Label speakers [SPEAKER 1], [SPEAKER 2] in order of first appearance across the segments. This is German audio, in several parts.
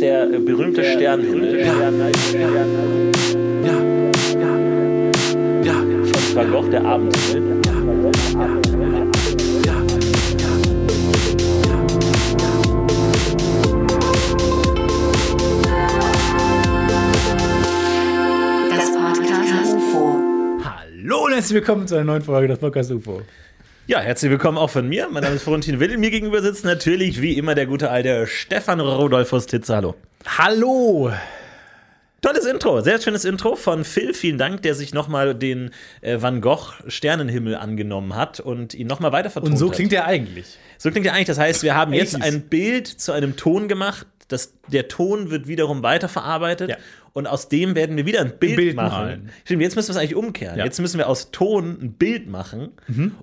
[SPEAKER 1] der äh, berühmte Sternenhimmel
[SPEAKER 2] Ja, ja, ja,
[SPEAKER 1] von Van Gogh, der Abendhimmel.
[SPEAKER 2] ja,
[SPEAKER 3] Das Podcast UFO.
[SPEAKER 4] Hallo und herzlich willkommen zu einer neuen Folge des Podcast UFO.
[SPEAKER 1] Ja, herzlich willkommen auch von mir. Mein Name ist Florentin Will. Mir gegenüber sitzt natürlich wie immer der gute alte Stefan Rodolphus Titz. Hallo.
[SPEAKER 4] Hallo!
[SPEAKER 1] Tolles Intro, sehr schönes Intro von Phil. Vielen Dank, der sich nochmal den äh, Van Gogh Sternenhimmel angenommen hat und ihn nochmal weiter vertont
[SPEAKER 4] Und so
[SPEAKER 1] hat.
[SPEAKER 4] klingt er eigentlich.
[SPEAKER 1] So klingt ja eigentlich. Das heißt, wir haben jetzt
[SPEAKER 4] 80s.
[SPEAKER 1] ein Bild zu einem Ton gemacht. Das, der Ton wird wiederum weiterverarbeitet
[SPEAKER 4] Ja.
[SPEAKER 1] und aus dem werden wir wieder ein Bild,
[SPEAKER 4] Bild
[SPEAKER 1] machen.
[SPEAKER 4] malen.
[SPEAKER 1] Stimmt, jetzt müssen wir es eigentlich umkehren.
[SPEAKER 4] Ja. Mhm.
[SPEAKER 1] Jetzt müssen wir aus Ton ein Bild machen.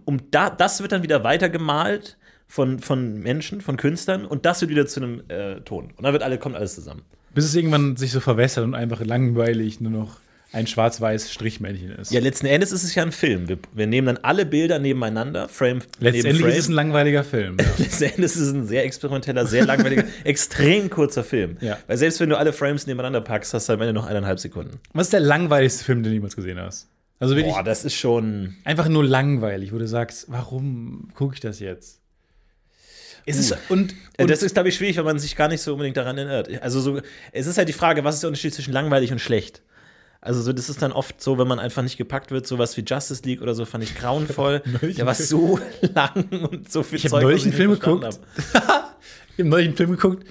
[SPEAKER 1] Um da, das wird dann wieder weitergemalt von, von Menschen, von Künstlern und das wird wieder zu einem äh, Ton. Und dann wird alle, kommt alles zusammen.
[SPEAKER 4] Bis es irgendwann sich so verwässert und einfach langweilig nur noch ein schwarz-weiß Strichmännchen ist.
[SPEAKER 1] Ja, letzten Endes ist es ja ein Film. Wir, wir nehmen dann alle Bilder nebeneinander, Frame neben
[SPEAKER 4] Letztendlich
[SPEAKER 1] Frame.
[SPEAKER 4] ist es ein langweiliger Film. Ja.
[SPEAKER 1] Letzten Endes ist es ein sehr experimenteller, sehr langweiliger, extrem kurzer Film.
[SPEAKER 4] Ja.
[SPEAKER 1] Weil selbst wenn du alle Frames nebeneinander packst, hast du am Ende noch eineinhalb Sekunden.
[SPEAKER 4] Was ist der langweiligste Film, den du jemals gesehen hast? Also wirklich
[SPEAKER 1] Boah, das ist schon.
[SPEAKER 4] einfach nur langweilig, wo du sagst, warum gucke ich das jetzt? Hm. Äh, Es ist, und,
[SPEAKER 1] Und äh,
[SPEAKER 4] und
[SPEAKER 1] das ist, glaube ich, schwierig, weil man sich gar nicht so unbedingt daran erinnert. Also, so, es ist halt die Frage, was ist der Unterschied zwischen langweilig und schlecht? Also, so, das ist dann oft so, wenn man einfach nicht gepackt wird, sowas wie Justice League oder so, fand ich grauenvoll.
[SPEAKER 4] Neulich
[SPEAKER 1] Der war
[SPEAKER 4] einen
[SPEAKER 1] so lang und so viel
[SPEAKER 4] Ich habe
[SPEAKER 1] Zeug,
[SPEAKER 4] neulich
[SPEAKER 1] was
[SPEAKER 4] einen
[SPEAKER 1] nicht
[SPEAKER 4] Film
[SPEAKER 1] verstanden
[SPEAKER 4] geguckt.
[SPEAKER 1] hab.
[SPEAKER 4] ich habe neulich einen Film geguckt,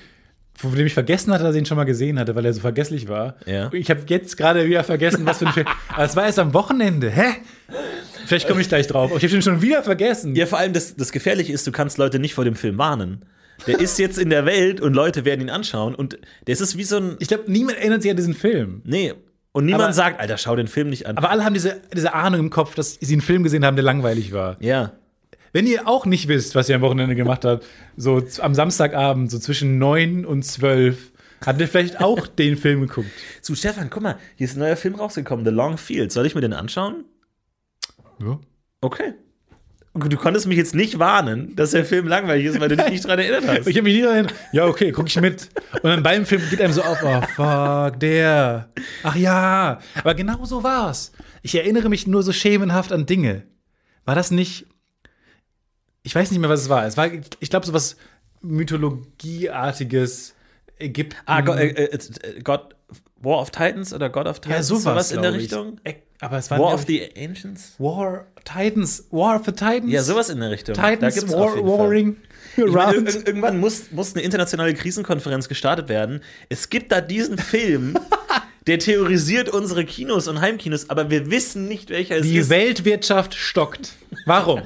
[SPEAKER 4] von dem ich vergessen hatte, dass ich ihn schon mal gesehen hatte, weil er so vergesslich war.
[SPEAKER 1] Ja.
[SPEAKER 4] Ich habe jetzt gerade wieder vergessen, was für ein Film. Aber es war erst am Wochenende. Hä? Vielleicht komme ich gleich drauf. Aber Ich habe den schon wieder vergessen.
[SPEAKER 1] Ja, vor allem das, das Gefährliche ist, du kannst Leute nicht vor dem Film warnen. Der ist jetzt in der Welt und Leute werden ihn anschauen und das ist wie so ein.
[SPEAKER 4] Ich glaube, niemand erinnert sich an diesen Film.
[SPEAKER 1] Nee. Und niemand
[SPEAKER 4] Aber-
[SPEAKER 1] sagt, Alter, schau den Film nicht an.
[SPEAKER 4] Aber alle haben diese, diese Ahnung im Kopf, dass sie einen Film gesehen haben, der langweilig war.
[SPEAKER 1] ja.
[SPEAKER 4] Wenn ihr auch nicht wisst, was ihr am Wochenende gemacht habt, so z- am Samstagabend, so zwischen 9 und 12, habt ihr vielleicht auch den Film geguckt.
[SPEAKER 1] Zu Stefan, guck mal, hier ist ein neuer Film rausgekommen, The Long Field. Soll ich mir den anschauen?
[SPEAKER 4] Ja.
[SPEAKER 1] Okay. Du konntest mich jetzt nicht warnen, dass der Film langweilig ist, weil du dich nicht dran erinnert hast.
[SPEAKER 4] Ich habe mich nie dahin, ja, okay, guck ich mit. Und dann beim Film geht einem so auf, oh fuck, der. Ach ja, aber genau so war's. Ich erinnere mich nur so schemenhaft an Dinge. War das nicht. Ich weiß nicht mehr, was es war. Es war, ich glaube, so was Mythologieartiges Ägypten.
[SPEAKER 1] ah, Go äh, äh, äh, God, War of Titans oder God of Titans?
[SPEAKER 4] ja, sowas.
[SPEAKER 1] in der
[SPEAKER 4] glaub ich.
[SPEAKER 1] Richtung?
[SPEAKER 4] Äh, Aber es war
[SPEAKER 1] War
[SPEAKER 4] glaub
[SPEAKER 1] of
[SPEAKER 4] ich,
[SPEAKER 1] the Ancients?
[SPEAKER 4] War Titans, War of the Titans.
[SPEAKER 1] Ja, sowas in der Richtung. Da
[SPEAKER 4] Titans,
[SPEAKER 1] gibt's auf
[SPEAKER 4] War,
[SPEAKER 1] jeden Fall.
[SPEAKER 4] Warring.
[SPEAKER 1] Ich meine, äh,
[SPEAKER 4] Around.
[SPEAKER 1] irg irgendwann muss, muss eine internationale Krisenkonferenz gestartet werden. Es gibt da diesen Film, der theorisiert unsere Kinos und Heimkinos, aber wir wissen nicht, welcher es
[SPEAKER 4] Die
[SPEAKER 1] ist.
[SPEAKER 4] Weltwirtschaft stockt. Warum?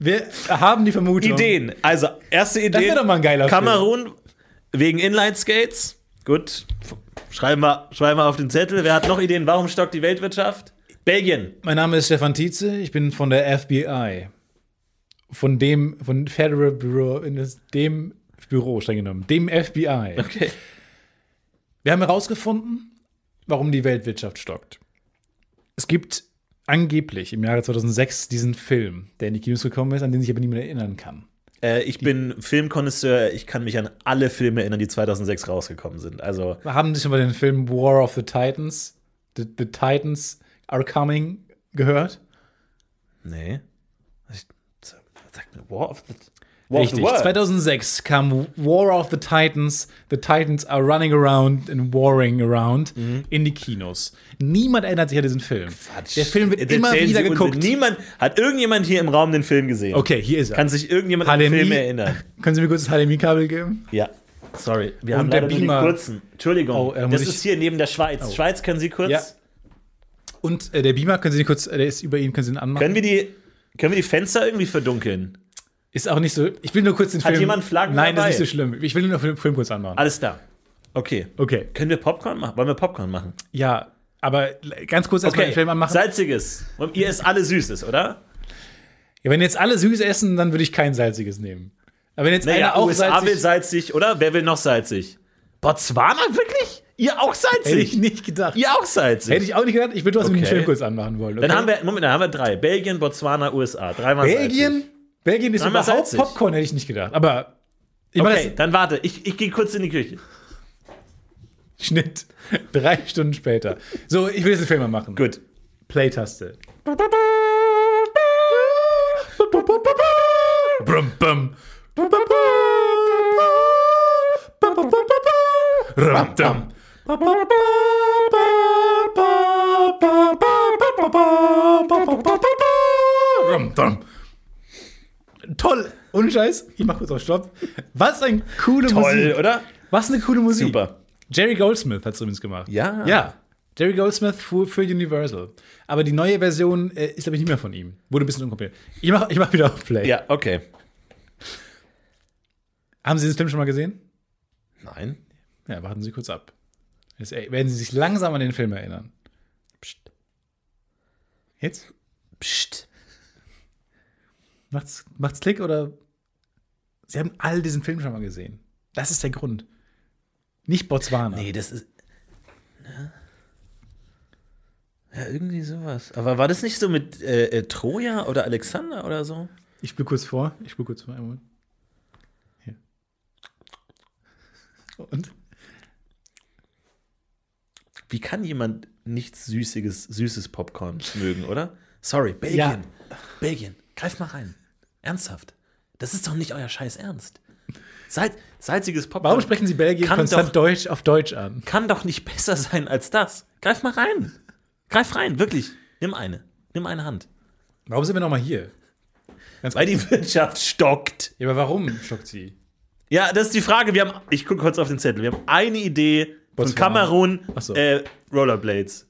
[SPEAKER 4] Wir haben die Vermutung.
[SPEAKER 1] Ideen. Also, erste Idee.
[SPEAKER 4] Das wäre doch mal ein geiler Film.
[SPEAKER 1] Kamerun wegen Inline-Skates. Gut. F- Schreiben wir, schreiben wir auf den Zettel. Wer hat noch Ideen? Warum stockt die Weltwirtschaft? Belgien.
[SPEAKER 4] Mein Name ist Stefan Tietze, ich bin von der FBI. Von dem, von Federal Bureau, in das, dem Büro streng genommen, dem FBI.
[SPEAKER 1] Okay.
[SPEAKER 4] Wir haben herausgefunden, warum die Weltwirtschaft stockt. Es gibt angeblich im Jahre 2006 diesen Film, der in die Kinos gekommen ist, an den sich aber niemand erinnern kann.
[SPEAKER 1] Äh, ich bin Filmkonnoisseur. Ich kann mich an alle Filme erinnern, die 2006 rausgekommen sind. Also,
[SPEAKER 4] Wir haben sich über den Film War of the Titans, The, the Titans Are Coming, gehört.
[SPEAKER 1] nee. Also Ich, sag mir, War of the. War of the
[SPEAKER 4] Richtig.
[SPEAKER 1] World.
[SPEAKER 4] 2006 kam War of the Titans, The Titans Are Running Around and Warring Around
[SPEAKER 1] Mhm.
[SPEAKER 4] in die Kinos. Niemand erinnert sich an diesen Film. Der Film wird
[SPEAKER 1] Das
[SPEAKER 4] immer
[SPEAKER 1] erzählen
[SPEAKER 4] wieder
[SPEAKER 1] Sie uns.
[SPEAKER 4] geguckt.
[SPEAKER 1] Niemand, hat irgendjemand hier im Raum den Film gesehen?
[SPEAKER 4] Okay, hier ist er.
[SPEAKER 1] Kann sich irgendjemand an den
[SPEAKER 4] HDMI?
[SPEAKER 1] Film erinnern?
[SPEAKER 4] Können Sie mir kurz das HDMI-Kabel geben?
[SPEAKER 1] Ja. Sorry, wir
[SPEAKER 4] Und
[SPEAKER 1] haben
[SPEAKER 4] der
[SPEAKER 1] leider
[SPEAKER 4] Beamer.
[SPEAKER 1] nur die kurzen. Entschuldigung,
[SPEAKER 4] Oh, er muss
[SPEAKER 1] das
[SPEAKER 4] ich-
[SPEAKER 1] ist hier neben der Schweiz. Schweiz, können Sie kurz?
[SPEAKER 4] Ja. Und äh, der Beamer, können Sie den kurz, äh, der ist über Ihnen, können Sie ihn anmachen?
[SPEAKER 1] Können wir die können wir die Fenster irgendwie verdunkeln?
[SPEAKER 4] ist auch nicht so, ich will nur kurz den
[SPEAKER 1] Hat
[SPEAKER 4] Film.
[SPEAKER 1] jemand Flaggen
[SPEAKER 4] Nein, das
[SPEAKER 1] dabei? Also-
[SPEAKER 4] ist nicht so schlimm. Ich will nur noch den Film kurz anmachen.
[SPEAKER 1] Alles da. Okay.
[SPEAKER 4] Okay.
[SPEAKER 1] Können wir Popcorn machen? Wollen wir Popcorn machen?
[SPEAKER 4] Ja, aber äh, ganz kurz erstmal den Film anmachen.
[SPEAKER 1] Salziges. Und ihr ist alle Süßes, oder?
[SPEAKER 4] Ja, wenn jetzt alle süß essen, dann würde ich kein salziges nehmen. Aber wenn jetzt
[SPEAKER 1] Naja,
[SPEAKER 4] einer auch
[SPEAKER 1] USA will
[SPEAKER 4] salzig,
[SPEAKER 1] salzig, oder? Wer will noch salzig? Botswana wirklich? Ihr auch
[SPEAKER 4] hätte ich
[SPEAKER 1] salzig?
[SPEAKER 4] nicht gedacht.
[SPEAKER 1] Ihr auch salzig?
[SPEAKER 4] Hätte ich auch nicht gedacht. Ich würde was mit dem
[SPEAKER 1] Okay.
[SPEAKER 4] Film kurz anmachen wollen.
[SPEAKER 1] Dann
[SPEAKER 4] okay?
[SPEAKER 1] haben wir, Moment, dann haben wir drei. Belgien, Botswana, USA. Dreimal
[SPEAKER 4] Belgien. Belgien ist
[SPEAKER 1] Dreimal
[SPEAKER 4] überhaupt
[SPEAKER 1] salzig.
[SPEAKER 4] Popcorn, hätte ich nicht gedacht. Aber ich
[SPEAKER 1] Salzig.
[SPEAKER 4] meine,
[SPEAKER 1] Okay, dann warte. Ich, ich gehe kurz in die Küche.
[SPEAKER 4] Schnitt. Drei Stunden später. So, ich will jetzt einen Film mal machen.
[SPEAKER 1] Gut.
[SPEAKER 4] Play-Taste. Brum, bum. Ram, dam. Ram, dam. Toll! Ohne Scheiß, ich mach kurz auf Stopp. Was eine coole Musik.
[SPEAKER 1] Toll, oder?
[SPEAKER 4] Was eine coole Musik.
[SPEAKER 1] Super.
[SPEAKER 4] Jerry Goldsmith hat es übrigens gemacht.
[SPEAKER 1] Ja.
[SPEAKER 4] Ja. Jerry Goldsmith für, für Universal. Aber die neue Version äh, ist, glaube ich, nicht mehr von ihm. Wurde ein bisschen unkomplett. Ich mache ich mach wieder auf Play.
[SPEAKER 1] Ja, okay.
[SPEAKER 4] Haben Sie den Film schon mal gesehen?
[SPEAKER 1] Nein.
[SPEAKER 4] Ja, warten Sie kurz ab. Jetzt äh, werden Sie sich langsam an den Film erinnern.
[SPEAKER 1] Psst.
[SPEAKER 4] Jetzt?
[SPEAKER 1] Psst.
[SPEAKER 4] Macht's, macht's Klick oder Sie haben all diesen Film schon mal gesehen. Das ist der Grund. Nicht Botswana.
[SPEAKER 1] Nee, das ist. Ne? Ja. ja, irgendwie sowas. Aber war das nicht so mit äh, äh, Troja oder Alexander oder so?
[SPEAKER 4] Ich spiele kurz vor. Ich spiele kurz vor. Einen Moment. Hier. Und?
[SPEAKER 1] Wie kann jemand nichts Süßiges, süßes Popcorn mögen, oder? Sorry, Belgien.
[SPEAKER 4] Ja.
[SPEAKER 1] Belgien, greif mal rein. Ernsthaft. Das ist doch nicht euer Scheiß Ernst. Salz, salziges Popcorn.
[SPEAKER 4] Warum sprechen Sie Belgien
[SPEAKER 1] Ähm, Kann
[SPEAKER 4] konstant
[SPEAKER 1] doch-
[SPEAKER 4] Deutsch auf Deutsch an?
[SPEAKER 1] kann doch nicht besser sein als das. Greif mal rein. Greif rein, wirklich. Nimm eine. Nimm eine Hand.
[SPEAKER 4] Warum sind wir nochmal hier? Ganz
[SPEAKER 1] Weil die Wirtschaft stockt.
[SPEAKER 4] Ja, aber warum stockt sie?
[SPEAKER 1] Ja, das ist die Frage. Wir haben, ich gucke kurz auf den Zettel. Wir haben eine Idee von
[SPEAKER 4] Botswana.
[SPEAKER 1] Kamerun
[SPEAKER 4] Ach so.
[SPEAKER 1] äh, Rollerblades.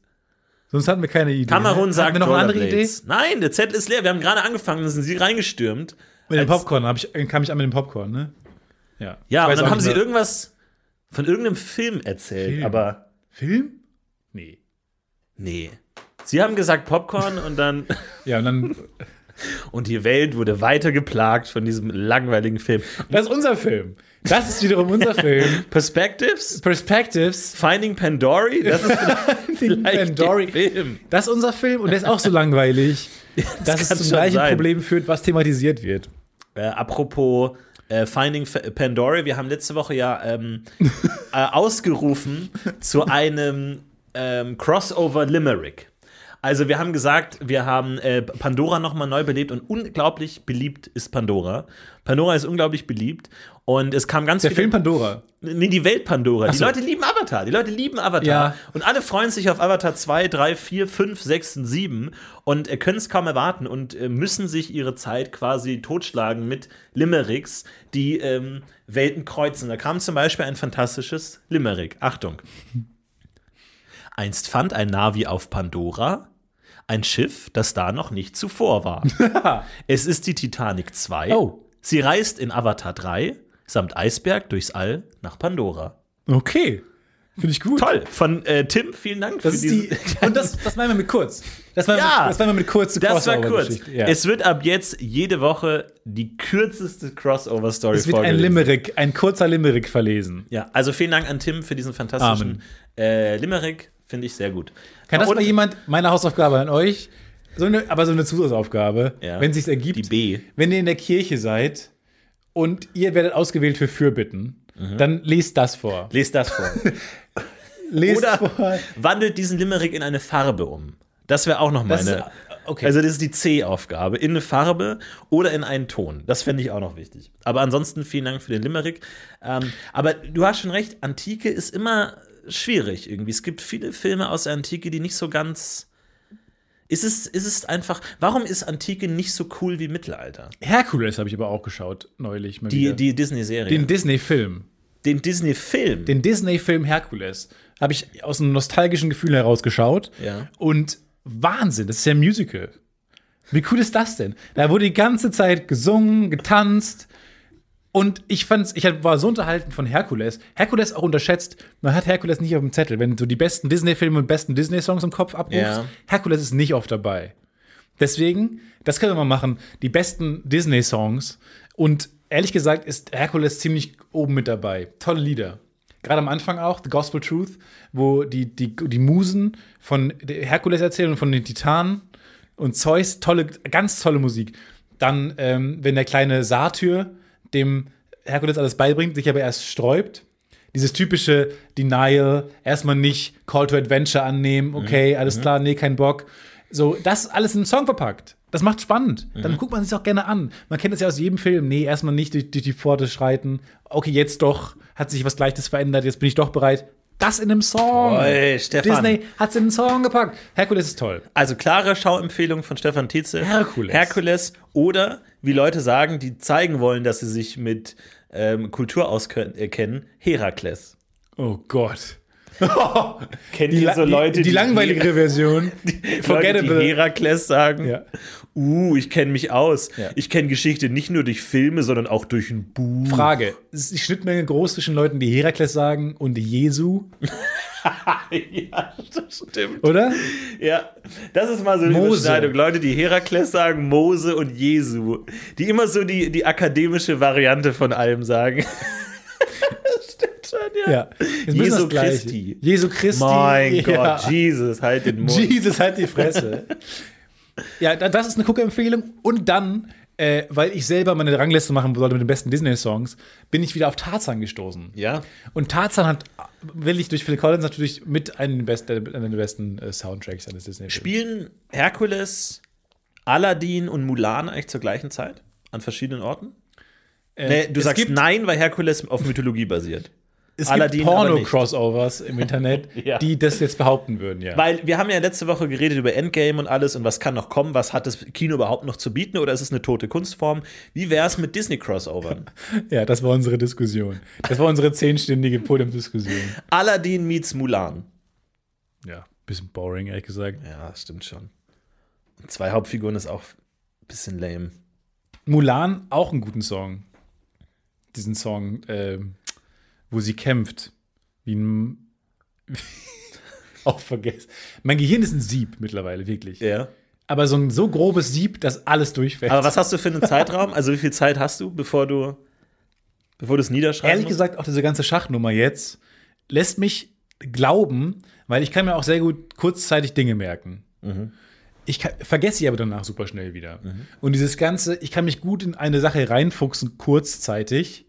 [SPEAKER 4] Sonst hatten wir keine Idee. ne?
[SPEAKER 1] Kamerun sagt
[SPEAKER 4] hatten wir noch eine andere Idee?
[SPEAKER 1] Rollerblades. Nein, der Zettel ist leer. Wir haben gerade angefangen, dann sind sie reingestürmt.
[SPEAKER 4] Mit dem
[SPEAKER 1] Als-
[SPEAKER 4] Popcorn. Hab ich, äh, kam ich an mit dem Popcorn, ne? Ja.
[SPEAKER 1] Ja,
[SPEAKER 4] Ich weiß
[SPEAKER 1] und dann
[SPEAKER 4] auch
[SPEAKER 1] haben
[SPEAKER 4] nicht
[SPEAKER 1] sie
[SPEAKER 4] mehr-
[SPEAKER 1] irgendwas von irgendeinem Film erzählt,
[SPEAKER 4] Film?
[SPEAKER 1] aber
[SPEAKER 4] Film? Nee.
[SPEAKER 1] nee. Sie haben gesagt Popcorn und dann
[SPEAKER 4] Ja, und dann.
[SPEAKER 1] und die Welt wurde weiter geplagt von diesem langweiligen Film.
[SPEAKER 4] Das ist unser Film. Das ist wiederum unser Film.
[SPEAKER 1] Perspectives?
[SPEAKER 4] Perspectives.
[SPEAKER 1] Finding Pandori? Das ist vielleicht
[SPEAKER 4] Pandori.
[SPEAKER 1] der Film.
[SPEAKER 4] Das ist unser Film und der ist auch so langweilig, dass es
[SPEAKER 1] kann
[SPEAKER 4] zum
[SPEAKER 1] schon
[SPEAKER 4] gleichen
[SPEAKER 1] sein.
[SPEAKER 4] Problem führt, was thematisiert wird.
[SPEAKER 1] Äh, apropos äh, Finding F Pandora, wir haben letzte Woche ja ähm, äh, ausgerufen zu einem ähm, Crossover Limerick. Also wir haben gesagt, wir haben äh, Pandora nochmal neu belebt und unglaublich beliebt ist Pandora. Pandora ist unglaublich beliebt und es kam ganz
[SPEAKER 4] Der
[SPEAKER 1] viele-
[SPEAKER 4] Film Pandora.
[SPEAKER 1] Nee, die Welt Pandora. Die
[SPEAKER 4] so.
[SPEAKER 1] Leute lieben Avatar. Die Leute lieben Avatar.
[SPEAKER 4] Ja.
[SPEAKER 1] Und alle freuen sich auf Avatar 2, 3, 4, 5, 6 und 7 und äh, können es kaum erwarten und äh, müssen sich ihre Zeit quasi totschlagen mit Limericks, die ähm, Welten kreuzen. Da kam zum Beispiel ein fantastisches Limerick. Achtung. Einst fand ein Navi auf Pandora ein Schiff, das da noch nicht zuvor war. Es ist die Titanic 2.
[SPEAKER 4] Oh.
[SPEAKER 1] Sie reist in Avatar 3 samt Eisberg durchs All nach Pandora.
[SPEAKER 4] Okay. Finde ich gut.
[SPEAKER 1] Toll. Von äh, Tim, vielen Dank
[SPEAKER 4] Das
[SPEAKER 1] für
[SPEAKER 4] ist die,
[SPEAKER 1] diesen-
[SPEAKER 4] und das, das meinen wir mit kurz. Das meinen,
[SPEAKER 1] Ja.
[SPEAKER 4] wir, das meinen wir mit kurz. die
[SPEAKER 1] Das war kurz.
[SPEAKER 4] Crossover-Geschichte. Ja.
[SPEAKER 1] Es wird ab jetzt jede Woche die kürzeste Crossover-Story
[SPEAKER 4] Es wird ein Limerick, ein kurzer Limerick verlesen.
[SPEAKER 1] Ja, also vielen Dank an Tim für diesen fantastischen
[SPEAKER 4] Amen.
[SPEAKER 1] äh, Limerick. Finde ich sehr gut.
[SPEAKER 4] Kann das
[SPEAKER 1] Und
[SPEAKER 4] mal jemand, meine Hausaufgabe an euch, so eine, aber so eine Zusatzaufgabe,
[SPEAKER 1] Ja.
[SPEAKER 4] wenn es sich ergibt,
[SPEAKER 1] Die B.
[SPEAKER 4] wenn ihr in der Kirche seid und ihr werdet ausgewählt für Fürbitten,
[SPEAKER 1] Mhm.
[SPEAKER 4] dann lest das vor.
[SPEAKER 1] Lest das vor.
[SPEAKER 4] Lest
[SPEAKER 1] Oder
[SPEAKER 4] vor.
[SPEAKER 1] wandelt diesen Limerick in eine Farbe um. Das wäre auch noch
[SPEAKER 4] Das-
[SPEAKER 1] meine.
[SPEAKER 4] okay.
[SPEAKER 1] Also das ist die C-Aufgabe. In eine Farbe oder in einen Ton. Das fände ich auch noch wichtig. Aber ansonsten vielen Dank für den Limerick. Ähm, aber du hast schon recht, Antike ist immer schwierig irgendwie. Es gibt viele Filme aus der Antike, die nicht so ganz. Ist es, ist es einfach. Warum ist Antike nicht so cool wie Mittelalter?
[SPEAKER 4] Hercules habe ich aber auch geschaut neulich. Mal wieder.
[SPEAKER 1] Die, die Disney-Serie.
[SPEAKER 4] den
[SPEAKER 1] Den,
[SPEAKER 4] Disney-Film.
[SPEAKER 1] Disney-Film.
[SPEAKER 4] Den Disney-Film Hercules habe ich aus einem nostalgischen Gefühl heraus geschaut.
[SPEAKER 1] Ja.
[SPEAKER 4] Und Wahnsinn, das ist ja ein Musical. Wie cool ist das denn? Da wurde die ganze Zeit gesungen, getanzt. Und ich fand's, ich hab- war so unterhalten von Herkules. Herkules auch unterschätzt. Man hat Herkules nicht auf dem Zettel. Wenn du die besten Disney-Filme und besten Disney-Songs im Kopf abrufst,
[SPEAKER 1] Ja.
[SPEAKER 4] Herkules ist nicht oft dabei. Deswegen, das können wir mal machen, die besten Disney-Songs. Und ehrlich gesagt ist Herkules ziemlich oben mit dabei. Tolle Lieder. Gerade am Anfang auch, The Gospel Truth, wo die, die, die Musen von Herkules erzählen und von den Titanen und Zeus. Tolle, ganz tolle Musik. Dann, ähm, wenn der kleine Satyr dem Herkules alles beibringt, sich aber erst sträubt. Dieses typische Denial, erstmal nicht Call to Adventure annehmen, okay, alles klar, nee, kein Bock. So, das alles in einen Song verpackt. Das macht spannend. Dann guckt man sich auch gerne an. Man kennt das ja aus jedem Film. Nee, erstmal nicht durch, durch die Pforte schreiten. Okay, jetzt doch. Hat sich was Leichtes verändert. Jetzt bin ich doch bereit. Das in einem Song.
[SPEAKER 1] Oi, Stefan.
[SPEAKER 4] Disney hat es in einen Song gepackt. Herkules ist toll.
[SPEAKER 1] Also klare Schauempfehlung von Stefan Tietze.
[SPEAKER 4] Herkules.
[SPEAKER 1] Herkules oder wie Leute sagen, die zeigen wollen, dass sie sich mit ähm, Kultur auskennen, Herakles.
[SPEAKER 4] Oh Gott.
[SPEAKER 1] Kennt
[SPEAKER 4] Die,
[SPEAKER 1] ihr so Leute,
[SPEAKER 4] die, die langweiligere Version.
[SPEAKER 1] Leute, die
[SPEAKER 4] Forgettable.
[SPEAKER 1] Herakles sagen,
[SPEAKER 4] Ja.
[SPEAKER 1] uh, ich kenne mich aus.
[SPEAKER 4] Ja.
[SPEAKER 1] Ich kenne Geschichte nicht nur durch Filme, sondern auch durch ein Buch.
[SPEAKER 4] Frage. Ist die Schnittmenge groß zwischen Leuten, die Herakles sagen und die Jesu,
[SPEAKER 1] ja, das stimmt.
[SPEAKER 4] oder?
[SPEAKER 1] Ja, das ist mal so eine
[SPEAKER 4] Mose.
[SPEAKER 1] Überschneidung. Leute, die Herakles sagen, Mose und Jesu. Die immer so die, die akademische Variante von allem sagen. das stimmt schon, ja.
[SPEAKER 4] Ja. Jetzt müssen wir
[SPEAKER 1] Jesu
[SPEAKER 4] das Gleiche.
[SPEAKER 1] Christi.
[SPEAKER 4] Jesu Christi.
[SPEAKER 1] Mein
[SPEAKER 4] ja.
[SPEAKER 1] Gott, Jesus, halt den Mund.
[SPEAKER 4] Jesus, halt die Fresse. ja, da- das ist eine Guckerempfehlung. Und dann, äh, weil ich selber meine Rangliste machen wollte mit den besten Disney-Songs, bin ich wieder auf Tarzan gestoßen.
[SPEAKER 1] Ja.
[SPEAKER 4] Und Tarzan hat, will ich durch Phil Collins natürlich mit einem der besten, einen der besten äh, Soundtracks eines Disney-Films.
[SPEAKER 1] Spielen Herkules, Aladdin und Mulan eigentlich zur gleichen Zeit? An verschiedenen Orten? Nee, du
[SPEAKER 4] es
[SPEAKER 1] sagst
[SPEAKER 4] gibt-
[SPEAKER 1] nein, weil Herkules auf Mythologie basiert.
[SPEAKER 4] Es
[SPEAKER 1] Aladdin
[SPEAKER 4] gibt
[SPEAKER 1] aber nicht.
[SPEAKER 4] Porno-Crossovers im Internet,
[SPEAKER 1] Ja.
[SPEAKER 4] die das jetzt behaupten würden, ja.
[SPEAKER 1] Weil wir haben ja letzte Woche geredet über Endgame und alles und was kann noch kommen, was hat das Kino überhaupt noch zu bieten oder ist es eine tote Kunstform? Wie wäre es mit Disney-Crossovern?
[SPEAKER 4] Ja, das war unsere Diskussion. Das war unsere zehnstündige Podiumsdiskussion.
[SPEAKER 1] Aladdin meets Mulan.
[SPEAKER 4] Ja, bisschen boring, ehrlich gesagt.
[SPEAKER 1] Ja, stimmt schon. Zwei Hauptfiguren ist auch ein bisschen lame.
[SPEAKER 4] Mulan, auch einen guten Song. Diesen Song, ähm, wo sie kämpft. Wie ein. auch vergessen. Mein Gehirn ist ein Sieb mittlerweile, wirklich.
[SPEAKER 1] Ja.
[SPEAKER 4] Aber so ein so grobes Sieb, dass alles durchfällt.
[SPEAKER 1] Aber was hast du für einen Zeitraum? Also wie viel Zeit hast du, bevor du bevor du es niederschreibst?
[SPEAKER 4] Ehrlich gesagt, auch diese ganze Schachnummer jetzt lässt mich glauben, weil ich kann mir auch sehr gut kurzzeitig Dinge merken. Ich kann, vergesse sie aber danach super schnell wieder. Und dieses Ganze, ich kann mich gut in eine Sache reinfuchsen, kurzzeitig,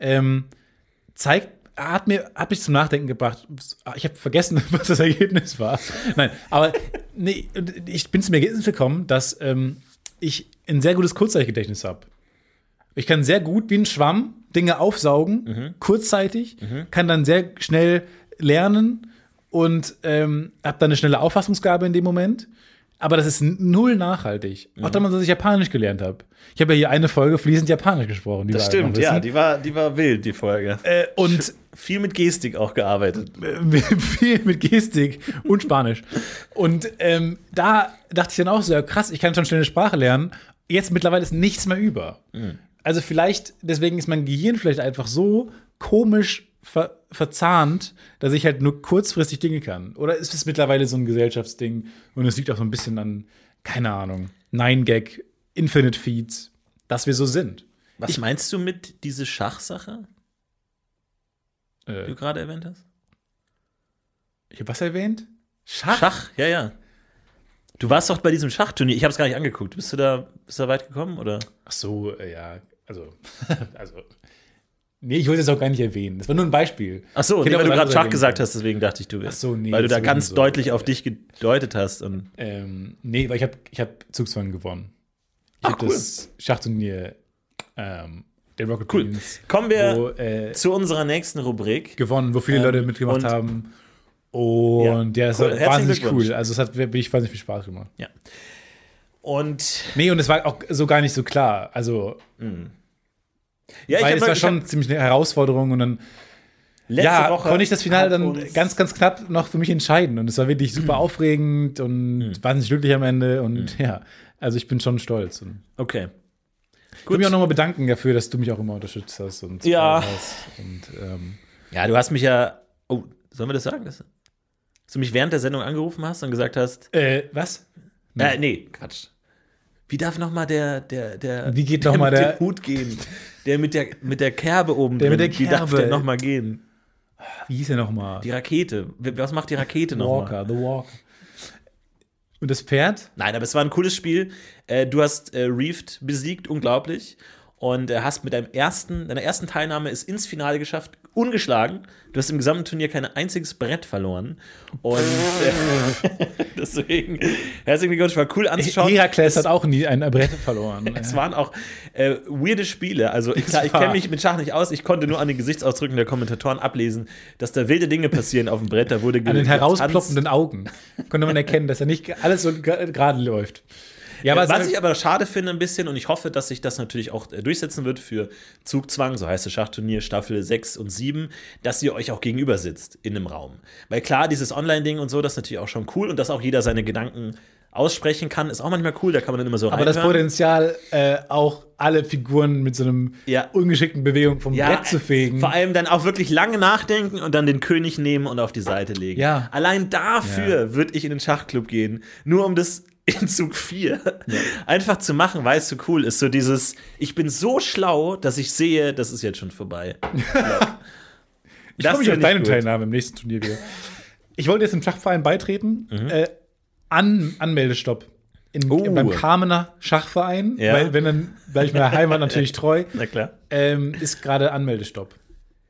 [SPEAKER 4] ähm, zeigt, hat, mir, hat mich zum Nachdenken gebracht. Ich habe vergessen, was das Ergebnis war. Nein, aber nee, und ich bin zum Ergebnis gekommen, dass ähm, ich ein sehr gutes Kurzzeitgedächtnis habe. Ich kann sehr gut wie ein Schwamm Dinge aufsaugen,
[SPEAKER 1] Mhm.
[SPEAKER 4] kurzzeitig, kann dann sehr schnell lernen und ähm, habe dann eine schnelle Auffassungsgabe in dem Moment. Aber das ist n- null nachhaltig.
[SPEAKER 1] Mhm.
[SPEAKER 4] Auch damals, als ich Japanisch gelernt habe. Ich habe ja hier eine Folge fließend Japanisch gesprochen. wie wir
[SPEAKER 1] das
[SPEAKER 4] alle
[SPEAKER 1] stimmt,
[SPEAKER 4] noch
[SPEAKER 1] ja,
[SPEAKER 4] wissen.
[SPEAKER 1] die war die war wild die Folge.
[SPEAKER 4] Äh, und
[SPEAKER 1] viel mit Gestik auch gearbeitet.
[SPEAKER 4] viel mit Gestik und Spanisch. Und ähm, da dachte ich dann auch so, ja, krass, ich kann schon schnell eine Sprache lernen. Jetzt mittlerweile ist nichts mehr über. Also vielleicht, deswegen ist mein Gehirn vielleicht einfach so komisch ver verzahnt, dass ich halt nur kurzfristig Dinge kann. Oder ist es mittlerweile so ein Gesellschaftsding und es liegt auch so ein bisschen an, keine Ahnung, Nine-Gag, Infinite Feeds, dass wir so sind.
[SPEAKER 1] Was meinst du mit diese Schachsache, die
[SPEAKER 4] Äh,
[SPEAKER 1] du gerade erwähnt hast?
[SPEAKER 4] ich habe was erwähnt?
[SPEAKER 1] Schach, ja, ja. Du warst doch bei diesem Schachturnier. Ich habe es gar nicht angeguckt. Bist du da, bist du da weit gekommen oder?
[SPEAKER 4] Ach so, äh, ja, also, also. Nee, ich wollte es auch gar nicht erwähnen. Das war nur ein Beispiel.
[SPEAKER 1] Ach so,
[SPEAKER 4] Ich hätte
[SPEAKER 1] nee, Genau,
[SPEAKER 4] auch
[SPEAKER 1] weil du
[SPEAKER 4] was
[SPEAKER 1] gerade
[SPEAKER 4] anderes
[SPEAKER 1] Schach
[SPEAKER 4] erwähnen
[SPEAKER 1] gesagt
[SPEAKER 4] können.
[SPEAKER 1] hast, deswegen dachte ich, du wirst.
[SPEAKER 4] so, nee,
[SPEAKER 1] weil du da
[SPEAKER 4] deswegen
[SPEAKER 1] ganz
[SPEAKER 4] so,
[SPEAKER 1] deutlich auf
[SPEAKER 4] ja.
[SPEAKER 1] dich gedeutet hast und
[SPEAKER 4] Ähm, nee, weil ich habe ich hab Zugzwang gewonnen. Ich habe
[SPEAKER 1] cool.
[SPEAKER 4] das Schachturnier ähm, der Rocket
[SPEAKER 1] cool.
[SPEAKER 4] Beans
[SPEAKER 1] Kommen wir
[SPEAKER 4] wo, äh,
[SPEAKER 1] zu unserer nächsten Rubrik.
[SPEAKER 4] gewonnen, wo viele
[SPEAKER 1] Ähm,
[SPEAKER 4] Leute
[SPEAKER 1] und-
[SPEAKER 4] mitgemacht haben. Und ja,
[SPEAKER 1] Ja,
[SPEAKER 4] es
[SPEAKER 1] cool.
[SPEAKER 4] war
[SPEAKER 1] Herzlichen
[SPEAKER 4] wahnsinnig
[SPEAKER 1] Glückwunsch.
[SPEAKER 4] cool. Also es hat wirklich wahnsinnig viel Spaß gemacht.
[SPEAKER 1] Ja. Und
[SPEAKER 4] Nee, und es war auch so gar nicht so klar. Also,
[SPEAKER 1] ja,
[SPEAKER 4] weil
[SPEAKER 1] hab
[SPEAKER 4] es
[SPEAKER 1] mal-
[SPEAKER 4] war
[SPEAKER 1] hab
[SPEAKER 4] schon ziemlich eine Herausforderung und dann
[SPEAKER 1] letzte
[SPEAKER 4] ja,
[SPEAKER 1] Woche
[SPEAKER 4] konnte ich das Finale
[SPEAKER 1] hat
[SPEAKER 4] dann
[SPEAKER 1] uns-
[SPEAKER 4] ganz, ganz knapp noch für mich entscheiden. Und es war wirklich super aufregend und
[SPEAKER 1] Mhm.
[SPEAKER 4] wahnsinnig glücklich am Ende. Und ja, also ich bin schon stolz. Und
[SPEAKER 1] Okay.
[SPEAKER 4] ich will
[SPEAKER 1] Gut.
[SPEAKER 4] mich auch nochmal bedanken dafür, dass du mich auch immer unterstützt hast. Und
[SPEAKER 1] Ja.
[SPEAKER 4] supportet hast. Und, ähm,
[SPEAKER 1] Ja, du hast mich ja. Oh, sollen wir das sagen? Dass dass du mich während der Sendung angerufen hast und gesagt hast.
[SPEAKER 4] äh, was?
[SPEAKER 1] Äh, nee, Quatsch. Wie darf noch mal der der der
[SPEAKER 4] Wie geht
[SPEAKER 1] der
[SPEAKER 4] noch mal
[SPEAKER 1] mit
[SPEAKER 4] der-
[SPEAKER 1] dem Hut gehen? Der mit der mit der Kerbe oben
[SPEAKER 4] Der mit
[SPEAKER 1] drin.
[SPEAKER 4] der
[SPEAKER 1] Wie darf
[SPEAKER 4] Kerbe.
[SPEAKER 1] der noch mal gehen?
[SPEAKER 4] Wie hieß er nochmal?
[SPEAKER 1] Die Rakete. Was macht die Rakete noch mal?
[SPEAKER 4] Walker, The Walker. Und das Pferd?
[SPEAKER 1] Nein, aber es war ein cooles Spiel. Äh, Du hast äh, Reefed besiegt, unglaublich. Und äh, hast mit deinem ersten, deiner ersten Teilnahme es ins Finale geschafft, ungeschlagen. Du hast im gesamten Turnier kein einziges Brett verloren. Und äh, deswegen, herzlichen Glückwunsch, war cool anzuschauen.
[SPEAKER 4] Herakles hat auch nie ein Brett verloren.
[SPEAKER 1] Es waren auch äh, weirde Spiele. Also ich, klar, ich kenne mich mit Schach nicht aus. Ich konnte nur an den Gesichtsausdrücken der Kommentatoren ablesen, dass da wilde Dinge passieren auf dem Brett. Da wurde
[SPEAKER 4] An den
[SPEAKER 1] getanzt.
[SPEAKER 4] herausploppenden Augen konnte man erkennen, dass er nicht ge- alles so ge- gerade läuft. Ja, aber
[SPEAKER 1] Äh, Was
[SPEAKER 4] es-
[SPEAKER 1] ich aber schade finde ein bisschen und ich hoffe, dass sich das natürlich auch äh, durchsetzen wird für Zugzwang, so heißt das Schachturnier Staffel 6 und 7, dass ihr euch auch gegenüber sitzt in einem Raum. Weil klar, dieses Online-Ding und so, das ist natürlich auch schon cool und dass auch jeder seine Gedanken aussprechen kann, ist auch manchmal cool, da kann man dann immer so
[SPEAKER 4] aber das
[SPEAKER 1] reinhören.
[SPEAKER 4] Potenzial, äh, auch alle Figuren mit so einem
[SPEAKER 1] Ja.
[SPEAKER 4] ungeschickten Bewegung vom Brett zu fegen.
[SPEAKER 1] Vor allem dann auch wirklich lange nachdenken und dann den König nehmen und auf die Seite legen.
[SPEAKER 4] Ja.
[SPEAKER 1] Allein dafür würde ich in den Schachclub gehen, nur um das in Zug 4 einfach zu machen, weil es so cool ist. So dieses, ich bin so schlau, dass ich sehe, das ist jetzt schon vorbei.
[SPEAKER 4] Ich freue mich auf
[SPEAKER 1] finde
[SPEAKER 4] deine
[SPEAKER 1] gut.
[SPEAKER 4] Teilnahme im nächsten Turnier wieder. Ich wollte jetzt dem Schachverein beitreten. Äh, an Anmeldestopp. In,
[SPEAKER 1] Mhm. Oh.
[SPEAKER 4] Beim Kamener Schachverein.
[SPEAKER 1] Ja.
[SPEAKER 4] Weil, wenn dann, weil ich meiner Heimat natürlich treu,
[SPEAKER 1] Na klar.
[SPEAKER 4] ähm, ist gerade Anmeldestopp.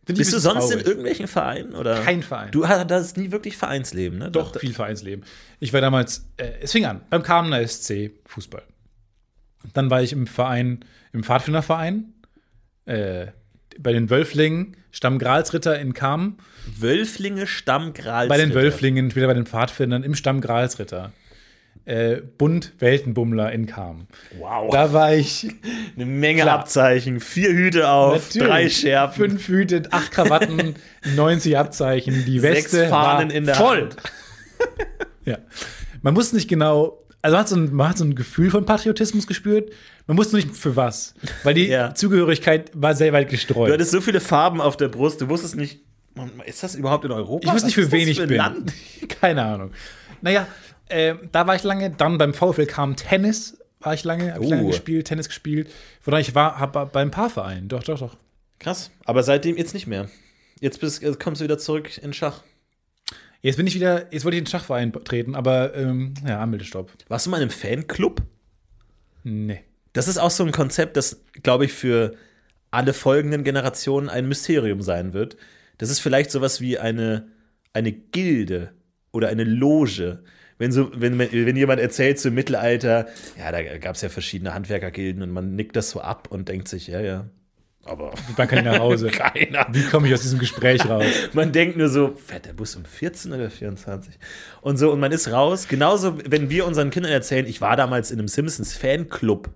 [SPEAKER 4] Find ich
[SPEAKER 1] Bist
[SPEAKER 4] ein
[SPEAKER 1] du
[SPEAKER 4] bisschen
[SPEAKER 1] sonst in
[SPEAKER 4] traurig.
[SPEAKER 1] irgendwelchen Vereinen? Oder?
[SPEAKER 4] Kein Verein.
[SPEAKER 1] Du hattest nie wirklich Vereinsleben, ne?
[SPEAKER 4] Doch, viel Vereinsleben. Ich war damals, äh, es fing an, beim Kamener SC Fußball. Dann war ich im Verein, im Pfadfinderverein, äh, bei den Wölflingen, Stammgralsritter in Kamen.
[SPEAKER 1] Wölflinge, Stamm, Gral,
[SPEAKER 4] Bei den Wölflingen, später bei den Pfadfindern, im Stamm Gralsritter. Äh, Bund Weltenbummler in Kam.
[SPEAKER 1] Wow.
[SPEAKER 4] Da war ich
[SPEAKER 1] Eine Menge
[SPEAKER 4] Klar.
[SPEAKER 1] Abzeichen, vier Hüte auf,
[SPEAKER 4] natürlich
[SPEAKER 1] drei Schärfen.
[SPEAKER 4] Fünf Hüte, acht Krawatten, 90 Abzeichen, die
[SPEAKER 1] Sechs
[SPEAKER 4] Weste
[SPEAKER 1] Fahnen
[SPEAKER 4] war
[SPEAKER 1] in der
[SPEAKER 4] voll.
[SPEAKER 1] Hand.
[SPEAKER 4] Ja. Man wusste nicht genau, also man hat, so ein, man hat so ein Gefühl von Patriotismus gespürt. Man wusste nur nicht für was, weil die
[SPEAKER 1] Ja.
[SPEAKER 4] Zugehörigkeit war sehr weit gestreut.
[SPEAKER 1] Du hattest so viele Farben auf der Brust, du wusstest nicht, Mann, ist das überhaupt in Europa?
[SPEAKER 4] Ich wusste nicht,
[SPEAKER 1] Was
[SPEAKER 4] für
[SPEAKER 1] ist das
[SPEAKER 4] wen ich
[SPEAKER 1] ein
[SPEAKER 4] bin.
[SPEAKER 1] Land?
[SPEAKER 4] Keine Ahnung. Naja, äh, da war ich lange. Dann beim VfL kam Tennis, war ich lange, hab ich lange
[SPEAKER 1] Uh.
[SPEAKER 4] gespielt, Tennis gespielt. Von daher, ich war hab, bei ein paar Vereinen. Doch, doch, doch.
[SPEAKER 1] Krass, aber seitdem jetzt nicht mehr. Jetzt bist, äh, kommst du wieder zurück in Schach.
[SPEAKER 4] Jetzt bin ich wieder, jetzt wollte ich in den Schachverein treten, aber ähm, ja, Anmeldestopp.
[SPEAKER 1] Warst du mal in einem Fanclub?
[SPEAKER 4] Nee.
[SPEAKER 1] Das ist auch so ein Konzept, das, glaube ich, für alle folgenden Generationen ein Mysterium sein wird. Das ist vielleicht sowas wie eine, eine Gilde oder eine Loge. Wenn, so, wenn, wenn jemand erzählt zum Mittelalter, ja, da gab es ja verschiedene Handwerkergilden und man nickt das so ab und denkt sich, ja, ja. Aber
[SPEAKER 4] Man kann ich nach Hause.
[SPEAKER 1] keiner.
[SPEAKER 4] Wie komme ich aus diesem Gespräch raus?
[SPEAKER 1] Man denkt nur so, fährt der Bus um 14 oder 24? Und so, und man ist raus. Genauso, wenn wir unseren Kindern erzählen, ich war damals in einem Simpsons-Fanclub,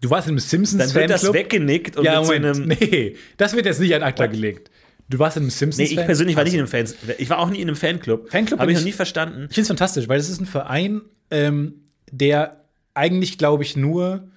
[SPEAKER 4] Du warst im
[SPEAKER 1] dann
[SPEAKER 4] Simpsons
[SPEAKER 1] wird das
[SPEAKER 4] Fanclub.
[SPEAKER 1] weggenickt und
[SPEAKER 4] Ja,
[SPEAKER 1] mit so
[SPEAKER 4] Moment.
[SPEAKER 1] einem. Oh.
[SPEAKER 4] nee, das wird jetzt nicht an Akta gelegt. Du warst im Simpsons
[SPEAKER 1] Nee, ich persönlich war nicht in einem Fans. Ich war auch nie in einem Fanclub.
[SPEAKER 4] Fanclub
[SPEAKER 1] habe
[SPEAKER 4] bin
[SPEAKER 1] ich noch
[SPEAKER 4] ich-
[SPEAKER 1] nie verstanden.
[SPEAKER 4] Ich finde es fantastisch, weil es ist ein Verein, ähm, der eigentlich, glaube ich, nur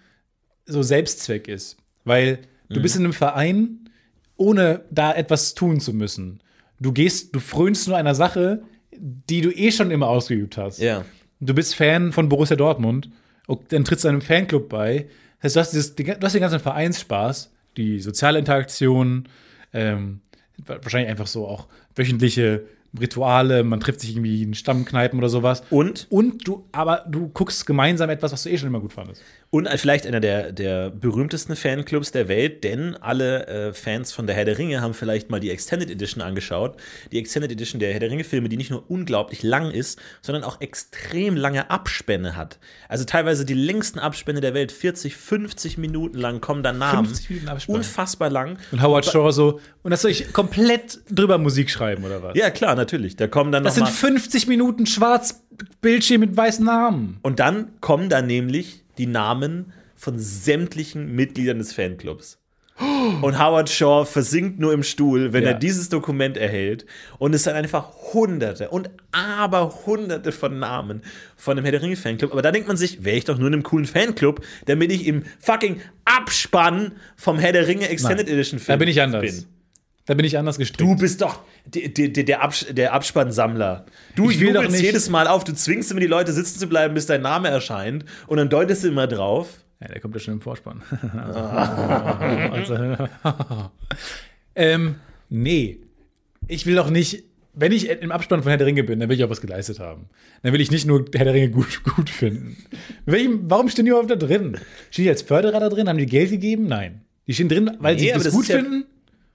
[SPEAKER 4] so Selbstzweck ist. Weil
[SPEAKER 1] Mhm.
[SPEAKER 4] du bist in einem Verein, ohne da etwas tun zu müssen. Du gehst, du frönst nur einer Sache, die du eh schon immer ausgeübt hast.
[SPEAKER 1] Ja.
[SPEAKER 4] Du bist Fan von Borussia Dortmund, und dann trittst du einem Fanclub bei. Das heißt, du hast, dieses, du hast den ganzen Vereinsspaß, die soziale Interaktion, ähm, wahrscheinlich einfach so auch wöchentliche Rituale, man trifft sich irgendwie in Stammkneipen oder sowas.
[SPEAKER 1] Und,
[SPEAKER 4] Und du, aber du guckst gemeinsam etwas, was du eh schon immer gut fandest.
[SPEAKER 1] und vielleicht einer der, der berühmtesten Fanclubs der Welt, denn alle äh, Fans von der Herr der Ringe haben vielleicht mal die Extended Edition angeschaut. Die Extended Edition der Herr der Ringe-Filme, die nicht nur unglaublich lang ist, sondern auch extrem lange Abspänne hat. Also teilweise die längsten Abspänne der Welt, 40, 50 Minuten lang kommen da Namen.
[SPEAKER 4] 50 Minuten Abspann.
[SPEAKER 1] Unfassbar lang.
[SPEAKER 4] Und Howard Shore so, und das soll ich komplett drüber Musik schreiben oder was?
[SPEAKER 1] Ja, klar, natürlich. Da kommen dann
[SPEAKER 4] das
[SPEAKER 1] noch
[SPEAKER 4] sind
[SPEAKER 1] mal-
[SPEAKER 4] 50 Minuten schwarz Bildschirm mit weißen Namen.
[SPEAKER 1] Und dann kommen da nämlich die Namen von sämtlichen Mitgliedern des Fanclubs. Und Howard Shaw versinkt nur im Stuhl, wenn
[SPEAKER 4] Ja.
[SPEAKER 1] er dieses Dokument erhält. Und es sind einfach Hunderte und aber Hunderte von Namen von dem Herr der Ringe Fanclub. Aber da denkt man sich, wäre ich doch nur in einem coolen Fanclub, damit ich im fucking Abspann vom Herr der Ringe Extended
[SPEAKER 4] Nein.
[SPEAKER 1] Edition Film
[SPEAKER 4] Da bin ich anders.
[SPEAKER 1] bin.
[SPEAKER 4] Da bin ich anders gestrickt.
[SPEAKER 1] Du bist doch der, der, der, Abs der Abspannsammler. Du
[SPEAKER 4] Ich will doch
[SPEAKER 1] jubelst
[SPEAKER 4] nicht-
[SPEAKER 1] jedes Mal auf, du zwingst immer die Leute sitzen zu bleiben, bis dein Name erscheint und dann deutest du immer drauf.
[SPEAKER 4] Ja, der kommt ja schon im Vorspann.
[SPEAKER 1] Ah.
[SPEAKER 4] also, ähm, nee. Ich will doch nicht, wenn ich im Abspann von Herr der Ringe bin, dann will ich auch was geleistet haben. Dann will ich nicht nur Herr der Ringe gut, gut finden. Welchem, warum stehen die überhaupt da drin? Stehen die als Förderer da drin? Haben die Geld gegeben? Nein. Die stehen drin, weil
[SPEAKER 1] Nee,
[SPEAKER 4] sie
[SPEAKER 1] aber
[SPEAKER 4] das
[SPEAKER 1] das
[SPEAKER 4] gut
[SPEAKER 1] ist ja-
[SPEAKER 4] finden.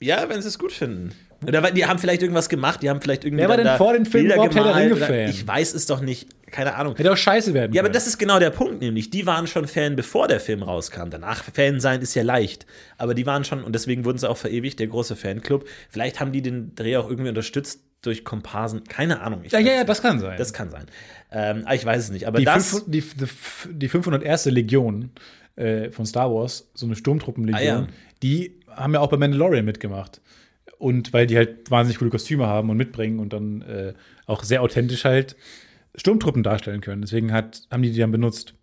[SPEAKER 1] Ja, wenn sie es gut finden. Oder weil die haben vielleicht irgendwas gemacht, die haben vielleicht irgendwie.
[SPEAKER 4] Wer war
[SPEAKER 1] dann
[SPEAKER 4] denn
[SPEAKER 1] da
[SPEAKER 4] vor den Filmen
[SPEAKER 1] Bilder
[SPEAKER 4] überhaupt Herr der
[SPEAKER 1] gemalt oder-
[SPEAKER 4] Ringe-Fan?
[SPEAKER 1] Ich weiß es doch nicht. Keine Ahnung.
[SPEAKER 4] Hätte auch scheiße werden
[SPEAKER 1] Ja,
[SPEAKER 4] können.
[SPEAKER 1] aber das ist genau der Punkt, nämlich die waren schon Fan, bevor der Film rauskam. Danach Fan sein ist ja leicht, aber die waren schon und deswegen wurden sie auch verewigt, der große Fanclub. Vielleicht haben die den Dreh auch irgendwie unterstützt durch Komparsen, keine Ahnung. Ich
[SPEAKER 4] ja,
[SPEAKER 1] weiß
[SPEAKER 4] ja, ja,
[SPEAKER 1] es
[SPEAKER 4] das kann sein.
[SPEAKER 1] nicht. das kann sein. Ähm, aber ich weiß es nicht, aber
[SPEAKER 4] die,
[SPEAKER 1] das
[SPEAKER 4] 500 die, die, f- die 501. Legion äh, von Star Wars, so eine Sturmtruppenlegion,
[SPEAKER 1] Ah, ja.
[SPEAKER 4] die haben ja auch bei Mandalorian mitgemacht. Und weil die halt wahnsinnig coole Kostüme haben und mitbringen und dann äh, auch sehr authentisch halt Sturmtruppen darstellen können. Deswegen hat, haben die die dann benutzt.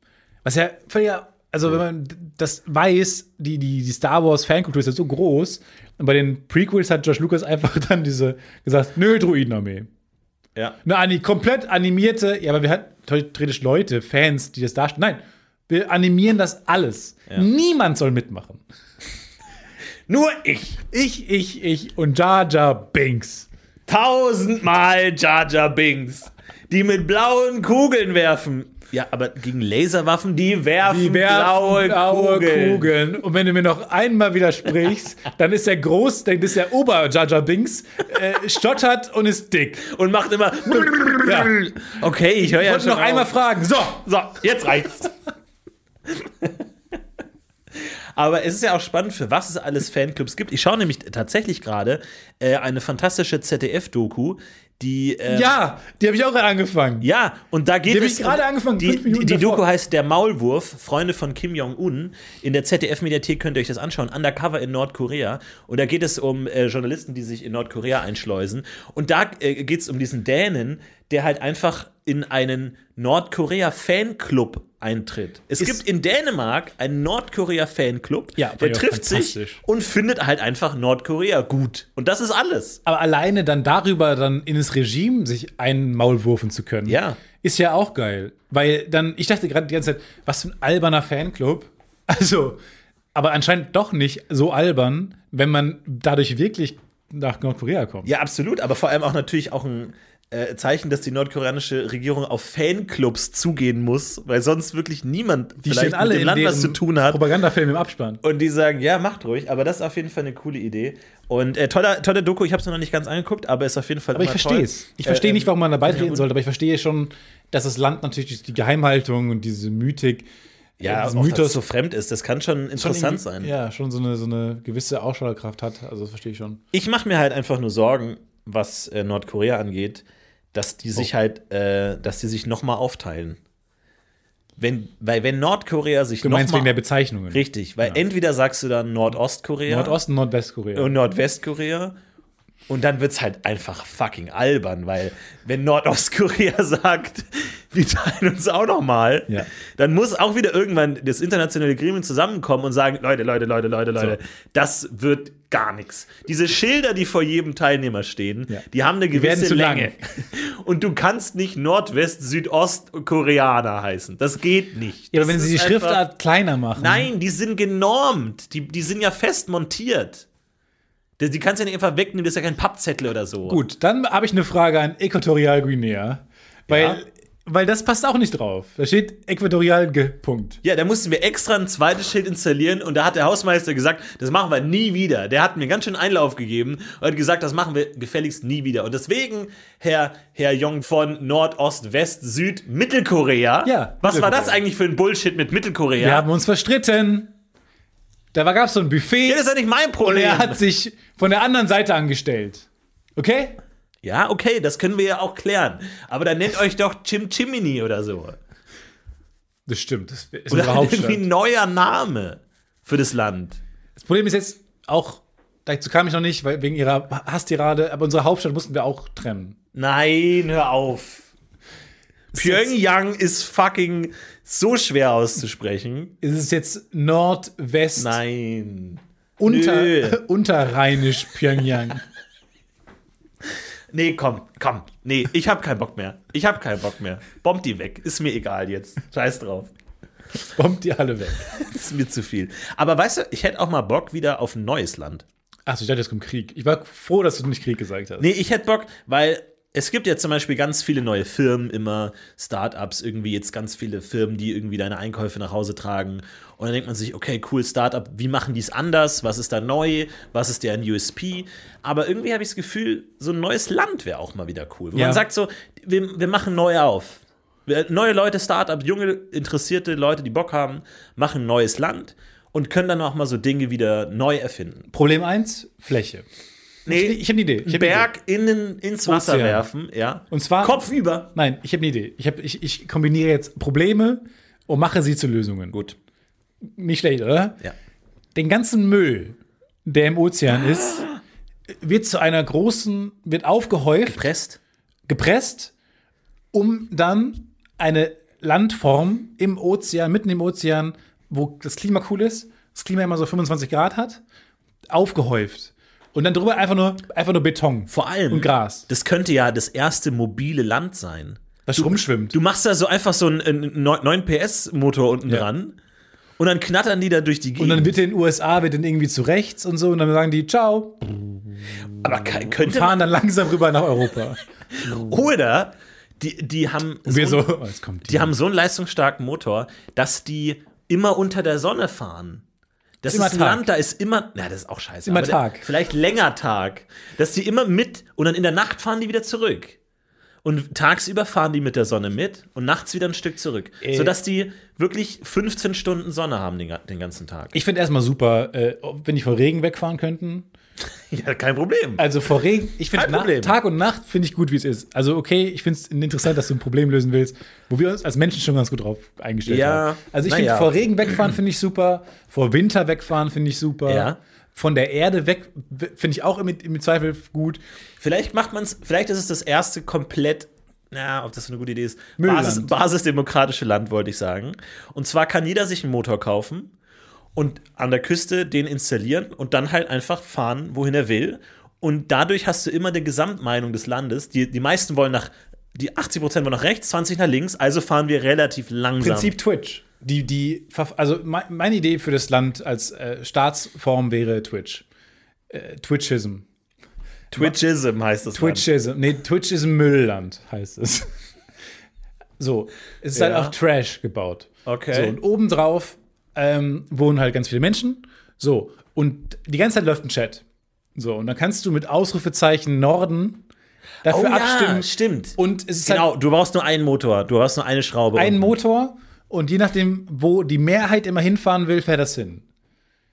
[SPEAKER 4] Was ja völlig, also wenn man d- das weiß, die, die, die Star Wars Fankultur ist ja so groß. Und bei den Prequels hat George Lucas einfach dann diese gesagt, nö, Druidenarmee.
[SPEAKER 1] ja.
[SPEAKER 4] Eine ani komplett animierte, ja, aber wir hatten theoretisch Leute, Fans, die das darstellen. Nein, wir animieren das alles. Niemand soll mitmachen.
[SPEAKER 1] Nur ich
[SPEAKER 4] Ich, ich, ich und Jar Jar Binks.
[SPEAKER 1] tausendmal Jar Jar Binks, die mit blauen Kugeln werfen. Ja, aber gegen Laserwaffen, die werfen,
[SPEAKER 4] Die werfen
[SPEAKER 1] blaue,
[SPEAKER 4] blaue Kugeln.
[SPEAKER 1] Kugeln.
[SPEAKER 4] Und wenn du mir noch einmal widersprichst, dann ist der Groß, dann ist der Ober Jar Jar Binks, äh, stottert und ist dick.
[SPEAKER 1] Und macht immer.
[SPEAKER 4] Ja.
[SPEAKER 1] Okay, ich höre
[SPEAKER 4] Ich
[SPEAKER 1] ja
[SPEAKER 4] wollte
[SPEAKER 1] schon
[SPEAKER 4] noch
[SPEAKER 1] auf.
[SPEAKER 4] einmal fragen. So,
[SPEAKER 1] So, jetzt reicht's. Aber es ist ja auch spannend, für was es alles Fanclubs gibt. Ich schaue nämlich tatsächlich gerade äh, eine fantastische ZDF-Doku, die. Äh,
[SPEAKER 4] ja, die habe ich auch angefangen.
[SPEAKER 1] ja, und da geht
[SPEAKER 4] Die hab
[SPEAKER 1] es. um
[SPEAKER 4] ich gerade angefangen,
[SPEAKER 1] Die,
[SPEAKER 4] fünf Minuten
[SPEAKER 1] die, die
[SPEAKER 4] davor.
[SPEAKER 1] Doku heißt Der Maulwurf, Freunde von Kim Jong-un. In der ZDF-Mediathek könnt ihr euch das anschauen. Undercover in Nordkorea. Und da geht es um äh, Journalisten, die sich in Nordkorea einschleusen. Und da äh, geht es um diesen Dänen, der halt einfach in einen Nordkorea-Fanclub eintritt. Es gibt in Dänemark einen Nordkorea-Fanclub,
[SPEAKER 4] Ja,
[SPEAKER 1] der
[SPEAKER 4] ja,
[SPEAKER 1] trifft sich
[SPEAKER 4] fantastisch.
[SPEAKER 1] und findet halt einfach Nordkorea gut. Und das ist alles.
[SPEAKER 4] Aber alleine dann darüber dann in das Regime sich einen Maul wurfen zu können,
[SPEAKER 1] Ja.
[SPEAKER 4] ist ja auch geil. Weil dann, ich dachte gerade die ganze Zeit, was für ein alberner Fanclub. Also, aber anscheinend doch nicht so albern, wenn man dadurch wirklich nach Nordkorea kommt.
[SPEAKER 1] Ja, absolut, aber vor allem auch natürlich auch ein äh, Zeichen, dass die nordkoreanische Regierung auf Fanclubs zugehen muss, weil sonst wirklich niemand
[SPEAKER 4] die
[SPEAKER 1] vielleicht
[SPEAKER 4] stehen alle
[SPEAKER 1] mit dem
[SPEAKER 4] in
[SPEAKER 1] Land
[SPEAKER 4] deren
[SPEAKER 1] was zu tun hat.
[SPEAKER 4] Propagandafilm im Abspann.
[SPEAKER 1] Und die sagen, ja, macht ruhig, aber das ist auf jeden Fall eine coole Idee. Und äh, toller, toller Doku, ich habe es noch nicht ganz angeguckt, aber ist auf jeden Fall
[SPEAKER 4] Aber ich
[SPEAKER 1] immer
[SPEAKER 4] verstehe
[SPEAKER 1] toll.
[SPEAKER 4] es. Ich verstehe
[SPEAKER 1] Äh,
[SPEAKER 4] nicht, warum man dabei treten
[SPEAKER 1] gut.
[SPEAKER 4] sollte, aber ich verstehe schon, dass das Land natürlich durch die Geheimhaltung und diese Mythik, äh,
[SPEAKER 1] Ja,
[SPEAKER 4] diesen
[SPEAKER 1] auch, dass es
[SPEAKER 4] Mythos
[SPEAKER 1] so fremd ist, das kann schon
[SPEAKER 4] schon
[SPEAKER 1] interessant sein.
[SPEAKER 4] irgendwie- Ja, schon so eine, so eine gewisse Ausstrahlkraft hat. Also, das verstehe ich schon.
[SPEAKER 1] Ich mache mir halt einfach nur Sorgen, was äh, Nordkorea angeht, dass die
[SPEAKER 4] Oh.
[SPEAKER 1] sich halt, äh, dass die sich nochmal aufteilen. Wenn, weil wenn Nordkorea sich
[SPEAKER 4] Du meinst
[SPEAKER 1] noch mal
[SPEAKER 4] wegen der Bezeichnungen.
[SPEAKER 1] Richtig, weil entweder sagst du dann Nordostkorea
[SPEAKER 4] Nordosten, Nordwestkorea.
[SPEAKER 1] und Nordwestkorea und dann wird's halt einfach fucking albern, weil wenn Nordostkorea sagt, wir teilen uns auch noch mal,
[SPEAKER 4] Ja.
[SPEAKER 1] dann muss auch wieder irgendwann das internationale Gremium zusammenkommen und sagen, Leute, Leute, Leute, Leute, Leute, das wird gar nichts. Diese Schilder, die vor jedem Teilnehmer stehen,
[SPEAKER 4] Ja.
[SPEAKER 1] die haben eine
[SPEAKER 4] werden
[SPEAKER 1] gewisse
[SPEAKER 4] zu lang.
[SPEAKER 1] Länge. Und du kannst nicht Nordwest-Südostkoreaner heißen. Das geht nicht.
[SPEAKER 4] ja, aber
[SPEAKER 1] Das
[SPEAKER 4] wenn sie die
[SPEAKER 1] ist einfach-
[SPEAKER 4] Schriftart kleiner machen.
[SPEAKER 1] Nein, die sind genormt. Die, die sind ja fest montiert. Die, die kannst du ja nicht einfach wegnehmen, das ist ja kein Pappzettel oder so.
[SPEAKER 4] Gut, dann habe ich eine Frage an Äquatorial Guinea. Weil,
[SPEAKER 1] Ja.
[SPEAKER 4] weil das passt auch nicht drauf. Da steht Äquatorial Ge- Punkt.
[SPEAKER 1] Ja, da mussten wir extra ein zweites Schild installieren und da hat der Hausmeister gesagt, das machen wir nie wieder. Der hat mir ganz schön Einlauf gegeben und hat gesagt, das machen wir gefälligst nie wieder. Und deswegen, Herr, Herr Jong von Nord, Ost, West, Süd, Mittelkorea.
[SPEAKER 4] Ja,
[SPEAKER 1] Was war
[SPEAKER 4] Mittelkorea.
[SPEAKER 1] das eigentlich für ein Bullshit mit Mittelkorea?
[SPEAKER 4] Wir haben uns verstritten. Da gab es so ein Buffet
[SPEAKER 1] Ja, das ist ja nicht mein
[SPEAKER 4] und
[SPEAKER 1] Problem.
[SPEAKER 4] er hat sich von der anderen Seite angestellt. Okay?
[SPEAKER 1] Ja, okay, das können wir ja auch klären. Aber dann nennt euch doch Chim Chimini oder so.
[SPEAKER 4] Das stimmt. Das ist
[SPEAKER 1] Oder
[SPEAKER 4] unsere
[SPEAKER 1] halt irgendwie
[SPEAKER 4] Hauptstadt.
[SPEAKER 1] ein neuer Name für das Land.
[SPEAKER 4] Das Problem ist jetzt auch, dazu kam ich noch nicht, weil wegen ihrer Hasstirade, aber unsere Hauptstadt mussten wir auch trennen.
[SPEAKER 1] Nein, hör auf. Pyongyang ist fucking so schwer auszusprechen.
[SPEAKER 4] Ist es jetzt Nordwest?
[SPEAKER 1] Nein. Nö.
[SPEAKER 4] Unter, unterrheinisch Pyongyang.
[SPEAKER 1] Nee, komm, komm. Nee, ich hab keinen Bock mehr. Ich hab keinen Bock mehr. Bombt die weg. Ist mir egal jetzt. Scheiß drauf.
[SPEAKER 4] Bombt die alle weg.
[SPEAKER 1] Ist mir zu viel. Aber weißt du, ich hätte auch mal Bock wieder auf ein neues Land.
[SPEAKER 4] Achso, ich dachte, es kommt Krieg. Ich war froh, dass du nicht Krieg gesagt hast.
[SPEAKER 1] Nee, ich hätte Bock, weil es gibt ja zum Beispiel ganz viele neue Firmen, immer Startups, irgendwie jetzt ganz viele Firmen, die irgendwie deine Einkäufe nach Hause tragen. Und dann denkt man sich, okay, cool, Startup, wie machen die es anders? Was ist da neu? Was ist deren USP? Aber irgendwie habe ich das Gefühl, so ein neues Land wäre auch mal wieder cool. Wo
[SPEAKER 4] Ja.
[SPEAKER 1] man sagt so, wir, wir machen neu auf. Wir- Neue Leute, Startup, junge, interessierte Leute, die Bock haben, machen ein neues Land und können dann auch mal so Dinge wieder neu erfinden.
[SPEAKER 4] Problem 1, Fläche.
[SPEAKER 1] Nee,
[SPEAKER 4] ich, ich habe eine Idee. Ich hab eine Idee.
[SPEAKER 1] Berg innen ins Wasser
[SPEAKER 4] Ozean.
[SPEAKER 1] werfen, ja.
[SPEAKER 4] Und zwar-
[SPEAKER 1] Kopf über.
[SPEAKER 4] Nein, ich habe eine Idee. Ich, hab, ich, ich kombiniere jetzt Probleme und mache sie zu Lösungen.
[SPEAKER 1] Gut.
[SPEAKER 4] Nicht schlecht, oder?
[SPEAKER 1] Ja.
[SPEAKER 4] Den ganzen Müll, der im Ozean ist, wird zu einer großen, wird aufgehäuft
[SPEAKER 1] Presst.
[SPEAKER 4] gepresst, um dann eine Landform im Ozean, mitten im Ozean, wo das Klima cool ist, das Klima immer so 25 Grad hat, aufgehäuft. Und dann drüber einfach nur, einfach nur Beton.
[SPEAKER 1] Vor allem.
[SPEAKER 4] Und Gras.
[SPEAKER 1] Das könnte ja das erste mobile Land sein.
[SPEAKER 4] das rumschwimmt.
[SPEAKER 1] Du machst da so einfach so einen, einen 9 PS Motor unten
[SPEAKER 4] Ja.
[SPEAKER 1] dran und dann knattern die da durch die Gegend.
[SPEAKER 4] und dann wird in den USA, wird dann irgendwie zu rechts und so. Und dann sagen die, ciao,
[SPEAKER 1] Aber ke- könnte
[SPEAKER 4] fahren dann langsam rüber nach Europa.
[SPEAKER 1] oder die, die haben
[SPEAKER 4] Und wir
[SPEAKER 1] ein-
[SPEAKER 4] so, oh, jetzt kommt die.
[SPEAKER 1] die haben so einen leistungsstarken Motor, dass die immer unter der Sonne fahren. Das
[SPEAKER 4] Immer
[SPEAKER 1] ist ein
[SPEAKER 4] Tag.
[SPEAKER 1] Land, da ist immer, na, das ist auch scheiße.
[SPEAKER 4] Immer
[SPEAKER 1] aber der-
[SPEAKER 4] Tag.
[SPEAKER 1] Vielleicht länger Tag. Dass die immer mit und dann in der Nacht fahren die wieder zurück. Und tagsüber fahren die mit der Sonne mit und nachts wieder ein Stück zurück.
[SPEAKER 4] Äh.
[SPEAKER 1] Sodass die wirklich 15 Stunden Sonne haben den, ga- den ganzen Tag.
[SPEAKER 4] ich finde erstmal super, äh, wenn die vor Regen wegfahren könnten.
[SPEAKER 1] Ja, kein Problem.
[SPEAKER 4] Also vor Regen, ich
[SPEAKER 1] Kein
[SPEAKER 4] finde
[SPEAKER 1] Problem.
[SPEAKER 4] Tag und Nacht finde ich gut, wie es ist. Also okay, ich finde es interessant, dass du ein Problem lösen willst, wo wir uns als Menschen schon ganz gut drauf eingestellt
[SPEAKER 1] Ja,
[SPEAKER 4] haben. Also ich
[SPEAKER 1] na
[SPEAKER 4] finde
[SPEAKER 1] ja.
[SPEAKER 4] vor Regen wegfahren finde ich super, vor Winter wegfahren finde ich super.
[SPEAKER 1] Ja.
[SPEAKER 4] Von der Erde weg w- finde ich auch im, im Zweifel gut.
[SPEAKER 1] Vielleicht macht man es, vielleicht ist es das erste komplett, na, ob das so eine gute Idee ist,
[SPEAKER 4] Müllland.
[SPEAKER 1] Basis, basisdemokratische Land, wollte ich sagen. Und zwar kann jeder sich einen Motor kaufen und an der Küste den installieren und dann halt einfach fahren, wohin er will. Und dadurch hast du immer die Gesamtmeinung des Landes. Die, die meisten wollen nach, die 80 Prozent wollen nach rechts, 20 nach links, also fahren wir relativ langsam.
[SPEAKER 4] Prinzip Twitch. Die, die, verf- also me- meine Idee für das Land als äh, Staatsform wäre Twitch. Äh, Twitchism.
[SPEAKER 1] Twitchism heißt das. Land.
[SPEAKER 4] Twitchism. Nee, Twitch ist ein Müllland, heißt es. So, es ist halt
[SPEAKER 1] Ja.
[SPEAKER 4] auf Trash gebaut.
[SPEAKER 1] Okay.
[SPEAKER 4] So, und obendrauf ähm, wohnen halt ganz viele Menschen. So, und die ganze Zeit läuft ein Chat. So, und dann kannst du mit Ausrufezeichen Norden
[SPEAKER 1] Oh,
[SPEAKER 4] dafür
[SPEAKER 1] ja,
[SPEAKER 4] abstimmen.
[SPEAKER 1] stimmt.
[SPEAKER 4] Und es ist
[SPEAKER 1] genau,
[SPEAKER 4] halt
[SPEAKER 1] du brauchst nur einen Motor, du brauchst nur eine Schraube.
[SPEAKER 4] ein
[SPEAKER 1] unten.
[SPEAKER 4] Motor und je nachdem, wo die Mehrheit immer hinfahren will, fährt das hin.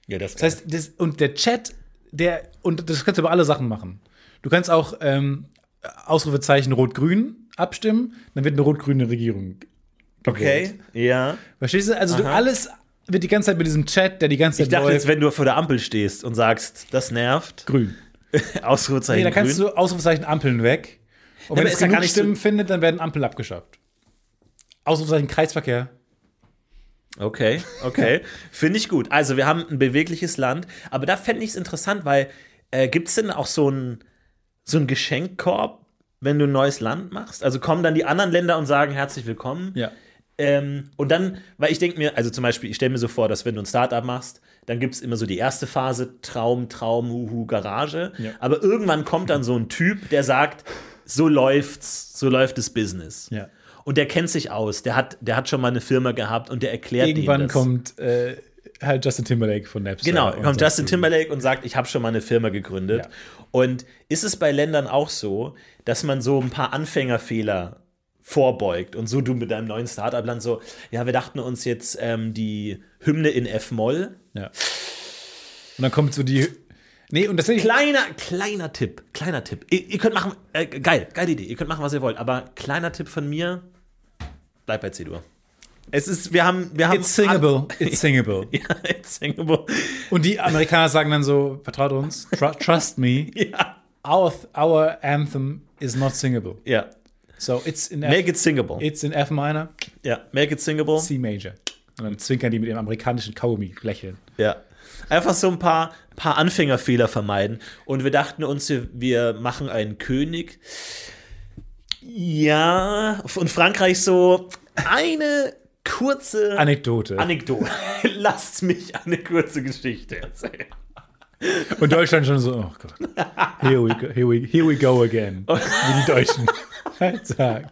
[SPEAKER 1] Ja, das,
[SPEAKER 4] Das heißt, das, und der Chat, der, und das kannst du über alle Sachen machen. Du kannst auch ähm, Ausrufezeichen Rot-Grün abstimmen, dann wird eine rot-grüne Regierung. gewählt.
[SPEAKER 1] okay. Ja.
[SPEAKER 4] Verstehst du? Also du,
[SPEAKER 1] Aha.
[SPEAKER 4] alles wird die ganze Zeit mit diesem Chat, der die ganze Zeit
[SPEAKER 1] Ich dachte
[SPEAKER 4] läuft,
[SPEAKER 1] jetzt, wenn du vor der Ampel stehst und sagst, das nervt,
[SPEAKER 4] grün.
[SPEAKER 1] Ausrufezeichen
[SPEAKER 4] Nee, da kannst
[SPEAKER 1] grün.
[SPEAKER 4] du Ausrufezeichen Ampeln weg.
[SPEAKER 1] Ja,
[SPEAKER 4] Und wenn
[SPEAKER 1] aber
[SPEAKER 4] es
[SPEAKER 1] ist ja
[SPEAKER 4] genug
[SPEAKER 1] gar nicht so-
[SPEAKER 4] Stimmen findet, dann werden Ampeln abgeschafft. Ausrufezeichen Kreisverkehr.
[SPEAKER 1] Okay, okay. Finde ich gut. Also, wir haben ein bewegliches Land, aber da fände ich es interessant, weil äh, gibt es denn auch so einen so einen Geschenkkorb, wenn du ein neues Land machst? Also kommen dann die anderen Länder und sagen herzlich willkommen.
[SPEAKER 4] Ja.
[SPEAKER 1] Ähm, und dann, weil ich denke mir, also zum Beispiel, ich stelle mir so vor, dass wenn du ein Startup machst, dann gibt es immer so die erste Phase, Traum, Traum, Huhu, Garage.
[SPEAKER 4] Ja.
[SPEAKER 1] Aber irgendwann kommt dann so ein Typ, der sagt, so läuft's, so läuft das Business.
[SPEAKER 4] Ja.
[SPEAKER 1] Und der kennt sich aus, der hat, der hat schon mal eine Firma gehabt und der erklärt ihm
[SPEAKER 4] Irgendwann
[SPEAKER 1] das.
[SPEAKER 4] kommt äh, halt Justin Timberlake von Napster.
[SPEAKER 1] Genau,
[SPEAKER 4] und
[SPEAKER 1] kommt
[SPEAKER 4] sagt,
[SPEAKER 1] Justin Timberlake und sagt, ich habe schon mal eine Firma gegründet.
[SPEAKER 4] Ja.
[SPEAKER 1] Und ist es bei Ländern auch so, dass man so ein paar Anfängerfehler vorbeugt und so du mit deinem neuen Startup-Land so, ja, wir dachten uns jetzt ähm, die Hymne in F-Moll.
[SPEAKER 4] Ja. Und dann kommt so die. Nee, und tatsächlich.
[SPEAKER 1] Kleiner, kleiner Tipp, kleiner Tipp. Ihr, ihr könnt machen, äh, geil, geile Idee, ihr könnt machen, was ihr wollt, aber kleiner Tipp von mir, bleibt bei C-Dur. Es ist, wir haben, wir haben.
[SPEAKER 4] It's singable. It's singable.
[SPEAKER 1] Ja, it's singable.
[SPEAKER 4] Und die Amerikaner sagen dann so: Vertraut uns, tru trust me,
[SPEAKER 1] Ja.
[SPEAKER 4] our, our anthem is not singable.
[SPEAKER 1] ja.
[SPEAKER 4] So it's in F,
[SPEAKER 1] Make it singable.
[SPEAKER 4] it's in F minor,
[SPEAKER 1] ja, make it singable.
[SPEAKER 4] C major. Und dann zwinkern die mit ihrem amerikanischen Kaugummi lächeln.
[SPEAKER 1] Ja. Einfach so ein paar, paar Anfängerfehler vermeiden. Und wir dachten uns, wir, wir machen einen König. Ja. Und Frankreich so eine kurze
[SPEAKER 4] Anekdote.
[SPEAKER 1] Anekdote. Lasst mich eine kurze Geschichte erzählen.
[SPEAKER 4] Und Deutschland schon so, oh Gott. Here we go, here we, here we go again. Wie die Deutschen halt sagen.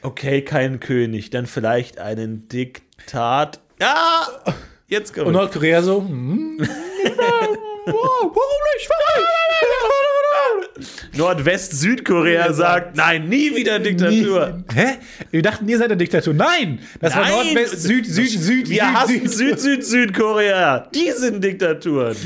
[SPEAKER 1] Okay, keinen König, dann vielleicht einen Diktat. Ah! Jetzt
[SPEAKER 4] Und
[SPEAKER 1] kommt.
[SPEAKER 4] Nordkorea so, hm? warum nicht?
[SPEAKER 1] Nordwest-Südkorea sagt, nein, nie wieder Diktatur.
[SPEAKER 4] Nie. Hä? Wir dachten, ihr seid eine Diktatur. Nein! Das war
[SPEAKER 1] Nein!
[SPEAKER 4] Nordwest, Süd, Süd, Süd.
[SPEAKER 1] Wir
[SPEAKER 4] Süd,
[SPEAKER 1] hassen
[SPEAKER 4] Süd.
[SPEAKER 1] Süd-Süd-Südkorea. Die sind Diktaturen.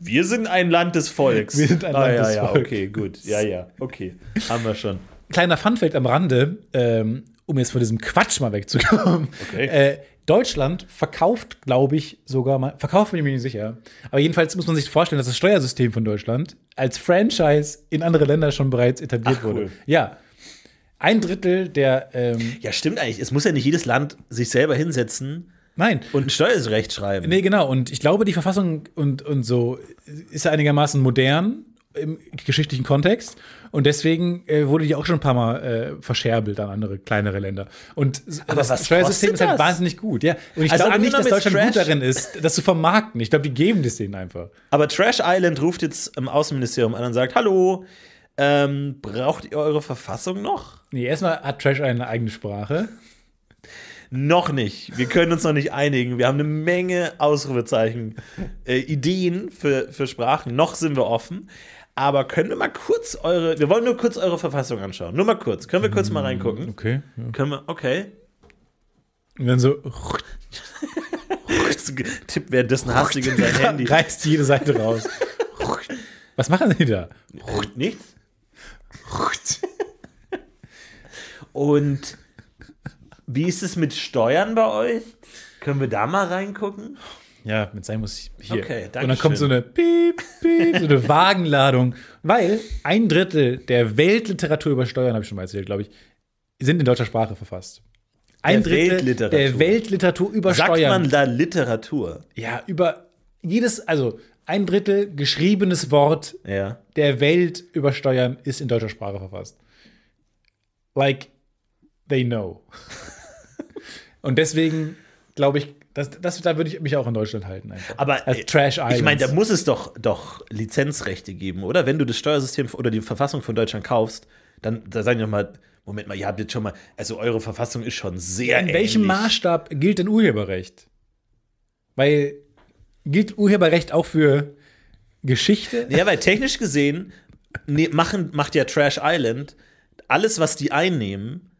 [SPEAKER 1] Wir sind ein Land des Volks. Ah,
[SPEAKER 4] Wir sind ein Land
[SPEAKER 1] ja,
[SPEAKER 4] des
[SPEAKER 1] ja,
[SPEAKER 4] Volks.
[SPEAKER 1] Okay, gut. Ja, ja, okay. Haben wir schon.
[SPEAKER 4] Kleiner Funfact am Rande, ähm, um jetzt von diesem Quatsch mal wegzukommen.
[SPEAKER 1] Okay.
[SPEAKER 4] Äh, Deutschland verkauft, glaube ich, sogar mal, verkauft bin ich mir nicht sicher. Aber jedenfalls muss man sich vorstellen, dass das Steuersystem von Deutschland als Franchise in andere Länder schon bereits etabliert
[SPEAKER 1] Ach, cool.
[SPEAKER 4] wurde. Ja. Ein Drittel der, ähm,
[SPEAKER 1] Ja, stimmt eigentlich. Es muss ja nicht jedes Land sich selber hinsetzen
[SPEAKER 4] nein,
[SPEAKER 1] und ein Steuerrecht schreiben.
[SPEAKER 4] Nee, genau. Und ich glaube, die Verfassung und, und so ist ja einigermaßen modern im geschichtlichen Kontext. Und deswegen äh, wurde die auch schon ein paar Mal äh, verscherbelt an andere kleinere Länder. Und s- das
[SPEAKER 1] was
[SPEAKER 4] Steuersystem
[SPEAKER 1] kostet
[SPEAKER 4] ist
[SPEAKER 1] das?
[SPEAKER 4] halt wahnsinnig gut. Ja. Und ich
[SPEAKER 1] Also
[SPEAKER 4] glaube nicht, dass
[SPEAKER 1] angenommen, es
[SPEAKER 4] Deutschland gut
[SPEAKER 1] Trash-
[SPEAKER 4] darin ist, das zu vermarkten. Ich glaube, die geben das denen einfach.
[SPEAKER 1] Aber Trash Island ruft jetzt im Außenministerium an und sagt: Hallo, ähm, braucht ihr eure Verfassung noch?
[SPEAKER 4] Nee, erstmal hat Trash eine eigene Sprache.
[SPEAKER 1] Noch nicht. Wir können uns noch nicht einigen. Wir haben eine Menge Ausrufezeichen, äh, Ideen für, für Sprachen. Noch sind wir offen. Aber können wir mal kurz eure. Wir wollen nur kurz eure Verfassung anschauen. Nur mal kurz. Können wir kurz mal reingucken?
[SPEAKER 4] Okay.
[SPEAKER 1] Können wir. Okay.
[SPEAKER 4] Und dann so
[SPEAKER 1] Tipp währenddessen hastig in sein Handy.
[SPEAKER 4] reißt jede Seite raus. Was machen sie da?
[SPEAKER 1] Nichts? Und wie ist es mit Steuern bei euch? Können wir da mal reingucken?
[SPEAKER 4] Ja, mit sein muss ich hier.
[SPEAKER 1] Okay,
[SPEAKER 4] Und dann
[SPEAKER 1] Dankeschön.
[SPEAKER 4] kommt so eine Piep, Piep, so eine Wagenladung. Weil ein Drittel der Weltliteratur über Steuern, habe ich schon mal erzählt, glaube ich, sind in deutscher Sprache verfasst. Ein
[SPEAKER 1] Der
[SPEAKER 4] Drittel
[SPEAKER 1] Weltliteratur.
[SPEAKER 4] der Weltliteratur über
[SPEAKER 1] Sagt
[SPEAKER 4] Steuern.
[SPEAKER 1] man da Literatur?
[SPEAKER 4] ja, über jedes, also ein Drittel geschriebenes Wort
[SPEAKER 1] Ja.
[SPEAKER 4] der Welt über Steuern ist in deutscher Sprache verfasst. Like they know. Und deswegen glaube ich, das, das, da würde ich mich auch in Deutschland halten. Einfach.
[SPEAKER 1] Aber
[SPEAKER 4] Als
[SPEAKER 1] äh,
[SPEAKER 4] Trash Islands.
[SPEAKER 1] ich meine, da muss es doch, doch Lizenzrechte geben, oder? Wenn du das Steuersystem oder die Verfassung von Deutschland kaufst, dann da sagen die doch mal, Moment mal, ihr habt jetzt schon mal, also eure Verfassung ist schon sehr
[SPEAKER 4] In welchem
[SPEAKER 1] ähnlich.
[SPEAKER 4] Maßstab gilt denn Urheberrecht? Weil gilt Urheberrecht auch für Geschichte?
[SPEAKER 1] Ja, weil technisch gesehen ne, machen, macht ja Trash Island alles, was die einnehmen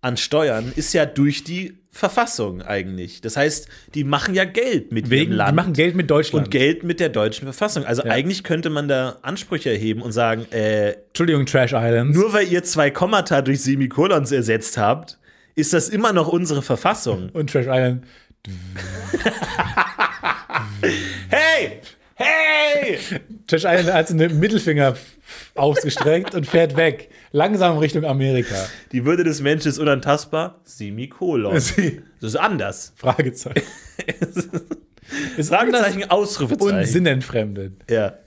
[SPEAKER 1] an Steuern, ist ja durch die Verfassung eigentlich. Das heißt, die machen ja Geld mit
[SPEAKER 4] Wegen,
[SPEAKER 1] ihrem Land
[SPEAKER 4] die machen Geld mit Deutschland.
[SPEAKER 1] und Geld mit der deutschen Verfassung. Also eigentlich könnte man da Ansprüche erheben und sagen, äh,
[SPEAKER 4] Entschuldigung, Trash Islands.
[SPEAKER 1] nur weil ihr zwei Kommata durch Semikolons ersetzt habt, ist das immer noch unsere Verfassung.
[SPEAKER 4] und Trash Island.
[SPEAKER 1] Hey! Hey!
[SPEAKER 4] Trash Island hat so einen Mittelfinger ausgestreckt und fährt weg. Langsam Richtung Amerika.
[SPEAKER 1] Die Würde des Menschen ist unantastbar. Semikolon. Das
[SPEAKER 4] Sie-
[SPEAKER 1] ist anders.
[SPEAKER 4] Fragezeichen. Ist anders
[SPEAKER 1] Fragezeichen, Ausrufezeichen.
[SPEAKER 4] und sinnentfremdet.
[SPEAKER 1] Ja.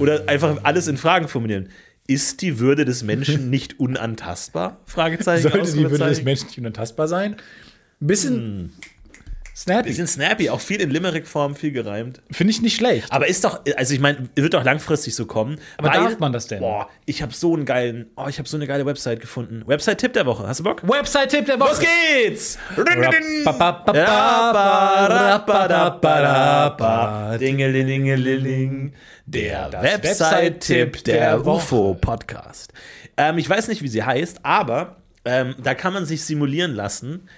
[SPEAKER 1] Oder einfach alles in Fragen formulieren. Ist die Würde des Menschen nicht unantastbar? Fragezeichen.
[SPEAKER 4] Sollte die Würde des
[SPEAKER 1] Ausrufezeichen.
[SPEAKER 4] Menschen nicht unantastbar sein? Ein bisschen snappy.
[SPEAKER 1] Hm. Bisschen snappy, auch viel in Limerick-Form, viel gereimt.
[SPEAKER 4] Finde ich nicht schlecht.
[SPEAKER 1] Aber ist doch, also ich meine, wird doch langfristig so kommen.
[SPEAKER 4] Aber darf man das denn?
[SPEAKER 1] Boah, ich habe so einen geilen, oh, ich habe so eine geile Website gefunden. Website-Tipp der Woche. Hast du Bock?
[SPEAKER 4] Website-Tipp der Woche.
[SPEAKER 1] Los geht's! Dingelingelingeling, der Website-Tipp der UFO-Podcast. Ähm, ich weiß nicht, wie sie heißt, aber ähm, da kann man sich simulieren lassen,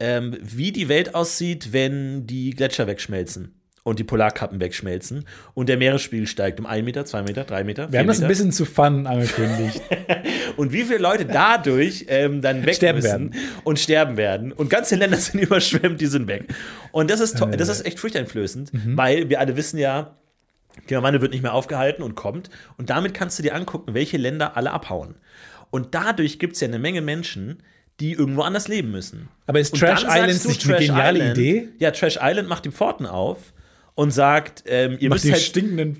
[SPEAKER 1] ähm, wie die Welt aussieht, wenn die Gletscher wegschmelzen und die Polarkappen wegschmelzen und der Meeresspiegel steigt um 1 Meter, 2 Meter, 3 Meter.
[SPEAKER 4] Wir haben das
[SPEAKER 1] Meter.
[SPEAKER 4] ein bisschen zu fun angekündigt.
[SPEAKER 1] Und wie viele Leute dadurch ähm, dann weg
[SPEAKER 4] Sterben
[SPEAKER 1] müssen und sterben werden. Und ganze Länder sind überschwemmt, die sind weg. Und das ist, to-
[SPEAKER 4] Äh.
[SPEAKER 1] das ist echt furchteinflößend,
[SPEAKER 4] Mhm.
[SPEAKER 1] weil wir alle wissen ja, Klimawandel wird nicht mehr aufgehalten und kommt. Und damit kannst du dir angucken, welche Länder alle abhauen. Und dadurch gibt es ja eine Menge Menschen, die irgendwo anders leben müssen.
[SPEAKER 4] Aber ist
[SPEAKER 1] Und
[SPEAKER 4] Trash
[SPEAKER 1] dann sagst
[SPEAKER 4] Islands
[SPEAKER 1] du,
[SPEAKER 4] nicht eine geniale
[SPEAKER 1] Island,
[SPEAKER 4] Idee?
[SPEAKER 1] Ja, Trash Island macht die Pforten auf und sagt, ähm, ihr müsst
[SPEAKER 4] Macht die
[SPEAKER 1] halt
[SPEAKER 4] stinkenden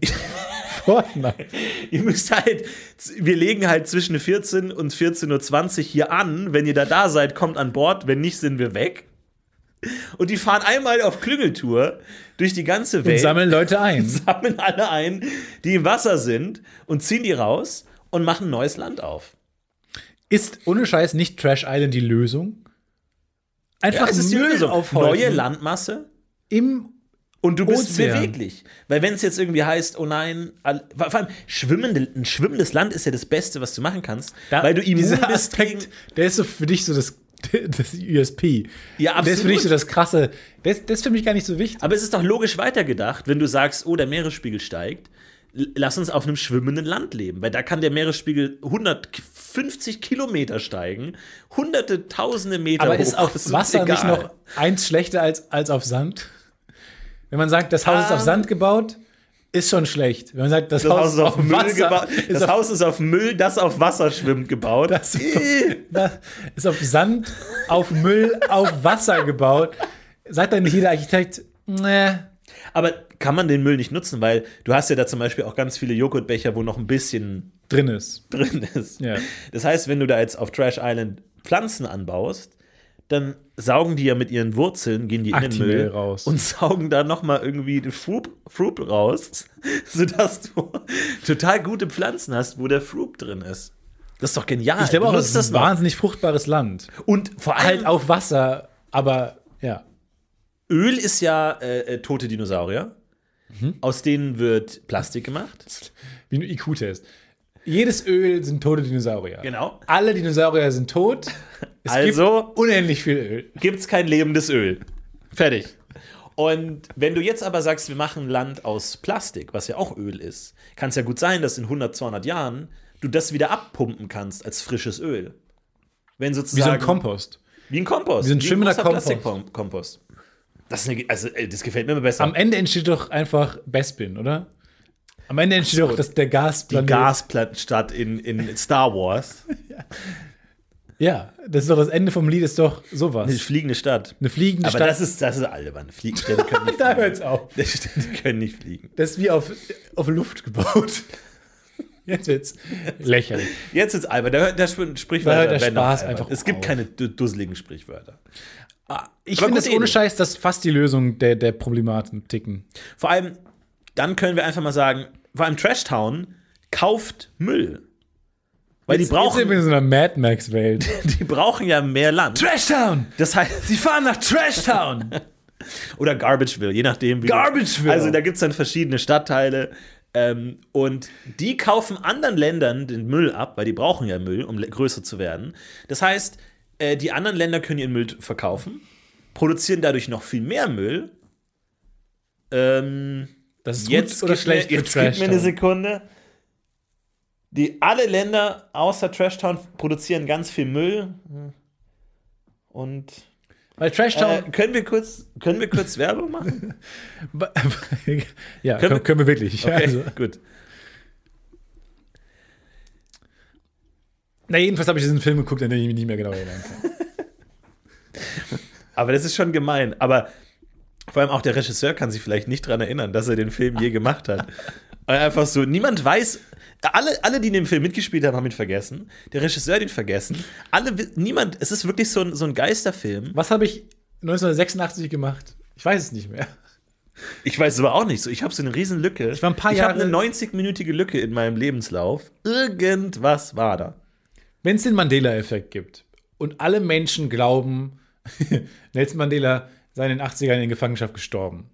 [SPEAKER 4] Pforten auf.
[SPEAKER 1] ihr müsst halt, wir legen halt zwischen 14 und 14.20 Uhr hier an. Wenn ihr da da seid, kommt an Bord. Wenn nicht, sind wir weg. Und die fahren einmal auf Klüngeltour durch die ganze Welt.
[SPEAKER 4] Und sammeln Leute ein.
[SPEAKER 1] sammeln alle ein, die im Wasser sind und ziehen die raus und machen neues Land auf.
[SPEAKER 4] Ist ohne Scheiß nicht Trash Island die Lösung? Einfach
[SPEAKER 1] es ist die
[SPEAKER 4] Müll
[SPEAKER 1] Lösung.
[SPEAKER 4] aufhäufen.
[SPEAKER 1] Neue Landmasse
[SPEAKER 4] Im
[SPEAKER 1] und du bist
[SPEAKER 4] Ozean.
[SPEAKER 1] beweglich. Weil wenn es jetzt irgendwie heißt, oh nein, all, vor allem schwimmende, ein schwimmendes Land ist ja das Beste, was du machen kannst, weil du immun
[SPEAKER 4] dieser
[SPEAKER 1] bist
[SPEAKER 4] Aspekt,
[SPEAKER 1] gegen,
[SPEAKER 4] der ist so für dich so das, das USP.
[SPEAKER 1] Ja,
[SPEAKER 4] Der ist für dich
[SPEAKER 1] absolut.
[SPEAKER 4] so das Krasse. Der ist, der ist für mich gar nicht so wichtig.
[SPEAKER 1] Aber es ist doch logisch weitergedacht, wenn du sagst, oh, der Meeresspiegel steigt, l- lass uns auf einem schwimmenden Land leben, weil da kann der Meeresspiegel 150 Kilometer steigen, hunderte, tausende Meter
[SPEAKER 4] Aber
[SPEAKER 1] hoch.
[SPEAKER 4] ist auf
[SPEAKER 1] Das
[SPEAKER 4] Wasser
[SPEAKER 1] oh, egal.
[SPEAKER 4] nicht noch eins schlechter als, als auf Sand? Wenn man sagt, das Haus ist
[SPEAKER 1] Ah.
[SPEAKER 4] auf Sand gebaut, ist schon schlecht. Wenn man sagt, das,
[SPEAKER 1] Das Haus ist auf, Müll
[SPEAKER 4] Wasser,
[SPEAKER 1] gebaut.
[SPEAKER 4] ist
[SPEAKER 1] Das
[SPEAKER 4] auf,
[SPEAKER 1] Haus ist auf Müll, das auf Wasser schwimmt, gebaut.
[SPEAKER 4] Das ist
[SPEAKER 1] Äh.
[SPEAKER 4] das ist auf Sand, auf Müll, auf Wasser gebaut. Sagt dann nicht jeder Architekt, ne,
[SPEAKER 1] Aber kann man den Müll nicht nutzen, weil du hast ja da zum Beispiel auch ganz viele Joghurtbecher, wo noch ein bisschen
[SPEAKER 4] drin ist.
[SPEAKER 1] drin ist.
[SPEAKER 4] Ja.
[SPEAKER 1] Das heißt, wenn du da jetzt auf Trash Island Pflanzen anbaust, dann saugen die ja mit ihren Wurzeln, gehen die in den
[SPEAKER 4] Aktimel
[SPEAKER 1] Müll
[SPEAKER 4] raus.
[SPEAKER 1] und saugen da nochmal irgendwie den Frup, Frup raus, sodass du total gute Pflanzen hast, wo der Frup drin ist. Das ist doch genial.
[SPEAKER 4] Ich glaube auch,
[SPEAKER 1] Benutzt
[SPEAKER 4] es ist ein
[SPEAKER 1] noch.
[SPEAKER 4] wahnsinnig fruchtbares Land.
[SPEAKER 1] Und vor allem,
[SPEAKER 4] Halt auf Wasser, aber ja.
[SPEAKER 1] Öl ist ja äh, äh, tote Dinosaurier.
[SPEAKER 4] Mhm.
[SPEAKER 1] Aus denen wird Plastik gemacht.
[SPEAKER 4] wie ein IQ-Test. Jedes Öl sind tote Dinosaurier.
[SPEAKER 1] Genau.
[SPEAKER 4] Alle Dinosaurier sind tot. Es
[SPEAKER 1] Also-
[SPEAKER 4] gibt unendlich viel Öl.
[SPEAKER 1] Gibt es kein lebendes Öl. Fertig. Und wenn du jetzt aber sagst, wir machen Land aus Plastik, was ja auch Öl ist, kann es ja gut sein, dass in 100, 200 Jahren du das wieder abpumpen kannst als frisches Öl. Wenn
[SPEAKER 4] Wie so
[SPEAKER 1] sozusagen.
[SPEAKER 4] ein Kompost.
[SPEAKER 1] Wie ein Kompost.
[SPEAKER 4] Wie so ein schwimmender
[SPEAKER 1] großer
[SPEAKER 4] Kompost.
[SPEAKER 1] Plastikkompost. Das, ist eine, also, ey, das gefällt mir immer besser.
[SPEAKER 4] Am Ende entsteht doch einfach Bespin, oder? Am Ende entsteht doch dass der
[SPEAKER 1] die
[SPEAKER 4] Gasplanet.
[SPEAKER 1] Gasplattenstadt in, in Star Wars.
[SPEAKER 4] Ja, das ist doch das Ende vom Lied, ist doch
[SPEAKER 1] Eine
[SPEAKER 4] sowas.
[SPEAKER 1] fliegende Stadt.
[SPEAKER 4] Eine fliegende
[SPEAKER 1] Aber
[SPEAKER 4] Stadt.
[SPEAKER 1] das ist, das ist albern. Fliegenstädte können nicht
[SPEAKER 4] Da
[SPEAKER 1] fliegen.
[SPEAKER 4] hört's auf.
[SPEAKER 1] Städte können nicht fliegen.
[SPEAKER 4] Das ist wie auf, auf Luft gebaut. Jetzt wird's lächerlich.
[SPEAKER 1] Jetzt ist albern. Da, hört- da sp-
[SPEAKER 4] Da
[SPEAKER 1] Sprichwörter
[SPEAKER 4] hört der
[SPEAKER 1] werden noch
[SPEAKER 4] Spaß
[SPEAKER 1] albern.
[SPEAKER 4] einfach
[SPEAKER 1] Es gibt
[SPEAKER 4] auf.
[SPEAKER 1] keine du- dusseligen Sprichwörter.
[SPEAKER 4] Ich
[SPEAKER 1] Aber
[SPEAKER 4] finde
[SPEAKER 1] gute
[SPEAKER 4] das ohne
[SPEAKER 1] Idee.
[SPEAKER 4] Scheiß, das ist fast die Lösung der, der Problematiken.
[SPEAKER 1] Vor allem, dann können wir einfach mal sagen, vor allem Trash Town kauft Müll. Weil die
[SPEAKER 4] Jetzt sind wir
[SPEAKER 1] brauchen,
[SPEAKER 4] in so einer Mad Max-Welt.
[SPEAKER 1] die brauchen ja mehr Land.
[SPEAKER 4] Trashtown!
[SPEAKER 1] Das heißt,
[SPEAKER 4] Sie fahren nach Trashtown!
[SPEAKER 1] oder Garbageville, je nachdem. Wie
[SPEAKER 4] Garbageville.
[SPEAKER 1] Also da gibt es dann verschiedene Stadtteile. Ähm, und die kaufen anderen Ländern den Müll ab, weil die brauchen ja Müll, um le- größer zu werden. Das heißt, äh, die anderen Länder können ihren Müll t- verkaufen, produzieren dadurch noch viel mehr Müll. Ähm,
[SPEAKER 4] Das ist
[SPEAKER 1] jetzt
[SPEAKER 4] jetzt gut oder
[SPEAKER 1] gib
[SPEAKER 4] schlecht
[SPEAKER 1] mir,
[SPEAKER 4] für
[SPEAKER 1] jetzt gib mir eine
[SPEAKER 4] Trashtown.
[SPEAKER 1] Sekunde. Die, alle Länder außer Trashtown produzieren ganz viel Müll. Und
[SPEAKER 4] Weil
[SPEAKER 1] äh,
[SPEAKER 4] Trashtown.
[SPEAKER 1] können wir kurz können wir kurz Werbung machen?
[SPEAKER 4] ja,
[SPEAKER 1] Äh, Können wir-
[SPEAKER 4] können, können wir wirklich. Ja,
[SPEAKER 1] Okay,
[SPEAKER 4] also.
[SPEAKER 1] gut.
[SPEAKER 4] Na, jedenfalls habe ich diesen Film geguckt, an den ich mich nicht mehr genau erinnern kann.
[SPEAKER 1] Aber das ist schon gemein. Aber vor allem auch der Regisseur kann sich vielleicht nicht daran erinnern, dass er den Film je gemacht hat. Weil Einfach so, niemand weiß, alle, alle, die in dem Film mitgespielt haben, haben ihn vergessen. Der Regisseur hat ihn vergessen. Alle, wi- niemand, es ist wirklich so ein, so ein Geisterfilm.
[SPEAKER 4] Was habe ich 1986 gemacht? Ich weiß es nicht mehr.
[SPEAKER 1] Ich weiß es aber auch nicht so. Ich habe so eine riesen Lücke. Ich
[SPEAKER 4] war ein paar
[SPEAKER 1] habe
[SPEAKER 4] Jahre-
[SPEAKER 1] eine 90-minütige Lücke in meinem Lebenslauf. Irgendwas war da.
[SPEAKER 4] Wenn es den Mandela-Effekt gibt und alle Menschen glauben, Nelson Mandela sei in den 80ern in Gefangenschaft gestorben,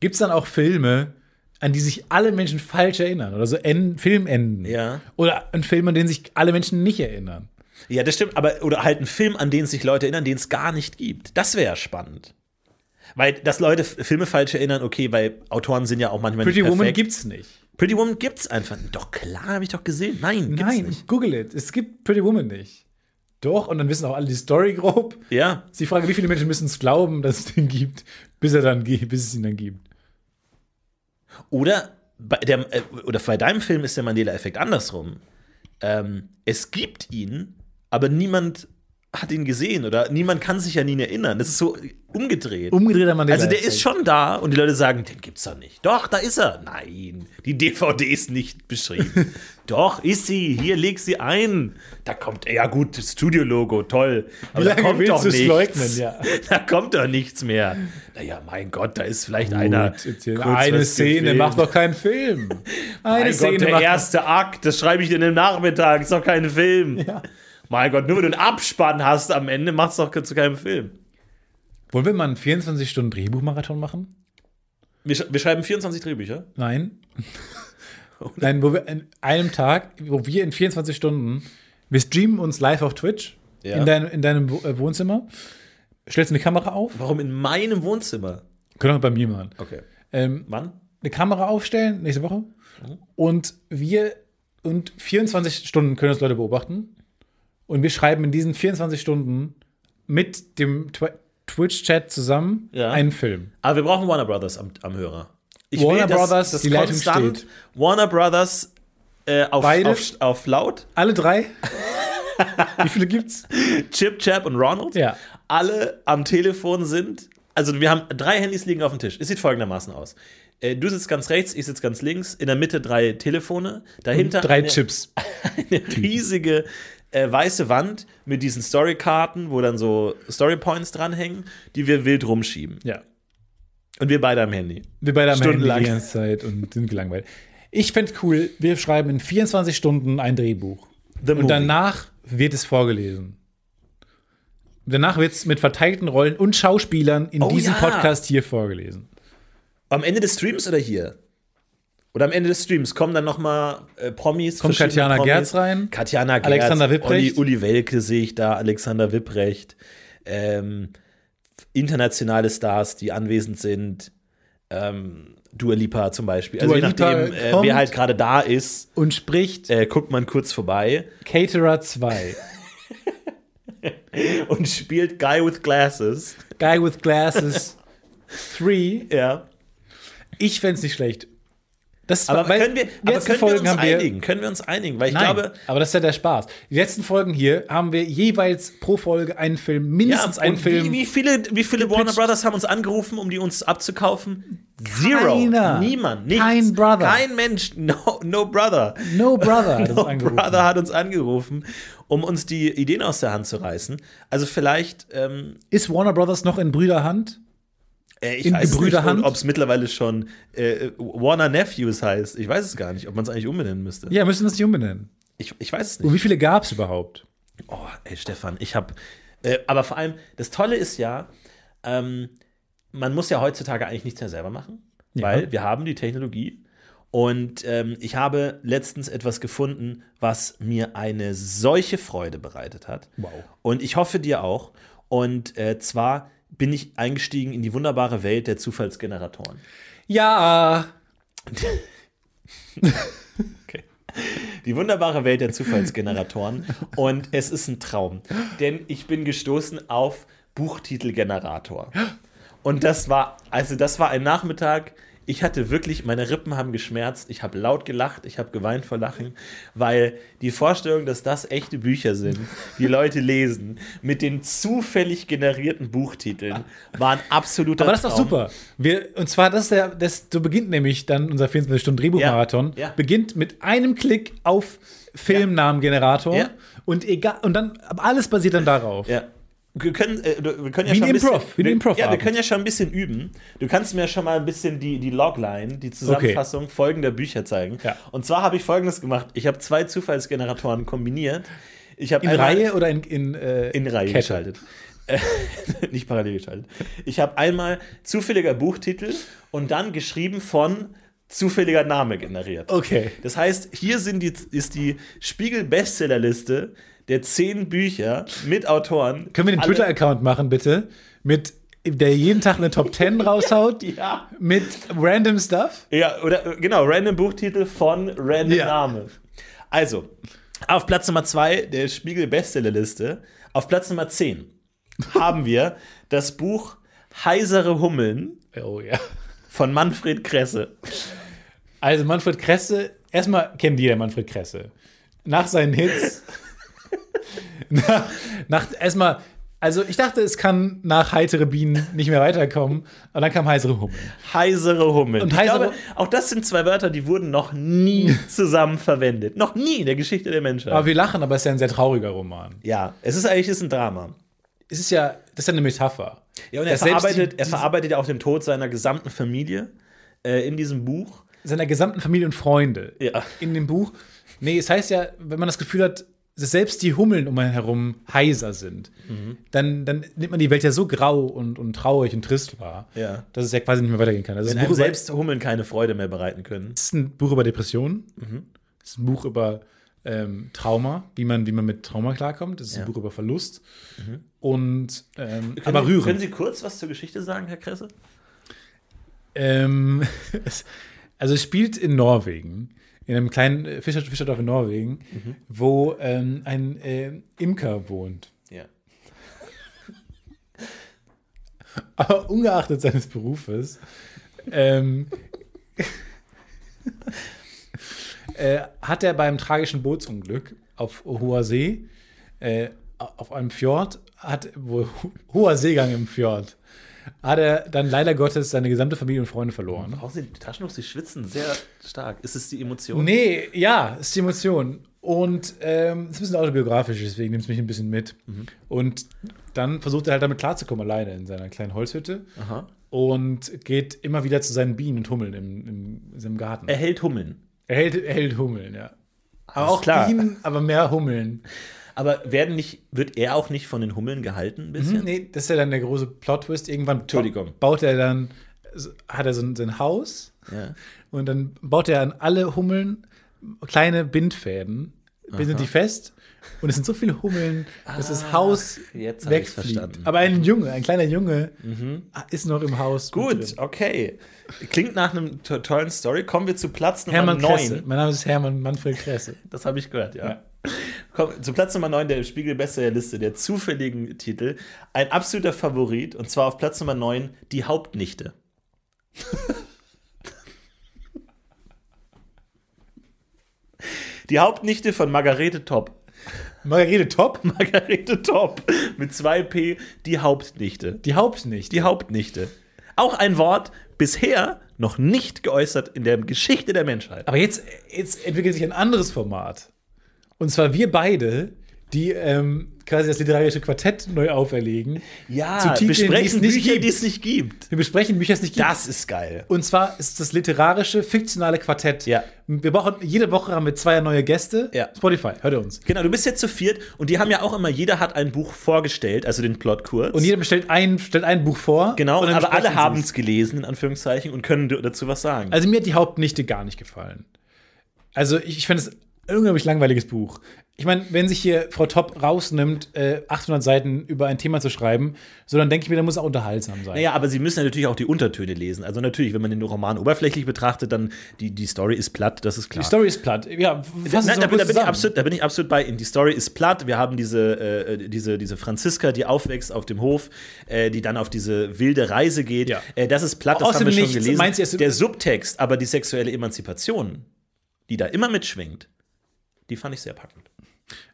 [SPEAKER 4] gibt es dann auch Filme, an die sich alle Menschen falsch erinnern oder so en Filmenden?
[SPEAKER 1] Ja.
[SPEAKER 4] Oder an Filme, an denen sich alle Menschen nicht erinnern?
[SPEAKER 1] Ja, das stimmt. Aber, oder halt ein Film, an den sich Leute erinnern, den es gar nicht gibt. Das wäre ja spannend. Weil, dass Leute F- Filme falsch erinnern, okay, weil Autoren sind ja auch manchmal
[SPEAKER 4] Pretty
[SPEAKER 1] nicht
[SPEAKER 4] Woman
[SPEAKER 1] perfekt.
[SPEAKER 4] gibt's nicht.
[SPEAKER 1] Pretty Woman gibt's einfach. nicht. Doch klar, habe ich doch gesehen. Nein, gibt's
[SPEAKER 4] Nein,
[SPEAKER 1] nicht.
[SPEAKER 4] google it. Es gibt Pretty Woman nicht. Doch, und dann wissen auch alle die Story grob.
[SPEAKER 1] Ja.
[SPEAKER 4] Ist die Frage, wie viele Menschen müssen es glauben, dass es den gibt, bis, er dann, ge- bis es ihn dann gibt.
[SPEAKER 1] Oder bei, der, äh, oder bei deinem Film ist der Mandela-Effekt andersrum. Ähm, es gibt ihn, aber niemand hat ihn gesehen oder niemand kann sich an ihn erinnern. Das ist so umgedreht.
[SPEAKER 4] Umgedrehter Mandela.
[SPEAKER 1] also der ist schon da und die Leute sagen, den gibt's doch nicht. Doch, da ist er. Nein, die DVD ist nicht beschrieben. doch, ist sie. Hier leg sie ein. Da kommt, ja gut, das Studio-Logo, toll. Aber
[SPEAKER 4] Wie
[SPEAKER 1] da
[SPEAKER 4] lange
[SPEAKER 1] kommt
[SPEAKER 4] willst
[SPEAKER 1] doch
[SPEAKER 4] du es
[SPEAKER 1] nichts.
[SPEAKER 4] leugnen, ja.
[SPEAKER 1] Da kommt doch nichts mehr. Naja, mein Gott, da ist vielleicht einer. kurz
[SPEAKER 4] Eine
[SPEAKER 1] was
[SPEAKER 4] Szene
[SPEAKER 1] gefilmt.
[SPEAKER 4] macht doch keinen Film. Eine
[SPEAKER 1] Mein Gott, der erste Akt, das schreibe ich dir im Nachmittag, ist doch kein Film. Mein Gott, nur wenn du einen Abspann hast am Ende, macht's doch zu keinem Film.
[SPEAKER 4] Wollen wir mal einen 24-Stunden-Drehbuchmarathon machen?
[SPEAKER 1] Wir, sch wir schreiben 24 Drehbücher.
[SPEAKER 4] Nein. Nein, wo wir in einem Tag, wo wir in 24 Stunden, wir streamen uns live auf Twitch
[SPEAKER 1] Ja.
[SPEAKER 4] in, dein, in deinem Wo- äh, Wohnzimmer, stellst eine Kamera auf,
[SPEAKER 1] Warum in meinem Wohnzimmer?
[SPEAKER 4] können auch bei mir machen.
[SPEAKER 1] Okay.
[SPEAKER 4] Ähm,
[SPEAKER 1] Wann?
[SPEAKER 4] eine Kamera aufstellen nächste Woche und wir und 24 Stunden können uns Leute beobachten und wir schreiben in diesen 24 Stunden mit dem Twi- Twitch-Chat zusammen
[SPEAKER 1] Ja.
[SPEAKER 4] einen Film.
[SPEAKER 1] Aber Ah, wir brauchen Warner Brothers am, am Hörer. Ich
[SPEAKER 4] Warner Brothers, die Leitung
[SPEAKER 1] konstant
[SPEAKER 4] steht.
[SPEAKER 1] Warner Brothers äh, auf,
[SPEAKER 4] Beide?
[SPEAKER 1] auf, auf laut,
[SPEAKER 4] Alle drei? Wie viele gibt's?
[SPEAKER 1] Chip, Chap und Ronald,
[SPEAKER 4] Ja.
[SPEAKER 1] alle am Telefon sind. Also wir haben drei Handys liegen auf dem Tisch. Es sieht folgendermaßen aus. Äh, Du sitzt ganz rechts, ich sitze ganz links, in der Mitte drei Telefone, dahinter
[SPEAKER 4] Drei
[SPEAKER 1] eine-
[SPEAKER 4] Chips.
[SPEAKER 1] eine riesige äh, weiße Wand mit diesen Storykarten, wo dann so Storypoints dranhängen, die wir wild rumschieben.
[SPEAKER 4] Ja.
[SPEAKER 1] Und wir beide am Handy.
[SPEAKER 4] Wir beide haben
[SPEAKER 1] Stundenlang.
[SPEAKER 4] Handy die ganze Zeit und sind gelangweilt. Ich fände cool, wir schreiben in 24 Stunden ein Drehbuch.
[SPEAKER 1] The
[SPEAKER 4] Und danach wird es vorgelesen. Danach wird es mit verteilten Rollen und Schauspielern in
[SPEAKER 1] Oh
[SPEAKER 4] diesem
[SPEAKER 1] ja.
[SPEAKER 4] Podcast hier vorgelesen.
[SPEAKER 1] am Ende des Streams oder hier? Oder am Ende des Streams kommen dann noch mal äh, Promis.
[SPEAKER 4] Kommt
[SPEAKER 1] verschiedene
[SPEAKER 4] Katjana
[SPEAKER 1] Promis.
[SPEAKER 4] Gerz rein?
[SPEAKER 1] Katjana Gerz.
[SPEAKER 4] Alexander Wipprecht?
[SPEAKER 1] Uli, Uli Welke sehe ich da. Alexander Wipprecht. Ähm, internationale Stars, die anwesend sind. Ähm, Dua Lipa zum Beispiel. Also
[SPEAKER 4] Dua
[SPEAKER 1] je
[SPEAKER 4] Lipa
[SPEAKER 1] nachdem, äh,
[SPEAKER 4] kommt.
[SPEAKER 1] wer halt gerade da ist,
[SPEAKER 4] Und spricht
[SPEAKER 1] äh, guckt man kurz vorbei.
[SPEAKER 4] Caterer 2.
[SPEAKER 1] und spielt Guy with Glasses.
[SPEAKER 4] Guy with Glasses 3.
[SPEAKER 1] Ja.
[SPEAKER 4] Ich fände es nicht schlecht. Das
[SPEAKER 1] Aber
[SPEAKER 4] weil
[SPEAKER 1] können wir,
[SPEAKER 4] die
[SPEAKER 1] aber
[SPEAKER 4] letzten
[SPEAKER 1] können wir
[SPEAKER 4] Folgen
[SPEAKER 1] uns
[SPEAKER 4] haben wir-
[SPEAKER 1] einigen? Können wir uns einigen? Weil ich
[SPEAKER 4] Nein,
[SPEAKER 1] glaube,
[SPEAKER 4] aber das ist ja der Spaß. Die letzten Folgen hier haben wir jeweils pro Folge einen Film, mindestens einen
[SPEAKER 1] und Wie,
[SPEAKER 4] Film.
[SPEAKER 1] wie viele, wie viele Warner
[SPEAKER 4] gepitcht.
[SPEAKER 1] Brothers haben uns angerufen, um die uns abzukaufen? Zero.
[SPEAKER 4] Keiner.
[SPEAKER 1] Niemand. Nichts.
[SPEAKER 4] Kein Brother.
[SPEAKER 1] Kein Mensch. No, no brother.
[SPEAKER 4] No Brother hat uns
[SPEAKER 1] No
[SPEAKER 4] angerufen.
[SPEAKER 1] brother hat uns angerufen, um uns die Ideen aus der Hand zu reißen. Also vielleicht, ähm,
[SPEAKER 4] Ist Warner Brothers noch in Brüderhand?
[SPEAKER 1] äh, ich
[SPEAKER 4] In
[SPEAKER 1] weiß
[SPEAKER 4] Gebrüderhand?
[SPEAKER 1] nicht, ob es mittlerweile schon äh, Warner Nephews heißt. Ich weiß es gar nicht, ob man es eigentlich umbenennen müsste.
[SPEAKER 4] Ja, müssen wir es nicht umbenennen.
[SPEAKER 1] Ich, ich weiß es nicht.
[SPEAKER 4] Und wie viele gab es überhaupt?
[SPEAKER 1] Oh, ey, Stefan, ich hab. Äh, aber vor allem, das Tolle ist ja, ähm, man muss ja heutzutage eigentlich nichts mehr selber machen,
[SPEAKER 4] Ja.
[SPEAKER 1] weil wir haben die Technologie. Und ähm, ich habe letztens etwas gefunden, was mir eine solche Freude bereitet hat.
[SPEAKER 4] Wow.
[SPEAKER 1] Und ich hoffe dir auch. Und äh, zwar bin ich eingestiegen in die wunderbare Welt der Zufallsgeneratoren.
[SPEAKER 4] Ja.
[SPEAKER 1] Die wunderbare Welt der Zufallsgeneratoren. Und es ist ein Traum. Denn ich bin gestoßen auf Buchtitelgenerator. Und das war, also das war ein Nachmittag. Ich hatte wirklich, meine Rippen haben geschmerzt. Ich habe laut gelacht, ich habe geweint vor Lachen, weil die Vorstellung, dass das echte Bücher sind, die Leute lesen, mit den zufällig generierten Buchtiteln, war ein absoluter
[SPEAKER 4] Aber das ist doch
[SPEAKER 1] Traum.
[SPEAKER 4] super. Wir, und zwar, das, ist der, das so beginnt nämlich dann unser 24-Stunden-Drehbuchmarathon.
[SPEAKER 1] Ja, ja.
[SPEAKER 4] Beginnt mit einem Klick auf Filmnamengenerator.
[SPEAKER 1] Ja.
[SPEAKER 4] Und, egal, und dann aber alles basiert dann darauf.
[SPEAKER 1] Ja. Wir können, äh, wir können ja
[SPEAKER 4] Wie
[SPEAKER 1] schon
[SPEAKER 4] ein
[SPEAKER 1] ein bisschen,
[SPEAKER 4] Improv, wie
[SPEAKER 1] wir- Ja,
[SPEAKER 4] ein
[SPEAKER 1] wir
[SPEAKER 4] Improv-Abend.
[SPEAKER 1] können ja schon ein bisschen üben. Du kannst mir ja schon mal ein bisschen die, die Logline, die Zusammenfassung folgender Bücher zeigen.
[SPEAKER 4] Ja.
[SPEAKER 1] Und zwar habe ich folgendes gemacht. Ich habe zwei Zufallsgeneratoren kombiniert. Ich habe
[SPEAKER 4] In
[SPEAKER 1] einmal-
[SPEAKER 4] Reihe oder in, in, äh,
[SPEAKER 1] in Reihe
[SPEAKER 4] Kette?
[SPEAKER 1] geschaltet. Äh, Nicht parallel geschaltet. Ich habe einmal zufälliger Buchtitel und dann geschrieben von zufälliger Name generiert.
[SPEAKER 4] Okay.
[SPEAKER 1] Das heißt, hier sind die, ist die Spiegel-Bestsellerliste der zehn Bücher mit Autoren.
[SPEAKER 4] Können wir den
[SPEAKER 1] Alle-
[SPEAKER 4] Twitter-Account machen, bitte? Mit der jeden Tag eine Top 10 raushaut?
[SPEAKER 1] Ja.
[SPEAKER 4] Mit random Stuff?
[SPEAKER 1] Ja, oder äh, genau, random Buchtitel von random
[SPEAKER 4] Ja.
[SPEAKER 1] Name. Also, auf Platz Nummer 2 der Spiegel Bestsellerliste, auf Platz Nummer 10 haben wir das Buch Heisere Hummeln
[SPEAKER 4] Oh ja.
[SPEAKER 1] von Manfred Kresse.
[SPEAKER 4] Also Manfred Kresse, erstmal kennt jeder Manfred Kresse. Nach seinen Hits. nach, nach erstmal, also ich dachte, es kann nach heitere Bienen nicht mehr weiterkommen, aber dann kam heisere Hummeln.
[SPEAKER 1] Heisere Hummeln.
[SPEAKER 4] Und heisere-
[SPEAKER 1] ich glaube, auch das sind zwei Wörter, die wurden noch nie zusammen verwendet. Noch nie in der Geschichte der Menschheit.
[SPEAKER 4] Aber wir lachen, aber es ist ja ein sehr trauriger Roman.
[SPEAKER 1] ja, es ist eigentlich es ist ein Drama.
[SPEAKER 4] Es ist ja, das ist ja eine Metapher.
[SPEAKER 1] Ja, und er
[SPEAKER 4] Dass selbst
[SPEAKER 1] verarbeitet,
[SPEAKER 4] die-
[SPEAKER 1] er verarbeitet ja auch den Tod seiner gesamten Familie äh, in diesem Buch.
[SPEAKER 4] seiner gesamten Familie und Freunde
[SPEAKER 1] Ja.
[SPEAKER 4] in dem Buch. Nee, es heißt ja, wenn man das Gefühl hat, dass selbst die Hummeln um einen herum heiser sind, dann, dann nimmt man die Welt ja so grau und, und traurig und trist wahr,
[SPEAKER 1] Ja.
[SPEAKER 4] dass es ja quasi nicht mehr weitergehen kann. Also es
[SPEAKER 1] Wenn
[SPEAKER 4] ist ein,
[SPEAKER 1] einem
[SPEAKER 4] Buch über,
[SPEAKER 1] selbst Hummeln keine Freude mehr bereiten können.
[SPEAKER 4] es ist ein Buch über Depressionen,
[SPEAKER 1] Mhm.
[SPEAKER 4] es ist ein Buch über ähm, Trauma, wie man, wie man mit Trauma klarkommt, es ist
[SPEAKER 1] Ja. Mhm.
[SPEAKER 4] ein Buch über Verlust und
[SPEAKER 1] Können
[SPEAKER 4] ähm, aber
[SPEAKER 1] Sie, Können
[SPEAKER 4] rührend.
[SPEAKER 1] Sie kurz was zur Geschichte sagen, Herr Kresse?
[SPEAKER 4] Ähm, es, also es spielt in Norwegen, in einem kleinen äh, Fischer, Fischerdorf in Norwegen, wo ähm, ein äh, Imker wohnt.
[SPEAKER 1] Ja.
[SPEAKER 4] Aber ungeachtet seines Berufes ähm, äh, hat er beim tragischen Bootsunglück auf hoher See, äh, auf einem Fjord, hat wo, hoher Seegang im Fjord, hat er dann leider Gottes seine gesamte Familie und Freunde verloren.
[SPEAKER 1] Brauchen Sie die Taschentuch? Sie schwitzen sehr stark. Ist es die Emotion?
[SPEAKER 4] Nee, ja, ist die Emotion. Und ähm, ist ein bisschen autobiografisch, deswegen nimmt es mich ein bisschen mit.
[SPEAKER 1] Mhm.
[SPEAKER 4] Und dann versucht er halt damit klarzukommen, alleine in seiner kleinen Holzhütte.
[SPEAKER 1] Aha.
[SPEAKER 4] Und geht immer wieder zu seinen Bienen und Hummeln im, im, in seinem Garten.
[SPEAKER 1] Er hält Hummeln.
[SPEAKER 4] Er hält, er hält Hummeln, ja. Aber
[SPEAKER 1] Äh. Alles
[SPEAKER 4] auch
[SPEAKER 1] klar.
[SPEAKER 4] Bienen, aber mehr Hummeln.
[SPEAKER 1] Aber werden nicht, wird er auch nicht von den Hummeln gehalten ein bisschen?
[SPEAKER 4] Nee, das ist ja dann der große Plot-Twist. Irgendwann
[SPEAKER 1] Mhm. Entschuldigung.
[SPEAKER 4] baut er dann, so- hat er so ein, so ein Haus
[SPEAKER 1] Ja.
[SPEAKER 4] Und dann baut er an alle Hummeln kleine Bindfäden, bindet die fest. Und es sind so viele Hummeln, dass das Haus
[SPEAKER 1] Ah, jetzt hab ich's
[SPEAKER 4] wegfliegt.
[SPEAKER 1] verstanden. Mhm.
[SPEAKER 4] Aber ein Junge, ein kleiner Junge ist noch im Haus. mit
[SPEAKER 1] Gut,
[SPEAKER 4] drin.
[SPEAKER 1] okay. Klingt nach einem to tollen Story. Kommen wir zu Platz Nummer
[SPEAKER 4] Hermann
[SPEAKER 1] 9.
[SPEAKER 4] Kresse. Mein Name ist Hermann Manfred Kresse.
[SPEAKER 1] Das habe ich gehört, ja.
[SPEAKER 4] Ja.
[SPEAKER 1] Komm, zu Platz Nummer 9 der Spiegel der Liste, der zufälligen Titel. Ein absoluter Favorit, und zwar auf Platz Nummer 9, die Hauptnichte. die Hauptnichte von Margarete Topp.
[SPEAKER 4] Margarete Top,
[SPEAKER 1] Margarete Topp mit 2p, die Hauptnichte.
[SPEAKER 4] die Haupt nicht.
[SPEAKER 1] Die Hauptnichte. Auch ein Wort bisher noch nicht geäußert in der Geschichte der Menschheit.
[SPEAKER 4] Aber jetzt, jetzt entwickelt sich ein anderes Format. Und zwar wir beide, die ähm, quasi das literarische Quartett neu auferlegen.
[SPEAKER 1] Ja,
[SPEAKER 4] zu Titeln, die es
[SPEAKER 1] besprechen
[SPEAKER 4] nicht
[SPEAKER 1] Bücher,
[SPEAKER 4] gibt.
[SPEAKER 1] die es nicht gibt.
[SPEAKER 4] Wir besprechen Bücher, die es nicht gibt.
[SPEAKER 1] Das ist geil.
[SPEAKER 4] Und zwar ist das literarische, fiktionale Quartett.
[SPEAKER 1] Ja.
[SPEAKER 4] Wir brauchen, jede Woche haben wir zwei neue Gäste.
[SPEAKER 1] Ja.
[SPEAKER 4] Spotify, hört uns.
[SPEAKER 1] Genau, du bist jetzt zu viert und die haben ja auch immer, jeder hat ein Buch vorgestellt, also den Plot kurz.
[SPEAKER 4] Und jeder bestellt ein, stellt ein Buch vor.
[SPEAKER 1] genau,
[SPEAKER 4] und dann
[SPEAKER 1] aber alle
[SPEAKER 4] besprechen
[SPEAKER 1] haben
[SPEAKER 4] sie's.
[SPEAKER 1] es gelesen, in Anführungszeichen, und können d- dazu was sagen.
[SPEAKER 4] Also mir hat die Hauptnichte gar nicht gefallen. Also ich, ich finde es ein unglaublich langweiliges Buch. Ich meine, wenn sich hier Frau Topp rausnimmt, äh, 800 Seiten über ein Thema zu schreiben, so dann denke ich mir, dann muss es auch unterhaltsam sein.
[SPEAKER 1] naja, aber sie müssen ja natürlich auch die Untertöne lesen. Also natürlich, wenn man den Roman oberflächlich betrachtet, dann die, die Story ist platt, das ist klar.
[SPEAKER 4] Die Story ist platt. Ja, fass
[SPEAKER 1] Nein,
[SPEAKER 4] es
[SPEAKER 1] da,
[SPEAKER 4] doch
[SPEAKER 1] bin, da,
[SPEAKER 4] kurz
[SPEAKER 1] bin ich
[SPEAKER 4] zusammen.
[SPEAKER 1] absolut, da bin ich absolut bei Ihnen. Die Story ist platt. Wir haben diese, äh, diese, diese Franziska, die aufwächst auf dem Hof, äh, die dann auf diese wilde Reise geht.
[SPEAKER 4] Ja.
[SPEAKER 1] Äh, das ist platt, das
[SPEAKER 4] Aus
[SPEAKER 1] haben wir
[SPEAKER 4] dem
[SPEAKER 1] schon
[SPEAKER 4] Nichts.
[SPEAKER 1] gelesen.
[SPEAKER 4] Meinst du, es-
[SPEAKER 1] Der Subtext, aber die sexuelle Emanzipation, die da immer mitschwingt, die fand ich sehr packend.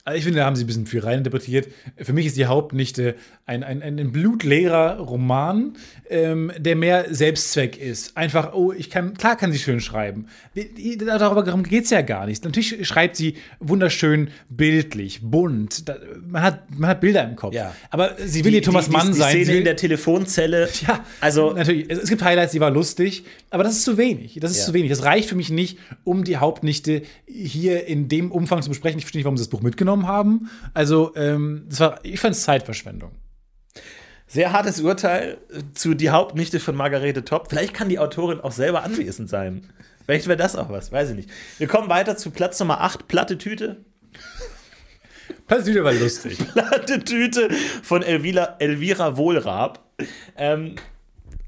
[SPEAKER 4] Also ich finde, da haben sie ein bisschen viel reininterpretiert. Für mich ist die Hauptnichte ein, ein, ein, ein blutleerer Roman, ähm, der mehr Selbstzweck ist. Einfach, oh, ich kann, klar kann sie schön schreiben. Die- die- Darüber geht es ja gar nicht. Natürlich schreibt sie wunderschön bildlich, bunt. Da, man, hat, man hat Bilder im Kopf.
[SPEAKER 1] Ja.
[SPEAKER 4] Aber sie will ihr Thomas
[SPEAKER 1] die, die,
[SPEAKER 4] Mann
[SPEAKER 1] die
[SPEAKER 4] sein.
[SPEAKER 1] Szene
[SPEAKER 4] Sie will,
[SPEAKER 1] in der Telefonzelle.
[SPEAKER 4] ja,
[SPEAKER 1] also
[SPEAKER 4] natürlich. Es, es gibt Highlights, die war lustig, aber das ist zu wenig. Das ist
[SPEAKER 1] Ja.
[SPEAKER 4] zu wenig. Das reicht für mich nicht, um die Hauptnichte hier in dem Umfang zu besprechen. Ich verstehe nicht, warum sie das Buch mitgenommen haben. Also, ähm, das war, ich fand es Zeitverschwendung.
[SPEAKER 1] sehr hartes Urteil zu die Hauptnichte von Margarete Topp. Vielleicht kann die Autorin auch selber anwesend sein. Vielleicht wäre das auch was, weiß ich nicht. Wir kommen weiter zu Platz Nummer 8, platte Tüte.
[SPEAKER 4] Das Video war lustig.
[SPEAKER 1] platte Tüte von Elvira, Elvira Wohlrab. Ähm,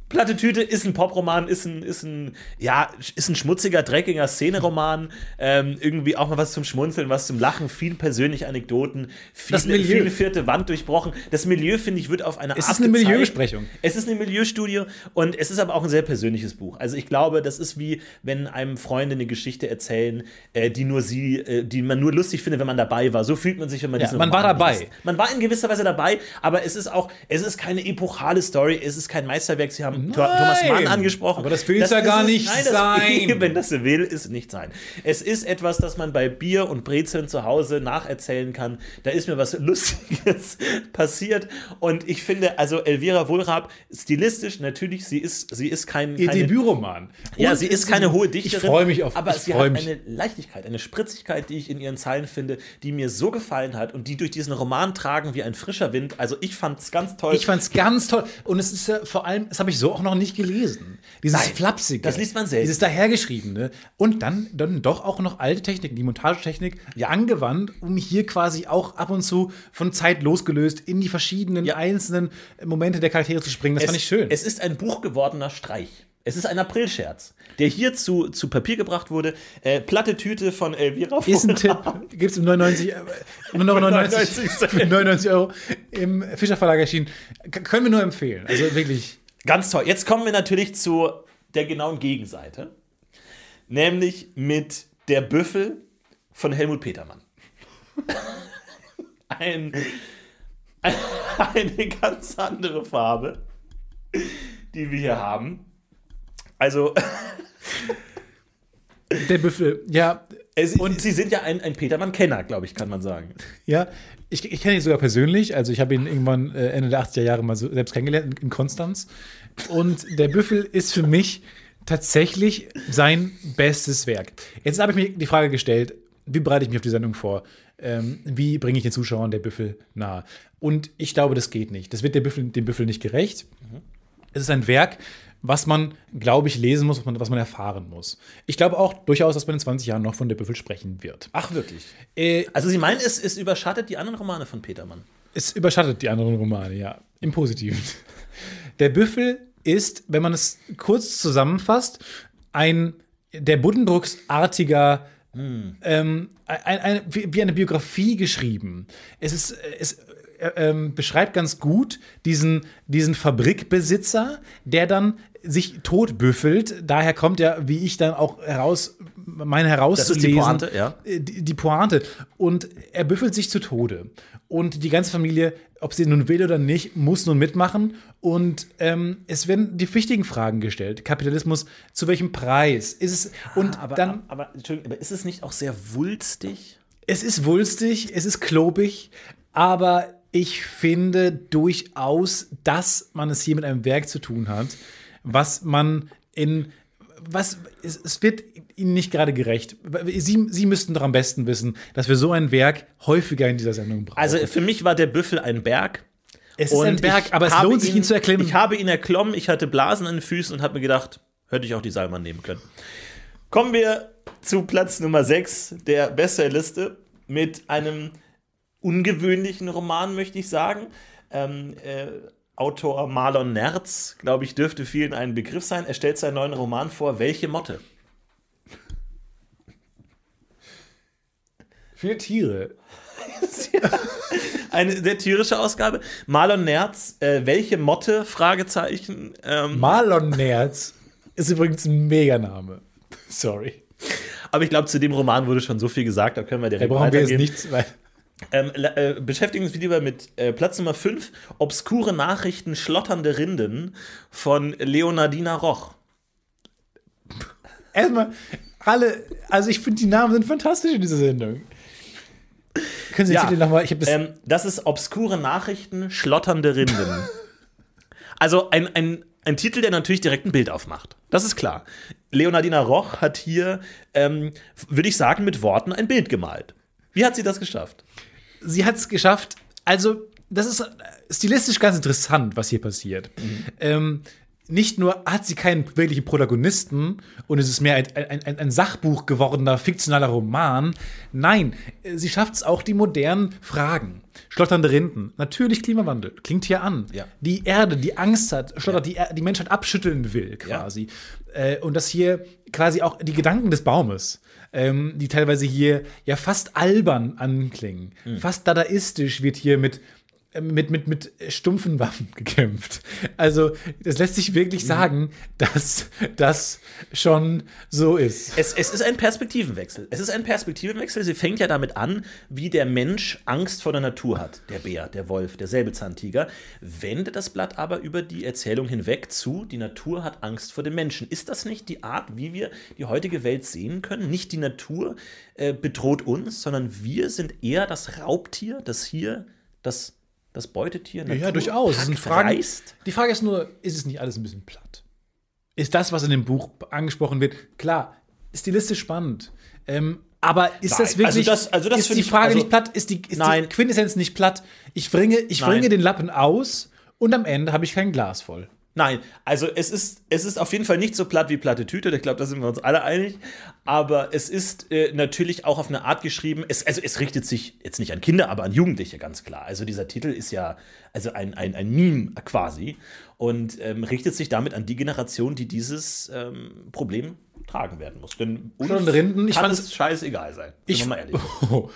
[SPEAKER 1] Platte Tüte ist ein Poproman, ist ein, ist ein, ja, ist ein schmutziger, dreckiger Szeneroman. Ähm, irgendwie auch mal was zum Schmunzeln, was zum Lachen, viel persönliche Anekdoten, viel,
[SPEAKER 4] Das Milieu.
[SPEAKER 1] viel vierte Wand durchbrochen. Das Milieu, finde ich, wird auf eine
[SPEAKER 4] Es
[SPEAKER 1] Art
[SPEAKER 4] ist eine
[SPEAKER 1] gezeigt.
[SPEAKER 4] Milieubesprechung.
[SPEAKER 1] Es ist eine Milieustudie und es ist aber auch ein sehr persönliches Buch. Also ich glaube, das ist wie, wenn einem Freunde eine Geschichte erzählen, äh, die nur sie, äh, die man nur lustig findet, wenn man dabei war. So fühlt man sich, wenn man
[SPEAKER 4] Ja,
[SPEAKER 1] diesen
[SPEAKER 4] man
[SPEAKER 1] Roman
[SPEAKER 4] war dabei.
[SPEAKER 1] liest. Man war in gewisser Weise dabei, aber es ist auch, es ist keine epochale Story, es ist kein Meisterwerk. Sie haben Thor- Thomas Mann angesprochen.
[SPEAKER 4] Aber das will's ja
[SPEAKER 1] ist
[SPEAKER 4] gar
[SPEAKER 1] es-
[SPEAKER 4] nicht
[SPEAKER 1] Nein, das-
[SPEAKER 4] sein.
[SPEAKER 1] Eben, das will es nicht sein. Es ist etwas, das man bei Bier und Brezeln zu Hause nacherzählen kann. Da ist mir was Lustiges passiert und ich finde, also Elvira Wohlrab, stilistisch natürlich, sie ist, sie ist kein,
[SPEAKER 4] Ihr
[SPEAKER 1] keine
[SPEAKER 4] Debütroman.
[SPEAKER 1] ja,
[SPEAKER 4] Und
[SPEAKER 1] sie ist keine hohe Dichterin.
[SPEAKER 4] Ich freue mich auf
[SPEAKER 1] Aber
[SPEAKER 4] ich
[SPEAKER 1] sie
[SPEAKER 4] freu
[SPEAKER 1] hat
[SPEAKER 4] mich.
[SPEAKER 1] eine Leichtigkeit, eine Spritzigkeit, die ich in ihren Zeilen finde, die mir so gefallen hat und die durch diesen Roman tragen wie ein frischer Wind. Also ich fand's ganz toll.
[SPEAKER 4] Ich fand's ganz toll. Und es ist ja vor allem, das habe ich so auch noch nicht gelesen. Dieses
[SPEAKER 1] Nein,
[SPEAKER 4] Flapsige.
[SPEAKER 1] das liest man selten.
[SPEAKER 4] Dieses dahergeschriebene. Und dann, dann doch auch noch alte Techniken, die Montagetechnik, ja. angewandt, um hier quasi auch ab und zu von Zeit losgelöst in die verschiedenen
[SPEAKER 1] Ja.
[SPEAKER 4] einzelnen Momente der Charaktere zu springen. Das
[SPEAKER 1] es,
[SPEAKER 4] fand ich schön.
[SPEAKER 1] Es ist ein Buch gewordener Streich. Es ist ein Aprilscherz, der hier zu, zu Papier gebracht wurde. Äh, Platte Tüte von Elvira
[SPEAKER 4] Ist ein
[SPEAKER 1] Vohra.
[SPEAKER 4] Tipp. Gibt's im 99, äh, nur noch 99,
[SPEAKER 1] 99 Cent.
[SPEAKER 4] 99 Euro im Fischer Verlag erschienen. K können wir nur empfehlen. Also wirklich.
[SPEAKER 1] Ganz toll. Jetzt kommen wir natürlich zu der genauen Gegenseite. Nämlich mit Der Büffel von Helmut Petermann. ein, eine ganz andere Farbe, die wir hier haben. Also,
[SPEAKER 4] Der Büffel. Ja.
[SPEAKER 1] es, und Sie sind ja ein, ein Petermann-Kenner, glaube ich, kann man sagen.
[SPEAKER 4] Ja, ich, ich kenne ihn sogar persönlich. Also ich habe ihn irgendwann äh, Ende der 80er Jahre mal so selbst kennengelernt in, in Konstanz. Und der Büffel ist für mich tatsächlich sein bestes Werk. Jetzt habe ich mir die Frage gestellt, wie bereite ich mich auf die Sendung vor? Ähm, wie bringe ich den Zuschauern der Büffel nahe? Und ich glaube, das geht nicht. Das wird der Büffel, dem Büffel nicht gerecht. Es ist ein Werk, was man, glaube ich, lesen muss, was man, was man erfahren muss. Ich glaube auch durchaus, dass man in 20 Jahren noch von der Büffel sprechen wird.
[SPEAKER 1] Ach, wirklich?
[SPEAKER 4] Äh,
[SPEAKER 1] Also, Sie meinen, es, es überschattet die anderen Romane von Petermann.
[SPEAKER 4] Es überschattet die anderen Romane, ja. Im Positiven. Der Büffel ist, wenn man es kurz zusammenfasst, ein der Budendrucksartiger,
[SPEAKER 1] Hm.
[SPEAKER 4] ähm, ein, ein, wie wie eine Biografie geschrieben. Es ist, es äh, ähm, beschreibt ganz gut diesen, diesen Fabrikbesitzer, der dann sich totbüffelt. Daher kommt ja, wie ich dann auch heraus, mein Herauslesen.
[SPEAKER 1] ist die Pointe, ja.
[SPEAKER 4] äh, Die, die Pointe. Und er büffelt sich zu Tode. Und die ganze Familie, ob sie nun will oder nicht, muss nun mitmachen. Und ähm, es werden die wichtigen Fragen gestellt. Kapitalismus, zu welchem Preis? Ist es, und
[SPEAKER 1] aber,
[SPEAKER 4] dann
[SPEAKER 1] aber, Entschuldigung, aber ist es nicht auch sehr wulstig?
[SPEAKER 4] es ist wulstig, es ist klobig, aber ich finde durchaus, dass man es hier mit einem Werk zu tun hat, was man in was es, es wird ihnen nicht gerade gerecht. Sie, sie müssten doch am besten wissen, dass wir so ein Werk häufiger in dieser Sendung brauchen.
[SPEAKER 1] Also für mich war der Büffel ein Berg.
[SPEAKER 4] es ist ein
[SPEAKER 1] Und
[SPEAKER 4] Werk,
[SPEAKER 1] ich
[SPEAKER 4] aber es
[SPEAKER 1] habe
[SPEAKER 4] lohnt sich, ihn, zu erklimmen.
[SPEAKER 1] Ich habe ihn erklommen, ich hatte Blasen an den Füßen und habe mir gedacht, hätte ich auch die Salman nehmen können. Kommen wir zu Platz Nummer 6 der Bestsellerliste mit einem ungewöhnlichen Roman, möchte ich sagen. Ähm, äh, Autor Marlon Nerz, glaube ich, dürfte vielen ein Begriff sein. Er stellt seinen neuen Roman vor, Welche Motte?
[SPEAKER 4] Vier Tiere.
[SPEAKER 1] Eine sehr tierische Ausgabe. Marlon Nerz, äh, Welche Motte? Fragezeichen. Ähm,
[SPEAKER 4] Marlon Nerz ist übrigens ein Meganame. Sorry.
[SPEAKER 1] Aber ich glaube, zu dem Roman wurde schon so viel gesagt, da können wir
[SPEAKER 4] Da
[SPEAKER 1] direkt
[SPEAKER 4] brauchen wir jetzt
[SPEAKER 1] weitergehen.
[SPEAKER 4] nichts weiter.
[SPEAKER 1] Ähm, la- äh, beschäftigen uns lieber mit äh, Platz Nummer 5, Obskure Nachrichten, schlotternde Rinden von Leonardina Roch.
[SPEAKER 4] Erstmal, alle, also ich finde, die Namen sind fantastisch in dieser Sendung. Können Sie den
[SPEAKER 1] Ja.
[SPEAKER 4] Titel nochmal? Ich habe das.
[SPEAKER 1] Ähm, das ist Obskure Nachrichten, schlotternde Rinden. also ein, ein, ein Titel, der natürlich direkt ein Bild aufmacht. Das ist klar. Leonardina Roch hat hier, ähm, würde ich sagen, mit Worten ein Bild gemalt. Wie hat sie das geschafft?
[SPEAKER 4] sie hat es
[SPEAKER 1] Mhm.
[SPEAKER 4] geschafft. Also, das ist äh, stilistisch ganz interessant, was hier passiert. Ähm, nicht nur hat sie keinen wirklichen Protagonisten und es ist mehr ein, ein, ein, ein Sachbuch gewordener, fiktionaler Roman. Nein, äh, sie schafft es auch, die modernen Fragen. Schlotternde Rinden, natürlich Klimawandel, klingt hier an.
[SPEAKER 1] Ja.
[SPEAKER 4] Die Erde, die Angst hat, schlottert, die, Er- die Menschheit abschütteln will,
[SPEAKER 1] Ja.
[SPEAKER 4] quasi. Äh, und dass hier quasi auch die Gedanken des Baumes, ähm, die teilweise hier ja fast albern anklingen, fast dadaistisch wird hier mit äh, mit, mit, mit stumpfen Waffen gekämpft. Also, das lässt sich wirklich sagen, dass das schon so ist.
[SPEAKER 1] Es, es ist ein Perspektivenwechsel. Es ist ein Perspektivenwechsel. Sie fängt ja damit an, wie der Mensch Angst vor der Natur hat. Der Bär, der Wolf, der Säbelzahntiger. Wendet das Blatt aber über die Erzählung hinweg zu, die Natur hat Angst vor dem Menschen. Ist das nicht die Art, wie wir die heutige Welt sehen können? Nicht die Natur äh, bedroht uns, sondern wir sind eher das Raubtier, das hier, das, das Beutetier.
[SPEAKER 4] Ja,
[SPEAKER 1] Natur
[SPEAKER 4] durchaus. Das sind
[SPEAKER 1] packt,
[SPEAKER 4] Fragen.
[SPEAKER 1] reißt.
[SPEAKER 4] Die Frage ist nur, ist es nicht alles ein bisschen platt? Ist das, was in dem Buch angesprochen wird, klar, stilistisch spannend. Ähm, aber ist das
[SPEAKER 1] Nein, also
[SPEAKER 4] wirklich,
[SPEAKER 1] das- also das
[SPEAKER 4] ist
[SPEAKER 1] finde
[SPEAKER 4] die
[SPEAKER 1] ich-
[SPEAKER 4] Frage
[SPEAKER 1] also-
[SPEAKER 4] nicht platt? Ist die, ist die
[SPEAKER 1] Nein.
[SPEAKER 4] Quintessenz nicht platt? Ich bringe, ich
[SPEAKER 1] Nein.
[SPEAKER 4] bringe den Lappen aus und am Ende habe ich kein Glas voll.
[SPEAKER 1] Nein, also es ist, es ist auf jeden Fall nicht so platt wie platte Tüte, ich glaube, da sind wir uns alle einig. Aber es ist äh, natürlich auch auf eine Art geschrieben, es, also es richtet sich jetzt nicht an Kinder, aber an Jugendliche, ganz klar. Also dieser Titel ist ja also ein, ein, ein Meme quasi und ähm, richtet sich damit an die Generation, die dieses ähm, Problem tragen werden muss. Denn uns
[SPEAKER 4] Schon Rinden, ich
[SPEAKER 1] kann
[SPEAKER 4] fand
[SPEAKER 1] es scheißegal sein. Sind wir mal ehrlich.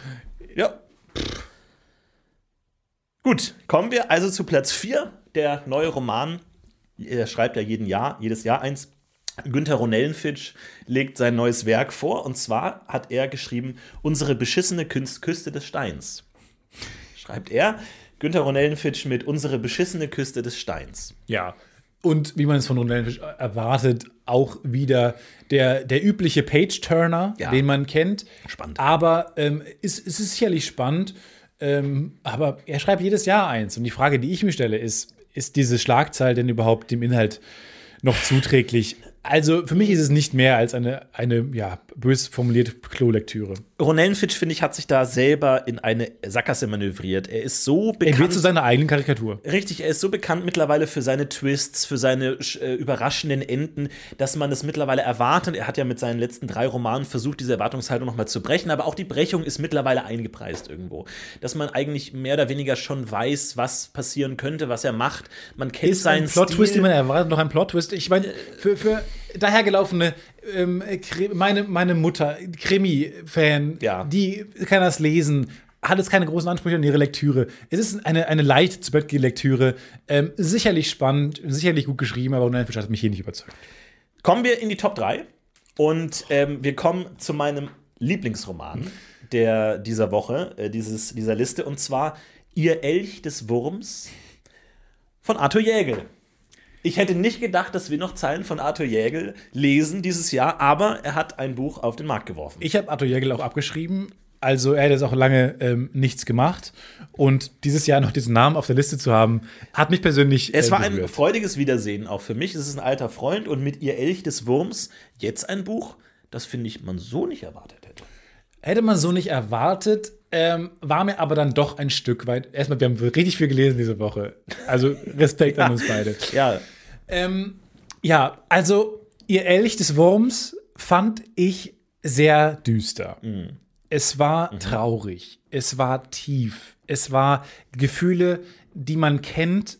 [SPEAKER 1] Ja. Gut, kommen wir also zu Platz 4, der neue Roman. Er schreibt ja jeden Jahr, jedes Jahr eins. Günther Ronellenfitsch legt sein neues Werk vor und zwar hat er geschrieben Unsere beschissene Künst Küste des Steins. Schreibt er Günther Ronellenfitsch mit Unsere beschissene Küste des Steins.
[SPEAKER 4] Ja. Und wie man es von Ronellenfisch erwartet, auch wieder der, der übliche Page-Turner,
[SPEAKER 1] Ja.
[SPEAKER 4] den man kennt.
[SPEAKER 1] Spannend.
[SPEAKER 4] Aber ähm, es, es ist sicherlich spannend. Ähm, aber er schreibt jedes Jahr eins. Und die Frage, die ich mir stelle, ist: Ist diese Schlagzahl denn überhaupt dem Inhalt noch zuträglich? Also für mich ist es nicht mehr als eine, eine ja, bös formulierte Klolektüre.
[SPEAKER 1] Ronellenfitsch, finde ich, hat sich da selber in eine Sackgasse manövriert. Er ist so
[SPEAKER 4] Er
[SPEAKER 1] bekannt.
[SPEAKER 4] wird zu seiner eigenen Karikatur.
[SPEAKER 1] Richtig, er ist so bekannt mittlerweile für seine Twists, für seine sch- äh, überraschenden Enden, dass man es mittlerweile erwartet. Er hat ja mit seinen letzten drei Romanen versucht, diese Erwartungshaltung nochmal zu brechen, aber auch die Brechung ist mittlerweile eingepreist irgendwo. Dass man eigentlich mehr oder weniger schon weiß, was passieren könnte, was er macht. Man kennt
[SPEAKER 4] ist
[SPEAKER 1] seinen
[SPEAKER 4] ein Plot-Twist, den
[SPEAKER 1] Stil.
[SPEAKER 4] man erwartet, noch ein Plot-Twist. Ich meine, für, für dahergelaufene, ähm, Kre- meine, meine Mutter, Krimi-Fan,
[SPEAKER 1] Ja.
[SPEAKER 4] die kann das lesen, hat jetzt keine großen Ansprüche an ihre Lektüre. Es ist eine, eine leicht zu Bett Lektüre. Ähm, sicherlich spannend, sicherlich gut geschrieben, aber Ronald Fischer hat mich hier nicht überzeugt.
[SPEAKER 1] Kommen wir in die Top 3 und ähm, wir kommen zu meinem Lieblingsroman der, dieser Woche, äh, dieses, dieser Liste, und zwar Ihr Elch des Wurms von Arthur Jägel. Ich hätte nicht gedacht, dass wir noch Zeilen von Arthur Jägel lesen dieses Jahr, aber er hat ein Buch auf den Markt geworfen.
[SPEAKER 4] Ich habe Arthur Jägel auch abgeschrieben. Also er hat jetzt auch lange ähm, nichts gemacht. Und dieses Jahr noch diesen Namen auf der Liste zu haben, hat mich persönlich
[SPEAKER 1] es
[SPEAKER 4] äh,
[SPEAKER 1] war ein
[SPEAKER 4] berührt.
[SPEAKER 1] freudiges Wiedersehen auch für mich. Es ist ein alter Freund und mit Ihr Elch des Wurms jetzt ein Buch, das finde ich man so nicht erwartet hätte.
[SPEAKER 4] Hätte man so nicht erwartet, ähm, war mir aber dann doch ein Stück weit. Erstmal, wir haben richtig viel gelesen diese Woche. Also Respekt an uns beide.
[SPEAKER 1] Ja,
[SPEAKER 4] Ähm, ja, also ihr Elch des Wurms fand ich sehr düster. Es war traurig, es war tief, es war Gefühle, die man kennt,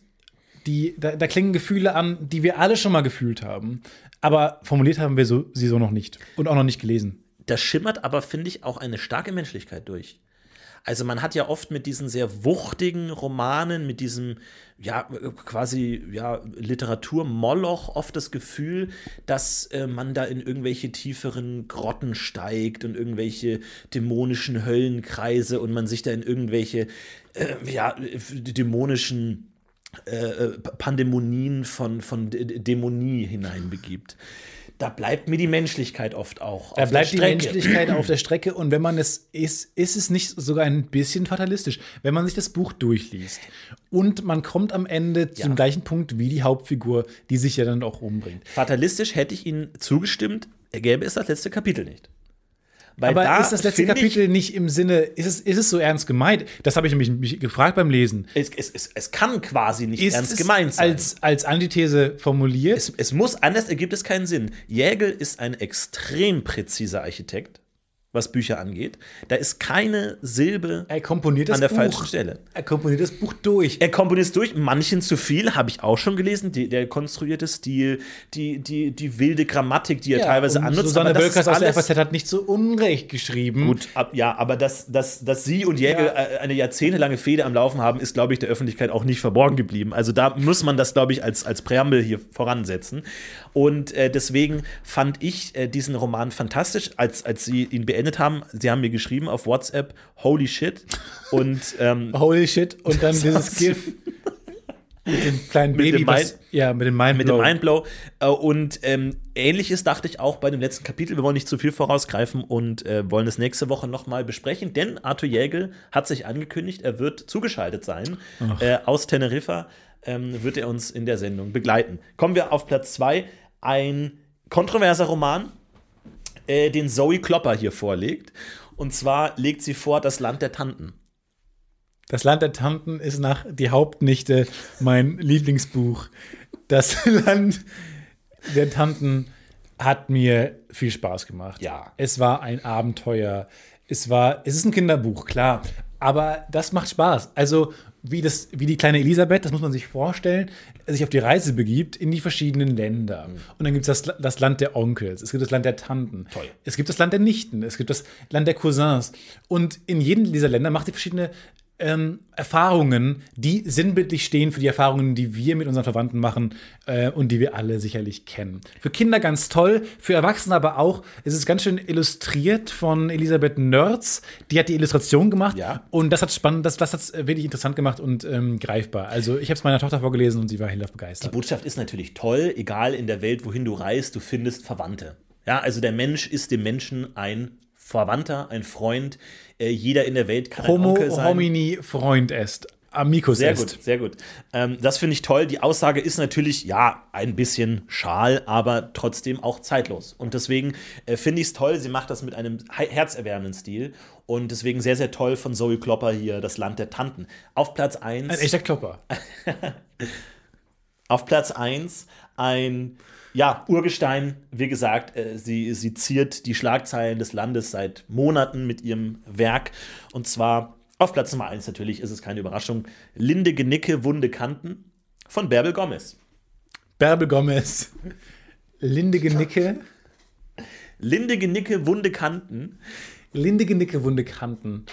[SPEAKER 4] die, da, da klingen Gefühle an, die wir alle schon mal gefühlt haben. Aber formuliert haben wir so, sie so noch nicht und auch noch nicht gelesen.
[SPEAKER 1] da schimmert aber, finde ich, auch eine starke Menschlichkeit durch. Also man hat ja oft mit diesen sehr wuchtigen Romanen, mit diesem ja quasi ja Literaturmoloch oft das Gefühl, dass äh, man da in irgendwelche tieferen Grotten steigt und irgendwelche dämonischen Höllenkreise und man sich da in irgendwelche äh, ja dämonischen äh, P- Pandemonien von, von D- D- Dämonie hineinbegibt. Da bleibt mir die Menschlichkeit oft auch.
[SPEAKER 4] Da
[SPEAKER 1] auf der
[SPEAKER 4] bleibt die
[SPEAKER 1] Strecke.
[SPEAKER 4] Menschlichkeit auf der Strecke und wenn man es ist, ist es nicht sogar ein bisschen fatalistisch, wenn man sich das Buch durchliest und man kommt am Ende zum gleichen Punkt wie die Hauptfigur, die sich ja dann auch umbringt.
[SPEAKER 1] Fatalistisch hätte ich Ihnen zugestimmt, er gäbe es das letzte Kapitel nicht. Weil
[SPEAKER 4] Aber
[SPEAKER 1] da
[SPEAKER 4] ist das letzte
[SPEAKER 1] find ich-
[SPEAKER 4] Kapitel nicht im Sinne, ist es, ist es so ernst gemeint? Das habe ich mich, mich gefragt beim Lesen.
[SPEAKER 1] Es, es, es, es kann quasi nicht
[SPEAKER 4] Ist
[SPEAKER 1] ernst
[SPEAKER 4] es
[SPEAKER 1] gemeint sein.
[SPEAKER 4] Als, als Antithese formuliert.
[SPEAKER 1] es, es muss, anders ergibt es keinen Sinn. Jägel ist ein extrem präziser Architekt, was Bücher angeht. Da ist keine Silbe
[SPEAKER 4] er komponiert das
[SPEAKER 1] an der
[SPEAKER 4] Buch.
[SPEAKER 1] falschen Stelle.
[SPEAKER 4] Er komponiert das Buch durch.
[SPEAKER 1] Er komponiert durch, manchen zu viel, habe ich auch schon gelesen. Die, der konstruierte Stil, die, die, die wilde Grammatik, die er teilweise
[SPEAKER 4] und
[SPEAKER 1] annutzt.
[SPEAKER 4] Susanne
[SPEAKER 1] aber das
[SPEAKER 4] Wölkers
[SPEAKER 1] ist
[SPEAKER 4] aus der
[SPEAKER 1] alles-
[SPEAKER 4] FAZ hat nicht zu Unrecht geschrieben.
[SPEAKER 1] Gut, ab, ja, aber dass, dass, dass sie und Jägel
[SPEAKER 4] Ja.
[SPEAKER 1] äh, eine jahrzehntelange Fehde am Laufen haben, ist, glaube ich, der Öffentlichkeit auch nicht verborgen geblieben. Also da muss man das, glaube ich, als, als Präambel hier voransetzen. Und äh, deswegen fand ich äh, diesen Roman fantastisch, als, als sie ihn beendet haben. Sie haben mir geschrieben auf WhatsApp, holy shit. Und ähm,
[SPEAKER 4] Holy shit. Und dann dieses
[SPEAKER 1] war's.
[SPEAKER 4] GIF. mit dem kleinen
[SPEAKER 1] Mit
[SPEAKER 4] Baby.
[SPEAKER 1] dem
[SPEAKER 4] was,
[SPEAKER 1] Mind-
[SPEAKER 4] ja, mit dem Mindblow.
[SPEAKER 1] mit dem Mindblow. Äh, und ähm, ähnliches dachte ich auch bei dem letzten Kapitel. Wir wollen nicht zu viel vorausgreifen und äh, wollen es nächste Woche nochmal besprechen, denn Arthur Jägel hat sich angekündigt, er wird zugeschaltet sein äh, aus Teneriffa. Ähm, wird er uns in der Sendung begleiten. Kommen wir auf Platz 2. Ein kontroverser Roman, äh, den Zoe Klopper hier vorlegt. Und zwar legt sie vor Das Land der Tanten.
[SPEAKER 4] Das Land der Tanten ist nach Die Hauptnichte mein Lieblingsbuch. Das Land der Tanten hat mir viel Spaß gemacht.
[SPEAKER 1] Ja.
[SPEAKER 4] Es war ein Abenteuer. Es war, es ist ein Kinderbuch, klar. Aber das macht Spaß. Also, wie, das, wie die kleine Elisabeth, das muss man sich vorstellen, sich auf die Reise begibt in die verschiedenen
[SPEAKER 1] Mhm.
[SPEAKER 4] Länder. Und dann gibt es das, das Land der Onkels, es gibt das Land der Tanten,
[SPEAKER 1] Toll.
[SPEAKER 4] es gibt das Land der Nichten, es gibt das Land der Cousins. Und in jedem dieser Länder macht sie verschiedene ähm, Erfahrungen, die sinnbildlich stehen für die Erfahrungen, die wir mit unseren Verwandten machen äh, und die wir alle sicherlich kennen. Für Kinder ganz toll, für Erwachsene aber auch. Es ist ganz schön illustriert von Elisabeth Nörz. Die hat die Illustration gemacht
[SPEAKER 1] Ja.
[SPEAKER 4] und das hat spannend, das, das hat wirklich interessant gemacht und ähm, greifbar. Also ich habe es meiner Tochter vorgelesen und sie war hell begeistert.
[SPEAKER 1] Botschaft ist natürlich toll, egal in der Welt, wohin du reist, du findest Verwandte. Ja, also der Mensch ist dem Menschen ein Verwandter, ein Freund. Äh, jeder in der Welt kann ein
[SPEAKER 4] Homo
[SPEAKER 1] Onkel sein.
[SPEAKER 4] homini Freund est. Amicus
[SPEAKER 1] Sehr
[SPEAKER 4] est.
[SPEAKER 1] gut, sehr gut. Ähm, das finde ich toll. Die Aussage ist natürlich, ja, ein bisschen schal, aber trotzdem auch zeitlos. Und deswegen äh, finde ich es toll. Sie macht das mit einem he- herzerwärmenden Stil. Und deswegen sehr, sehr toll von Zoe Klopper hier, das Land der Tanten. Auf Platz 1.
[SPEAKER 4] Ein echter Klopper.
[SPEAKER 1] Auf Platz 1 ein ja, Urgestein, wie gesagt, äh, sie, sie ziert die Schlagzeilen des Landes seit Monaten mit ihrem Werk. Und zwar auf Platz Nummer 1 natürlich ist es keine Überraschung. Linde Genicke, Wunde Kanten von Bärbel Gomez.
[SPEAKER 4] Bärbel Gomez. Linde Genicke.
[SPEAKER 1] Linde Genicke, Wunde Kanten.
[SPEAKER 4] Linde Genicke Wunde Kanten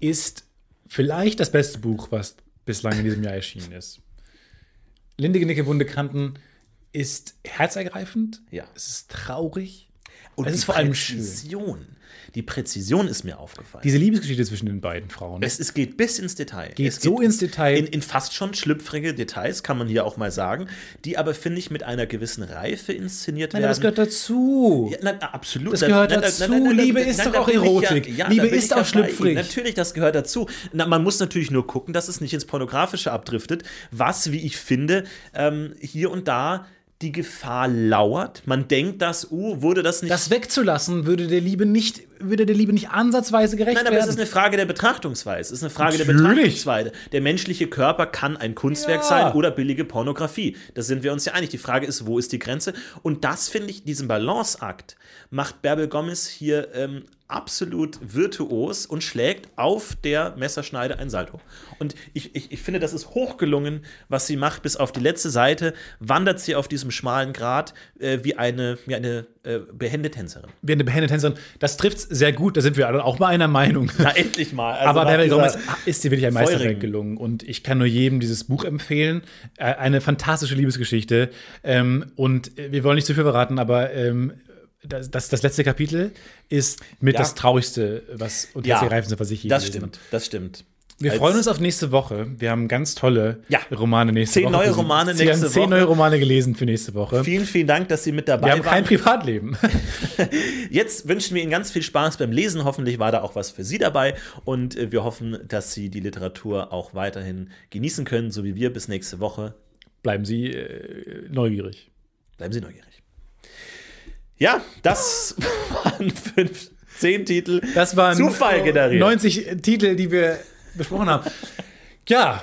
[SPEAKER 4] ist vielleicht das beste Buch, was bislang in diesem Jahr erschienen ist. Linde Genicke Wunde Kanten ist herzergreifend.
[SPEAKER 1] Ja.
[SPEAKER 4] Es ist traurig.
[SPEAKER 1] Und
[SPEAKER 4] Es
[SPEAKER 1] die
[SPEAKER 4] ist vor allem schön.
[SPEAKER 1] Präzision. Die Präzision ist mir aufgefallen.
[SPEAKER 4] Diese Liebesgeschichte zwischen den beiden Frauen.
[SPEAKER 1] Es, es geht bis ins Detail.
[SPEAKER 4] Geht
[SPEAKER 1] es
[SPEAKER 4] so ins Detail.
[SPEAKER 1] In, in fast schon schlüpfrige Details, kann man hier auch mal sagen, die aber, finde ich, mit einer gewissen Reife inszeniert
[SPEAKER 4] Nein,
[SPEAKER 1] werden.
[SPEAKER 4] aber das gehört dazu.
[SPEAKER 1] ja, na, na, absolut.
[SPEAKER 4] Das
[SPEAKER 1] Da-
[SPEAKER 4] gehört
[SPEAKER 1] na, na,
[SPEAKER 4] dazu.
[SPEAKER 1] na, na, na, na,
[SPEAKER 4] Liebe
[SPEAKER 1] na,
[SPEAKER 4] ist
[SPEAKER 1] na,
[SPEAKER 4] doch
[SPEAKER 1] da
[SPEAKER 4] auch
[SPEAKER 1] bin ich
[SPEAKER 4] Erotik. Liebe
[SPEAKER 1] da bin
[SPEAKER 4] ist
[SPEAKER 1] ich
[SPEAKER 4] auch
[SPEAKER 1] bei
[SPEAKER 4] schlüpfrig.
[SPEAKER 1] Ihnen. Natürlich, das gehört dazu. Na, man muss natürlich nur gucken, dass es nicht ins Pornografische abdriftet, was, wie ich finde, ähm, hier und da die Gefahr lauert. Man denkt, dass, uh, wurde das nicht
[SPEAKER 4] Das wegzulassen würde der Liebe nicht, würde der Liebe nicht ansatzweise gerecht
[SPEAKER 1] Nein, aber es ist
[SPEAKER 4] werden.
[SPEAKER 1] eine Frage der Betrachtungsweise. Es ist eine Frage der
[SPEAKER 4] Natürlich.
[SPEAKER 1] Betrachtungsweise. Der menschliche Körper kann ein Kunstwerk
[SPEAKER 4] Ja.
[SPEAKER 1] sein oder billige Pornografie. Da sind wir uns ja einig. Die Frage ist, wo ist die Grenze? Und das finde ich, diesen Balanceakt macht Bärbel Gomez hier ähm, absolut virtuos und schlägt auf der Messerschneide ein Salto. Und ich, ich, ich finde, das ist hochgelungen, was sie macht. Bis auf die letzte Seite wandert sie auf diesem schmalen Grat äh, wie eine, wie eine äh, behende Tänzerin.
[SPEAKER 4] Wir eine behinderte Tänzerin. Das trifft sehr gut. Da sind wir alle auch mal einer Meinung.
[SPEAKER 1] Na, endlich mal. Also
[SPEAKER 4] Aber
[SPEAKER 1] nach
[SPEAKER 4] Bärbel
[SPEAKER 1] dieser-
[SPEAKER 4] Gomez ist dir wirklich ein
[SPEAKER 1] feurigen-
[SPEAKER 4] Meisterwerk gelungen und ich kann nur jedem dieses Buch empfehlen. Äh, Eine fantastische Liebesgeschichte ähm, und äh, wir wollen nicht zu viel verraten, aber ähm, das, das, das letzte Kapitel ist mit
[SPEAKER 1] Ja.
[SPEAKER 4] das traurigste, was und
[SPEAKER 1] Ja.
[SPEAKER 4] ja. Reifense, was ich je
[SPEAKER 1] Das
[SPEAKER 4] gelesen
[SPEAKER 1] stimmt,
[SPEAKER 4] habe.
[SPEAKER 1] das stimmt.
[SPEAKER 4] Wir
[SPEAKER 1] Als-
[SPEAKER 4] freuen uns auf nächste Woche. Wir haben ganz tolle
[SPEAKER 1] Ja.
[SPEAKER 4] Romane nächste
[SPEAKER 1] Zehn
[SPEAKER 4] Woche.
[SPEAKER 1] neue
[SPEAKER 4] Wir sind-
[SPEAKER 1] Romane
[SPEAKER 4] Sie haben
[SPEAKER 1] nächste
[SPEAKER 4] Zehn
[SPEAKER 1] Woche.
[SPEAKER 4] neue Romane gelesen für nächste Woche.
[SPEAKER 1] Vielen, vielen Dank, dass Sie mit dabei
[SPEAKER 4] wir haben kein
[SPEAKER 1] waren.
[SPEAKER 4] Privatleben.
[SPEAKER 1] Jetzt wünschen wir Ihnen ganz viel Spaß beim Lesen. Hoffentlich war da auch was für Sie dabei. Und äh, wir hoffen, dass Sie die Literatur auch weiterhin genießen können, so wie wir. Bis nächste Woche.
[SPEAKER 4] Bleiben Sie äh, neugierig.
[SPEAKER 1] Bleiben Sie neugierig. Ja, das waren fünf. Zehn Titel.
[SPEAKER 4] Das waren
[SPEAKER 1] Zufall generiert.
[SPEAKER 4] 90 Titel, die wir besprochen haben. Ja,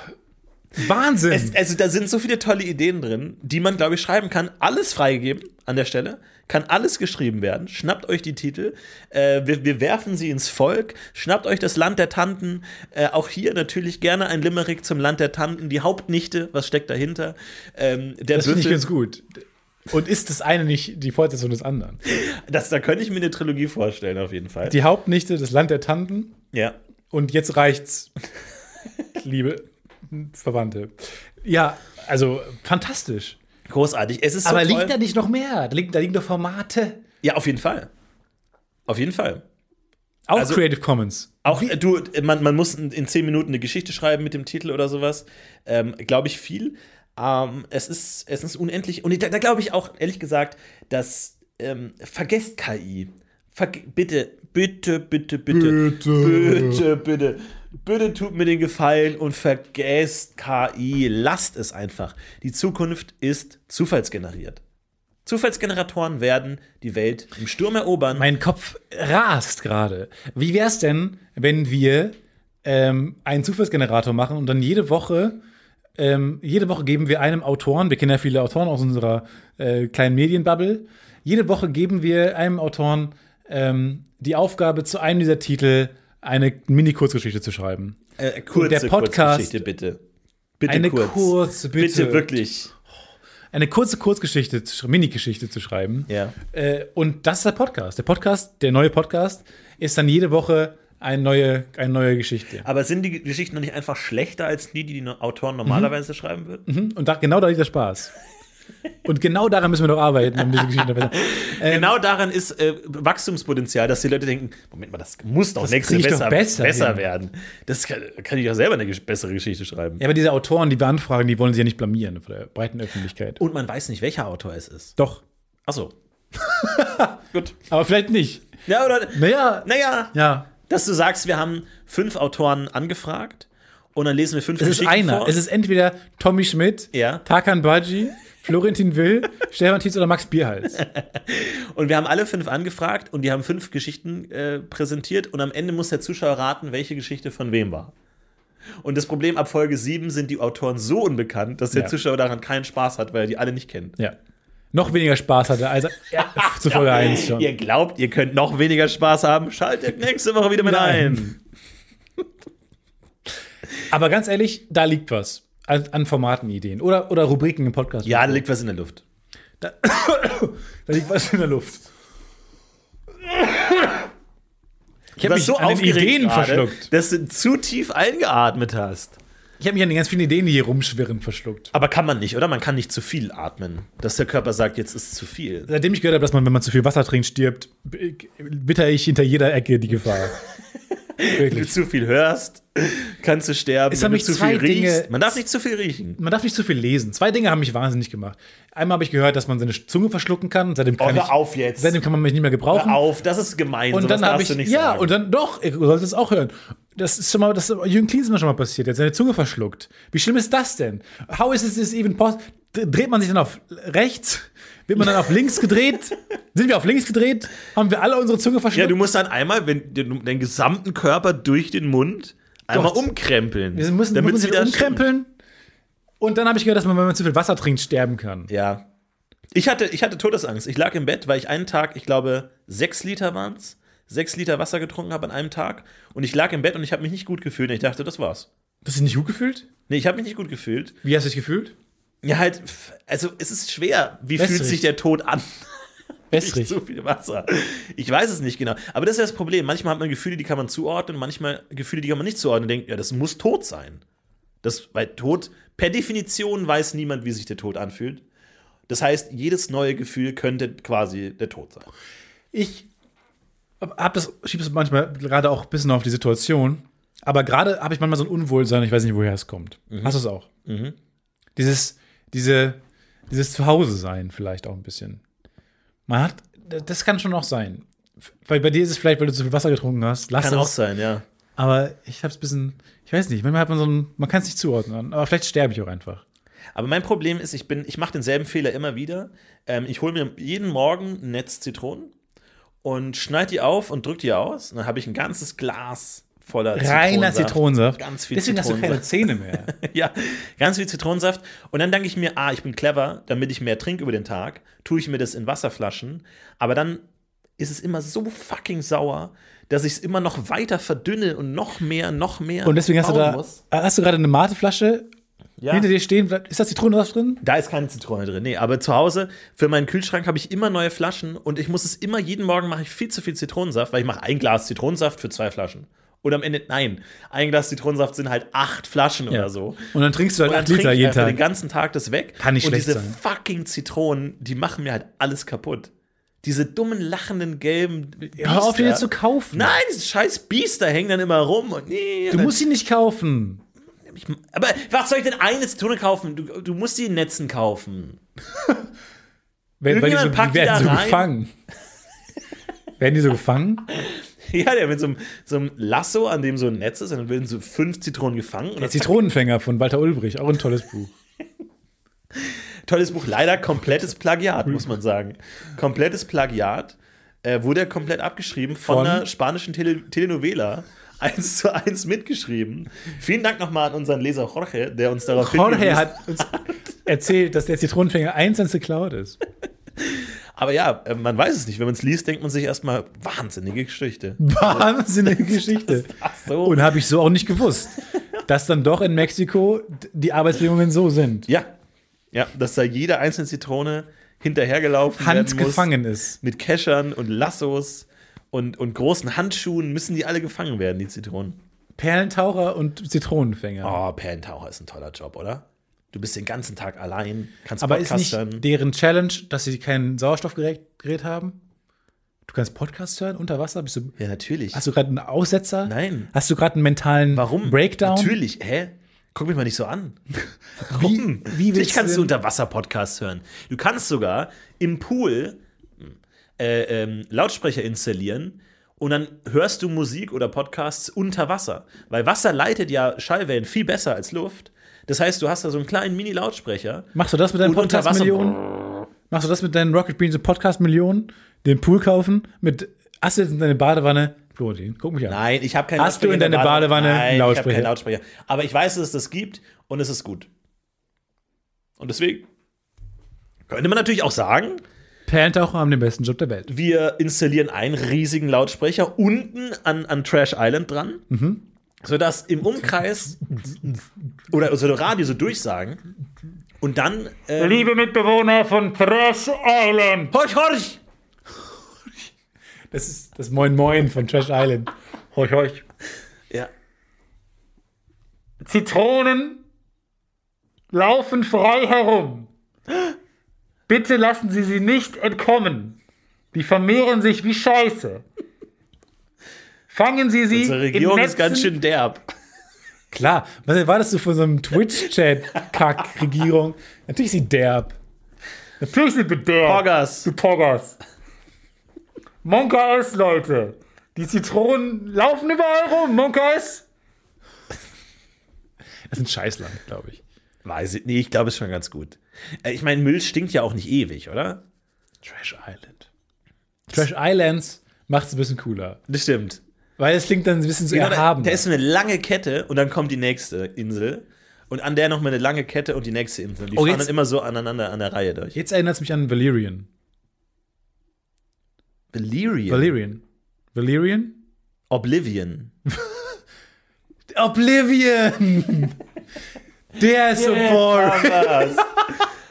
[SPEAKER 4] Wahnsinn.
[SPEAKER 1] Es, also da sind so viele tolle Ideen drin, die man, glaube ich, schreiben kann. Alles freigegeben an der Stelle. Kann alles geschrieben werden. Schnappt euch die Titel. Äh, wir, wir werfen sie ins Volk. Schnappt euch das Land der Tanten. Äh, auch hier natürlich gerne ein Limerick zum Land der Tanten. Die Hauptnichte, was steckt dahinter? Ähm, der
[SPEAKER 4] das finde ich
[SPEAKER 1] Büffel.
[SPEAKER 4] ganz gut. Und ist das eine nicht die Fortsetzung des anderen?
[SPEAKER 1] Das, da könnte ich mir eine Trilogie vorstellen, auf jeden Fall.
[SPEAKER 4] Die Hauptnichte, das Land der Tanten.
[SPEAKER 1] ja.
[SPEAKER 4] Und jetzt reicht's, liebe Verwandte. Ja, also fantastisch.
[SPEAKER 1] Großartig. Es ist so
[SPEAKER 4] Aber
[SPEAKER 1] toll.
[SPEAKER 4] liegt da nicht noch mehr? Da liegen, da liegen doch Formate.
[SPEAKER 1] Ja, auf jeden Fall. Auf jeden Fall.
[SPEAKER 4] Auch
[SPEAKER 1] Also-
[SPEAKER 4] Creative Commons.
[SPEAKER 1] Auch äh, du, äh, man, man muss in, in zehn Minuten eine Geschichte schreiben mit dem Titel oder sowas. Ähm, glaube ich viel. Ähm, es, ist, es ist unendlich. Und ich- da, da glaube ich auch, ehrlich gesagt, dass ähm, vergesst KI. Verge bitte, bitte, bitte, bitte. Bitte, bitte. Bitte tut mir den Gefallen und vergesst KI. Lasst es einfach. Die Zukunft ist zufallsgeneriert. Zufallsgeneratoren werden die Welt im Sturm erobern.
[SPEAKER 4] Mein Kopf rast gerade. Wie wäre es denn, wenn wir ähm, einen Zufallsgenerator machen und dann jede Woche, ähm, jede Woche geben wir einem Autoren, wir kennen ja viele Autoren aus unserer äh, kleinen Medienbubble, jede Woche geben wir einem Autoren ähm, die Aufgabe, zu einem dieser Titel eine Mini-Kurzgeschichte zu schreiben.
[SPEAKER 1] Äh, kurze,
[SPEAKER 4] der Podcast-
[SPEAKER 1] Kurzgeschichte, bitte. Bitte
[SPEAKER 4] Eine
[SPEAKER 1] kurz.
[SPEAKER 4] kurze, bitte.
[SPEAKER 1] Bitte wirklich.
[SPEAKER 4] Eine kurze Kurzgeschichte, zu sch- Mini-Geschichte zu schreiben.
[SPEAKER 1] Ja.
[SPEAKER 4] Äh, und das ist der Podcast. Der Podcast, der neue Podcast, ist dann jede Woche eine neue, eine neue Geschichte.
[SPEAKER 1] Aber sind die Geschichten noch nicht einfach schlechter als die, die die Autoren normalerweise schreiben würden?
[SPEAKER 4] Mhm, Und da, genau da liegt der Spaß. Und genau daran müssen wir doch arbeiten, um diese Geschichte besser. Ähm,
[SPEAKER 1] Genau daran ist äh, Wachstumspotenzial, dass die Leute denken: Moment mal, das muss doch nächstes
[SPEAKER 4] krieg ich
[SPEAKER 1] Jahr
[SPEAKER 4] doch
[SPEAKER 1] besser, besser,
[SPEAKER 4] besser hin.
[SPEAKER 1] werden. Das kann, kann ich doch selber eine gesch- bessere Geschichte schreiben.
[SPEAKER 4] ja, aber diese Autoren, die wir anfragen, die wollen sie ja nicht blamieren vor der breiten Öffentlichkeit.
[SPEAKER 1] Und man weiß nicht, welcher Autor es ist.
[SPEAKER 4] Doch,
[SPEAKER 1] Achso. Gut.
[SPEAKER 4] aber vielleicht nicht.
[SPEAKER 1] Ja, oder?
[SPEAKER 4] Naja,
[SPEAKER 1] Naja,
[SPEAKER 4] ja,
[SPEAKER 1] dass du sagst, wir haben fünf Autoren angefragt und dann lesen wir fünf
[SPEAKER 4] es ist
[SPEAKER 1] Geschichten
[SPEAKER 4] einer.
[SPEAKER 1] vor.
[SPEAKER 4] Es ist entweder Tommy Schmidt,
[SPEAKER 1] Ja.
[SPEAKER 4] Tarkan Baji, Florentin Will, Stefan Tietz oder Max Bierhals.
[SPEAKER 1] Und wir haben alle fünf angefragt und die haben fünf Geschichten äh, präsentiert und am Ende muss der Zuschauer raten, welche Geschichte von wem war. Und das Problem ab Folge 7 sind die Autoren so unbekannt, dass der
[SPEAKER 4] Ja.
[SPEAKER 1] Zuschauer daran keinen Spaß hat, weil er die alle nicht kennt.
[SPEAKER 4] Ja. Noch weniger Spaß hatte als zu Folge 1 schon.
[SPEAKER 1] Ihr glaubt, ihr könnt noch weniger Spaß haben, schaltet nächste Woche wieder mit
[SPEAKER 4] Nein.
[SPEAKER 1] ein.
[SPEAKER 4] Aber ganz ehrlich, da liegt was. An, an Formatenideen oder, oder Rubriken im Podcast.
[SPEAKER 1] Ja, da liegt was in der Luft.
[SPEAKER 4] Da liegt was in der Luft.
[SPEAKER 1] Du
[SPEAKER 4] Ich habe
[SPEAKER 1] warst
[SPEAKER 4] mich so an den Ideen
[SPEAKER 1] gerade,
[SPEAKER 4] verschluckt.
[SPEAKER 1] dass du zu tief eingeatmet hast.
[SPEAKER 4] Ich habe mich an den ganz vielen Ideen, die hier rumschwirren, verschluckt.
[SPEAKER 1] Aber kann man nicht, oder? Man kann nicht zu viel atmen. Dass der Körper sagt, jetzt ist zu viel.
[SPEAKER 4] Seitdem ich gehört habe, dass man, wenn man zu viel Wasser trinkt, stirbt, b- äh, witter ich hinter jeder Ecke die Gefahr.
[SPEAKER 1] Wenn du
[SPEAKER 4] Wirklich.
[SPEAKER 1] zu viel hörst, kannst du sterben.
[SPEAKER 4] Es
[SPEAKER 1] wenn
[SPEAKER 4] haben
[SPEAKER 1] du
[SPEAKER 4] mich
[SPEAKER 1] zu
[SPEAKER 4] zwei
[SPEAKER 1] viel riechst.
[SPEAKER 4] Dinge-
[SPEAKER 1] Man darf nicht zu viel riechen.
[SPEAKER 4] Man darf nicht zu viel lesen. Zwei Dinge haben mich wahnsinnig gemacht. Einmal habe ich gehört, dass man seine Zunge verschlucken kann. Seitdem kann, ich,
[SPEAKER 1] auf jetzt.
[SPEAKER 4] seitdem kann man mich nicht mehr gebrauchen.
[SPEAKER 1] Hör auf, das ist gemein.
[SPEAKER 4] Und
[SPEAKER 1] sowas
[SPEAKER 4] dann habe
[SPEAKER 1] darfst
[SPEAKER 4] ich,
[SPEAKER 1] du nicht
[SPEAKER 4] ja,
[SPEAKER 1] sagen.
[SPEAKER 4] und dann doch, ihr sollt es auch hören. Das ist schon mal, das ist Jürgen Klinsmann schon mal passiert, der hat seine Zunge verschluckt. Wie schlimm ist das denn? How is this even possible? Dreht man sich dann auf rechts? Wird man dann auf links gedreht? Sind wir auf links gedreht? Haben wir alle unsere Zunge
[SPEAKER 1] ja,
[SPEAKER 4] verschluckt?
[SPEAKER 1] du musst dann einmal wenn, du- deinen gesamten Körper durch den Mund einmal
[SPEAKER 4] Gott.
[SPEAKER 1] umkrempeln.
[SPEAKER 4] wir müssen,
[SPEAKER 1] damit
[SPEAKER 4] müssen
[SPEAKER 1] sie
[SPEAKER 4] wieder
[SPEAKER 1] das-
[SPEAKER 4] umkrempeln. Und dann habe ich gehört, dass man, wenn man zu viel Wasser trinkt, sterben kann.
[SPEAKER 1] Ja. Ich hatte, ich hatte Todesangst. Ich lag im Bett, weil ich einen Tag, ich glaube, sechs Liter waren es, sechs Liter Wasser getrunken habe an einem Tag. Und ich lag im Bett und ich habe mich nicht gut gefühlt. Und ich dachte, das war's.
[SPEAKER 4] Hast du dich nicht gut gefühlt?
[SPEAKER 1] Nee, ich habe mich nicht gut gefühlt.
[SPEAKER 4] Wie hast du dich gefühlt?
[SPEAKER 1] Ja, halt, f- also es ist schwer. Wie fühlt
[SPEAKER 4] Wässrig.
[SPEAKER 1] sich der Tod an?
[SPEAKER 4] Wässrig.
[SPEAKER 1] Zu viel Wasser. Ich weiß es nicht genau. Aber das ist ja das Problem. Manchmal hat man Gefühle, die kann man zuordnen, manchmal Gefühle, die kann man nicht zuordnen und denkt, ja, das muss tot sein. Das, weil Tod, per Definition weiß niemand, wie sich der Tod anfühlt. Das heißt, jedes neue Gefühl könnte quasi der Tod sein.
[SPEAKER 4] Ich hab das, schiebe es manchmal gerade auch ein bisschen auf die Situation. Aber gerade habe ich manchmal so ein Unwohlsein, ich weiß nicht, woher es kommt. Hast du es auch? Dieses, diese, dieses Zuhause-Sein vielleicht auch ein bisschen. Man hat, das kann schon auch sein. Weil bei dir ist es vielleicht, weil du zu viel Wasser getrunken hast. Lass
[SPEAKER 1] Kann auch
[SPEAKER 4] es.
[SPEAKER 1] sein, ja.
[SPEAKER 4] Aber ich habe es ein bisschen, ich weiß nicht, manchmal hat man so ein, man kann es nicht zuordnen. Aber vielleicht sterbe ich auch einfach.
[SPEAKER 1] Aber mein Problem ist, ich bin, ich mache denselben Fehler immer wieder. Ähm, ich hole mir jeden Morgen ein Netz Zitronen und schneid die auf und drück die aus. Und dann habe ich ein ganzes Glas voller
[SPEAKER 4] Reiner Zitronensaft.
[SPEAKER 1] Ganz viel
[SPEAKER 4] Deswegen hast du keine
[SPEAKER 1] Zitronensaft.
[SPEAKER 4] Zähne mehr.
[SPEAKER 1] ja, ganz viel Zitronensaft. Und dann denke ich mir, ah, ich bin clever, damit ich mehr trinke über den Tag, tue ich mir das in Wasserflaschen. Aber dann ist es immer so fucking sauer, dass ich es immer noch weiter verdünne und noch mehr, noch mehr.
[SPEAKER 4] Und deswegen hast du
[SPEAKER 1] bauen
[SPEAKER 4] da,
[SPEAKER 1] muss.
[SPEAKER 4] hast du gerade eine Mateflasche
[SPEAKER 1] ja.
[SPEAKER 4] hinter dir stehen. Ist das Zitronensaft drin?
[SPEAKER 1] Da ist keine Zitrone drin. Nee, aber zu Hause für meinen Kühlschrank habe ich immer neue Flaschen und ich muss es immer jeden Morgen mache ich viel zu viel Zitronensaft, weil ich mache ein Glas Zitronensaft für zwei Flaschen. Und am Ende, nein, ein Glas Zitronensaft sind halt acht Flaschen oder so.
[SPEAKER 4] Und dann trinkst du halt
[SPEAKER 1] Und dann
[SPEAKER 4] acht
[SPEAKER 1] trinke
[SPEAKER 4] Liter
[SPEAKER 1] ich
[SPEAKER 4] jeden
[SPEAKER 1] einfach den
[SPEAKER 4] Tag.
[SPEAKER 1] ganzen Tag das weg.
[SPEAKER 4] Kann nicht
[SPEAKER 1] Und
[SPEAKER 4] schlecht
[SPEAKER 1] diese
[SPEAKER 4] sein.
[SPEAKER 1] fucking Zitronen, die machen mir halt alles kaputt. Diese dummen, lachenden, gelben
[SPEAKER 4] Hör auf, die
[SPEAKER 1] Biester.
[SPEAKER 4] jetzt zu kaufen.
[SPEAKER 1] Nein, diese scheiß Biester hängen dann immer rum. Und nee,
[SPEAKER 4] Du musst sie nicht kaufen.
[SPEAKER 1] Ich, aber was soll ich denn eine Zitrone kaufen? Du, du musst die in Netzen kaufen.
[SPEAKER 4] Weil, weil die, so,
[SPEAKER 1] Irgendjemand
[SPEAKER 4] die
[SPEAKER 1] packt die da
[SPEAKER 4] werden so
[SPEAKER 1] rein.
[SPEAKER 4] gefangen. werden die so gefangen?
[SPEAKER 1] Ja, der mit so einem, so einem Lasso, an dem so ein Netz ist, und dann werden so fünf Zitronen gefangen. Und
[SPEAKER 4] Der
[SPEAKER 1] das
[SPEAKER 4] Zitronenfänger von Walter Ulbricht, auch ein tolles Buch.
[SPEAKER 1] tolles Buch, leider komplettes Plagiat, muss man sagen. Komplettes Plagiat äh, wurde er komplett abgeschrieben von,
[SPEAKER 4] Von?
[SPEAKER 1] einer spanischen Tele Telenovela. Eins zu eins mitgeschrieben. Vielen Dank nochmal an unseren Leser Jorge, der uns darauf
[SPEAKER 4] Jorge
[SPEAKER 1] hingewiesen
[SPEAKER 4] hat uns erzählt, dass der Zitronenfänger einzeln geklaut ist.
[SPEAKER 1] Aber ja, äh, man weiß es nicht. Wenn man es liest, denkt man sich erstmal, wahnsinnige Geschichte.
[SPEAKER 4] Wahnsinnige Geschichte.
[SPEAKER 1] Ach so.
[SPEAKER 4] Und habe ich so auch nicht gewusst, dass dann doch in Mexiko d- die Arbeitsbedingungen so sind.
[SPEAKER 1] Ja. Ja, dass da jede einzelne Zitrone hinterhergelaufen werden muss.
[SPEAKER 4] Handgefangen ist.
[SPEAKER 1] Mit Keschern und Lassos und, und großen Handschuhen müssen die alle gefangen werden, die Zitronen.
[SPEAKER 4] Perlentaucher und Zitronenfänger.
[SPEAKER 1] Oh, Perlentaucher ist ein toller Job, oder? Du bist den ganzen Tag allein, kannst
[SPEAKER 4] Aber ist nicht
[SPEAKER 1] podcastern.
[SPEAKER 4] deren Challenge, dass sie kein Sauerstoffgerät Gerät haben? Du kannst Podcast hören unter Wasser? Bist du,
[SPEAKER 1] ja, natürlich.
[SPEAKER 4] hast du gerade einen Aussetzer?
[SPEAKER 1] Nein.
[SPEAKER 4] Hast du gerade einen mentalen
[SPEAKER 1] Warum?
[SPEAKER 4] Breakdown?
[SPEAKER 1] Natürlich, hä? Guck mich mal nicht so an.
[SPEAKER 4] Wie, wie willst
[SPEAKER 1] Natürlich kannst du
[SPEAKER 4] denn-
[SPEAKER 1] Unterwasser-Podcasts hören. Du kannst sogar im Pool äh, ähm, Lautsprecher installieren und dann hörst du Musik oder Podcasts unter Wasser. Weil Wasser leitet ja Schallwellen viel besser als Luft. Das heißt, du hast da so einen kleinen Mini-Lautsprecher.
[SPEAKER 4] Machst du das mit deinen
[SPEAKER 1] Und unter Wasser-
[SPEAKER 4] Podcast-Millionen? Machst du das mit deinen Rocket Beans und Podcast-Millionen? Den Pool kaufen? Mit Assets in deine Badewanne? Florentin, guck mich an.
[SPEAKER 1] Nein, ich habe keinen
[SPEAKER 4] Hast du in
[SPEAKER 1] der
[SPEAKER 4] deine Badewanne
[SPEAKER 1] Nein,
[SPEAKER 4] einen
[SPEAKER 1] ich habe keinen
[SPEAKER 4] Lautsprecher?
[SPEAKER 1] Lautsprecher. Aber ich weiß, dass es das gibt und es ist gut. Und deswegen könnte man natürlich auch sagen,
[SPEAKER 4] Perlentaucher haben den besten Job der Welt.
[SPEAKER 1] Wir installieren einen riesigen Lautsprecher unten an, an Trash Island dran, sodass im Umkreis oder so Radio so durchsagen und dann. ähm,
[SPEAKER 5] Liebe Mitbewohner von Trash Island.
[SPEAKER 1] horch, horch!
[SPEAKER 4] Das ist das Moin Moin von Trash Island.
[SPEAKER 5] Horch, horch.
[SPEAKER 1] Ja.
[SPEAKER 5] Zitronen laufen frei herum. Bitte lassen Sie sie nicht entkommen. Die vermehren sich wie Scheiße. Fangen Sie sie
[SPEAKER 1] Unsere
[SPEAKER 5] in
[SPEAKER 1] Regierung
[SPEAKER 5] Netzen,
[SPEAKER 1] ist ganz schön derb.
[SPEAKER 4] Klar, was war das so von so einem Twitch-Chat-Kack-Regierung? Natürlich ist sie derb.
[SPEAKER 5] Natürlich sind Bedarf.
[SPEAKER 1] Poggers.
[SPEAKER 5] Du Poggers. Monka S, Leute. Die Zitronen laufen überall rum. Monka S.
[SPEAKER 4] Das ist ein Scheißland, glaube ich.
[SPEAKER 1] Weiß ich, nee, ich glaube, es ist schon ganz gut. Äh, Ich meine, Müll stinkt ja auch nicht ewig, oder?
[SPEAKER 4] Trash Island. Trash Islands macht es ein bisschen cooler.
[SPEAKER 1] Das stimmt.
[SPEAKER 4] Weil es klingt dann ein bisschen so
[SPEAKER 1] Genau, da,
[SPEAKER 4] erhaben.
[SPEAKER 1] da ist eine lange Kette und dann kommt die nächste Insel. Und an der nochmal eine lange Kette und die nächste Insel. Die
[SPEAKER 4] Oh,
[SPEAKER 1] fahren
[SPEAKER 4] jetzt-
[SPEAKER 1] dann immer so aneinander an der Reihe durch.
[SPEAKER 4] Jetzt erinnert es mich an Valyrian.
[SPEAKER 1] Valyria.
[SPEAKER 4] Valyrian. Valyrian?
[SPEAKER 1] Oblivion.
[SPEAKER 4] Oblivion! Der ist so boring.
[SPEAKER 1] Was?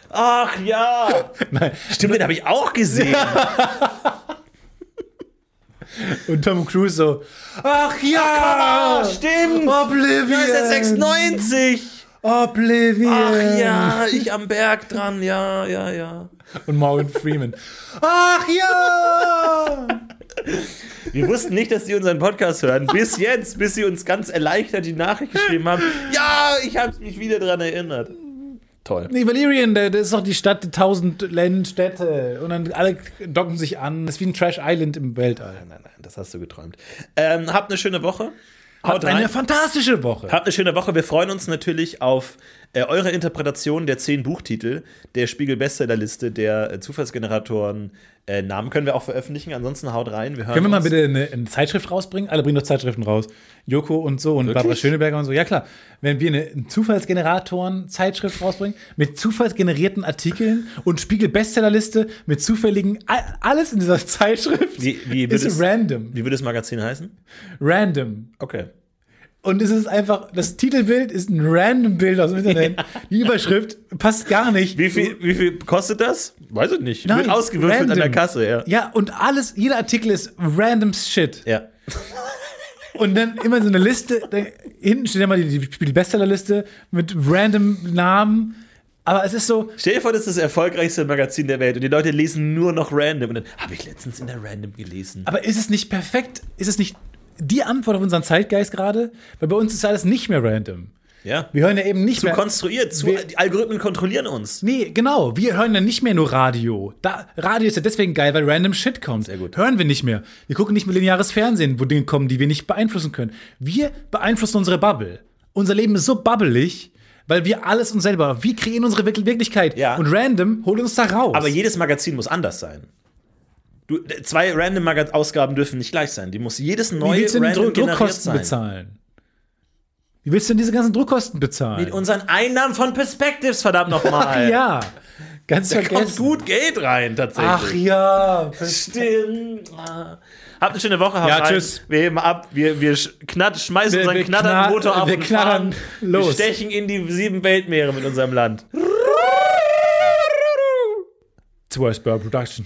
[SPEAKER 1] Ach ja. Stimmt, den habe ich auch gesehen.
[SPEAKER 4] Und Tom Cruise so, ach ja!
[SPEAKER 1] Stimmt.
[SPEAKER 4] Oblivion!
[SPEAKER 1] 96.
[SPEAKER 4] Oblivion!
[SPEAKER 1] Ach ja, ich am Berg dran. Ja, ja, ja.
[SPEAKER 4] Und Morgan Freeman. Ach ja!
[SPEAKER 1] Wir wussten nicht, dass sie unseren Podcast hören. Bis jetzt, bis sie uns ganz erleichtert die Nachricht geschrieben haben. Ja, ich habe mich wieder dran erinnert. Toll.
[SPEAKER 4] Nee, Valyrian, da, da ist doch die Stadt der tausend Länder, Städte. Und dann alle docken sich an. Das ist wie ein Trash Island im Weltall.
[SPEAKER 1] Nein, nein, das hast du geträumt. Ähm, habt eine schöne Woche.
[SPEAKER 4] Haut eine fantastische Woche.
[SPEAKER 1] Habt eine schöne Woche. Wir freuen uns natürlich auf Äh, eure Interpretation der zehn Buchtitel der Spiegel Bestsellerliste der äh, Zufallsgeneratoren äh, Namen können wir auch veröffentlichen. Ansonsten haut rein. Wir hören
[SPEAKER 4] Können wir mal
[SPEAKER 1] uns.
[SPEAKER 4] bitte eine, eine Zeitschrift rausbringen? Alle bringen doch Zeitschriften raus. Joko und so und Barbara Schöneberger und so. Ja, klar. Wenn wir eine einen Zufallsgeneratoren-Zeitschrift rausbringen, mit zufallsgenerierten Artikeln und Spiegel-Bestsellerliste mit zufälligen, a- alles in dieser Zeitschrift
[SPEAKER 1] Wie- wie wird
[SPEAKER 4] ist
[SPEAKER 1] es-
[SPEAKER 4] random.
[SPEAKER 1] Wie würde das Magazin heißen?
[SPEAKER 4] Random.
[SPEAKER 1] Okay.
[SPEAKER 4] Und es ist einfach, das Titelbild ist ein random Bild aus dem Internet. Die Überschrift passt gar nicht.
[SPEAKER 1] Wie viel, wie viel kostet das? Weiß ich nicht.
[SPEAKER 4] Nein,
[SPEAKER 1] Wird ausgewürfelt an der
[SPEAKER 4] random.
[SPEAKER 1] Kasse, ja.
[SPEAKER 4] Ja, und alles, jeder Artikel ist random shit.
[SPEAKER 1] Ja.
[SPEAKER 4] Und dann immer so eine Liste, da, hinten steht immer die, die, die Bestsellerliste mit random Namen. Aber es ist so,
[SPEAKER 1] Stell dir vor, das ist das erfolgreichste Magazin der Welt und die Leute lesen nur noch random. Und dann habe ich letztens in der Random gelesen.
[SPEAKER 4] aber ist es nicht perfekt? Ist es nicht die Antwort auf unseren Zeitgeist gerade? Weil bei uns ist alles nicht mehr random.
[SPEAKER 1] Ja.
[SPEAKER 4] Wir hören ja eben nicht
[SPEAKER 1] Zu
[SPEAKER 4] mehr.
[SPEAKER 1] konstruiert, zu,
[SPEAKER 4] wir-
[SPEAKER 1] die Algorithmen kontrollieren uns.
[SPEAKER 4] Nee, genau. Wir hören dann nicht mehr nur Radio. Da, Radio ist ja deswegen geil, weil random Shit kommt. Sehr
[SPEAKER 1] gut.
[SPEAKER 4] Hören wir nicht mehr. Wir gucken nicht mehr lineares Fernsehen, wo Dinge kommen, die wir nicht beeinflussen können. Wir beeinflussen unsere Bubble. Unser Leben ist so bubbelig, weil wir alles uns selber, wir kreieren unsere Wirk- Wirklichkeit.
[SPEAKER 1] Ja.
[SPEAKER 4] Und random holt uns da raus.
[SPEAKER 1] Aber jedes Magazin muss anders sein. Du, d- zwei random Maga- Ausgaben dürfen nicht gleich sein. Die muss jedes
[SPEAKER 4] Wie
[SPEAKER 1] neue
[SPEAKER 4] willst du denn
[SPEAKER 1] random
[SPEAKER 4] Dru
[SPEAKER 1] generiert
[SPEAKER 4] Druckkosten
[SPEAKER 1] sein.
[SPEAKER 4] bezahlen? Wie willst du denn diese ganzen Druckkosten bezahlen?
[SPEAKER 1] Mit unseren Einnahmen von Perspectives, verdammt nochmal.
[SPEAKER 4] ja. Ganz
[SPEAKER 1] Da kommt
[SPEAKER 4] vergessen.
[SPEAKER 1] gut Geld rein, tatsächlich.
[SPEAKER 4] Ach ja.
[SPEAKER 1] Stimmt. Ah. Habt eine schöne Woche. haut
[SPEAKER 4] Ja,
[SPEAKER 1] rein.
[SPEAKER 4] tschüss.
[SPEAKER 1] Wir heben ab. Wir, wir sch- knat schmeißen
[SPEAKER 4] Wir-
[SPEAKER 1] unseren
[SPEAKER 4] wir
[SPEAKER 1] knatternden
[SPEAKER 4] knar-
[SPEAKER 1] Motor ab
[SPEAKER 4] wir
[SPEAKER 1] und
[SPEAKER 4] knarren
[SPEAKER 1] fahren. Wir
[SPEAKER 4] los.
[SPEAKER 1] stechen in die sieben Weltmeere mit unserem Land.
[SPEAKER 4] Twice Burr Production.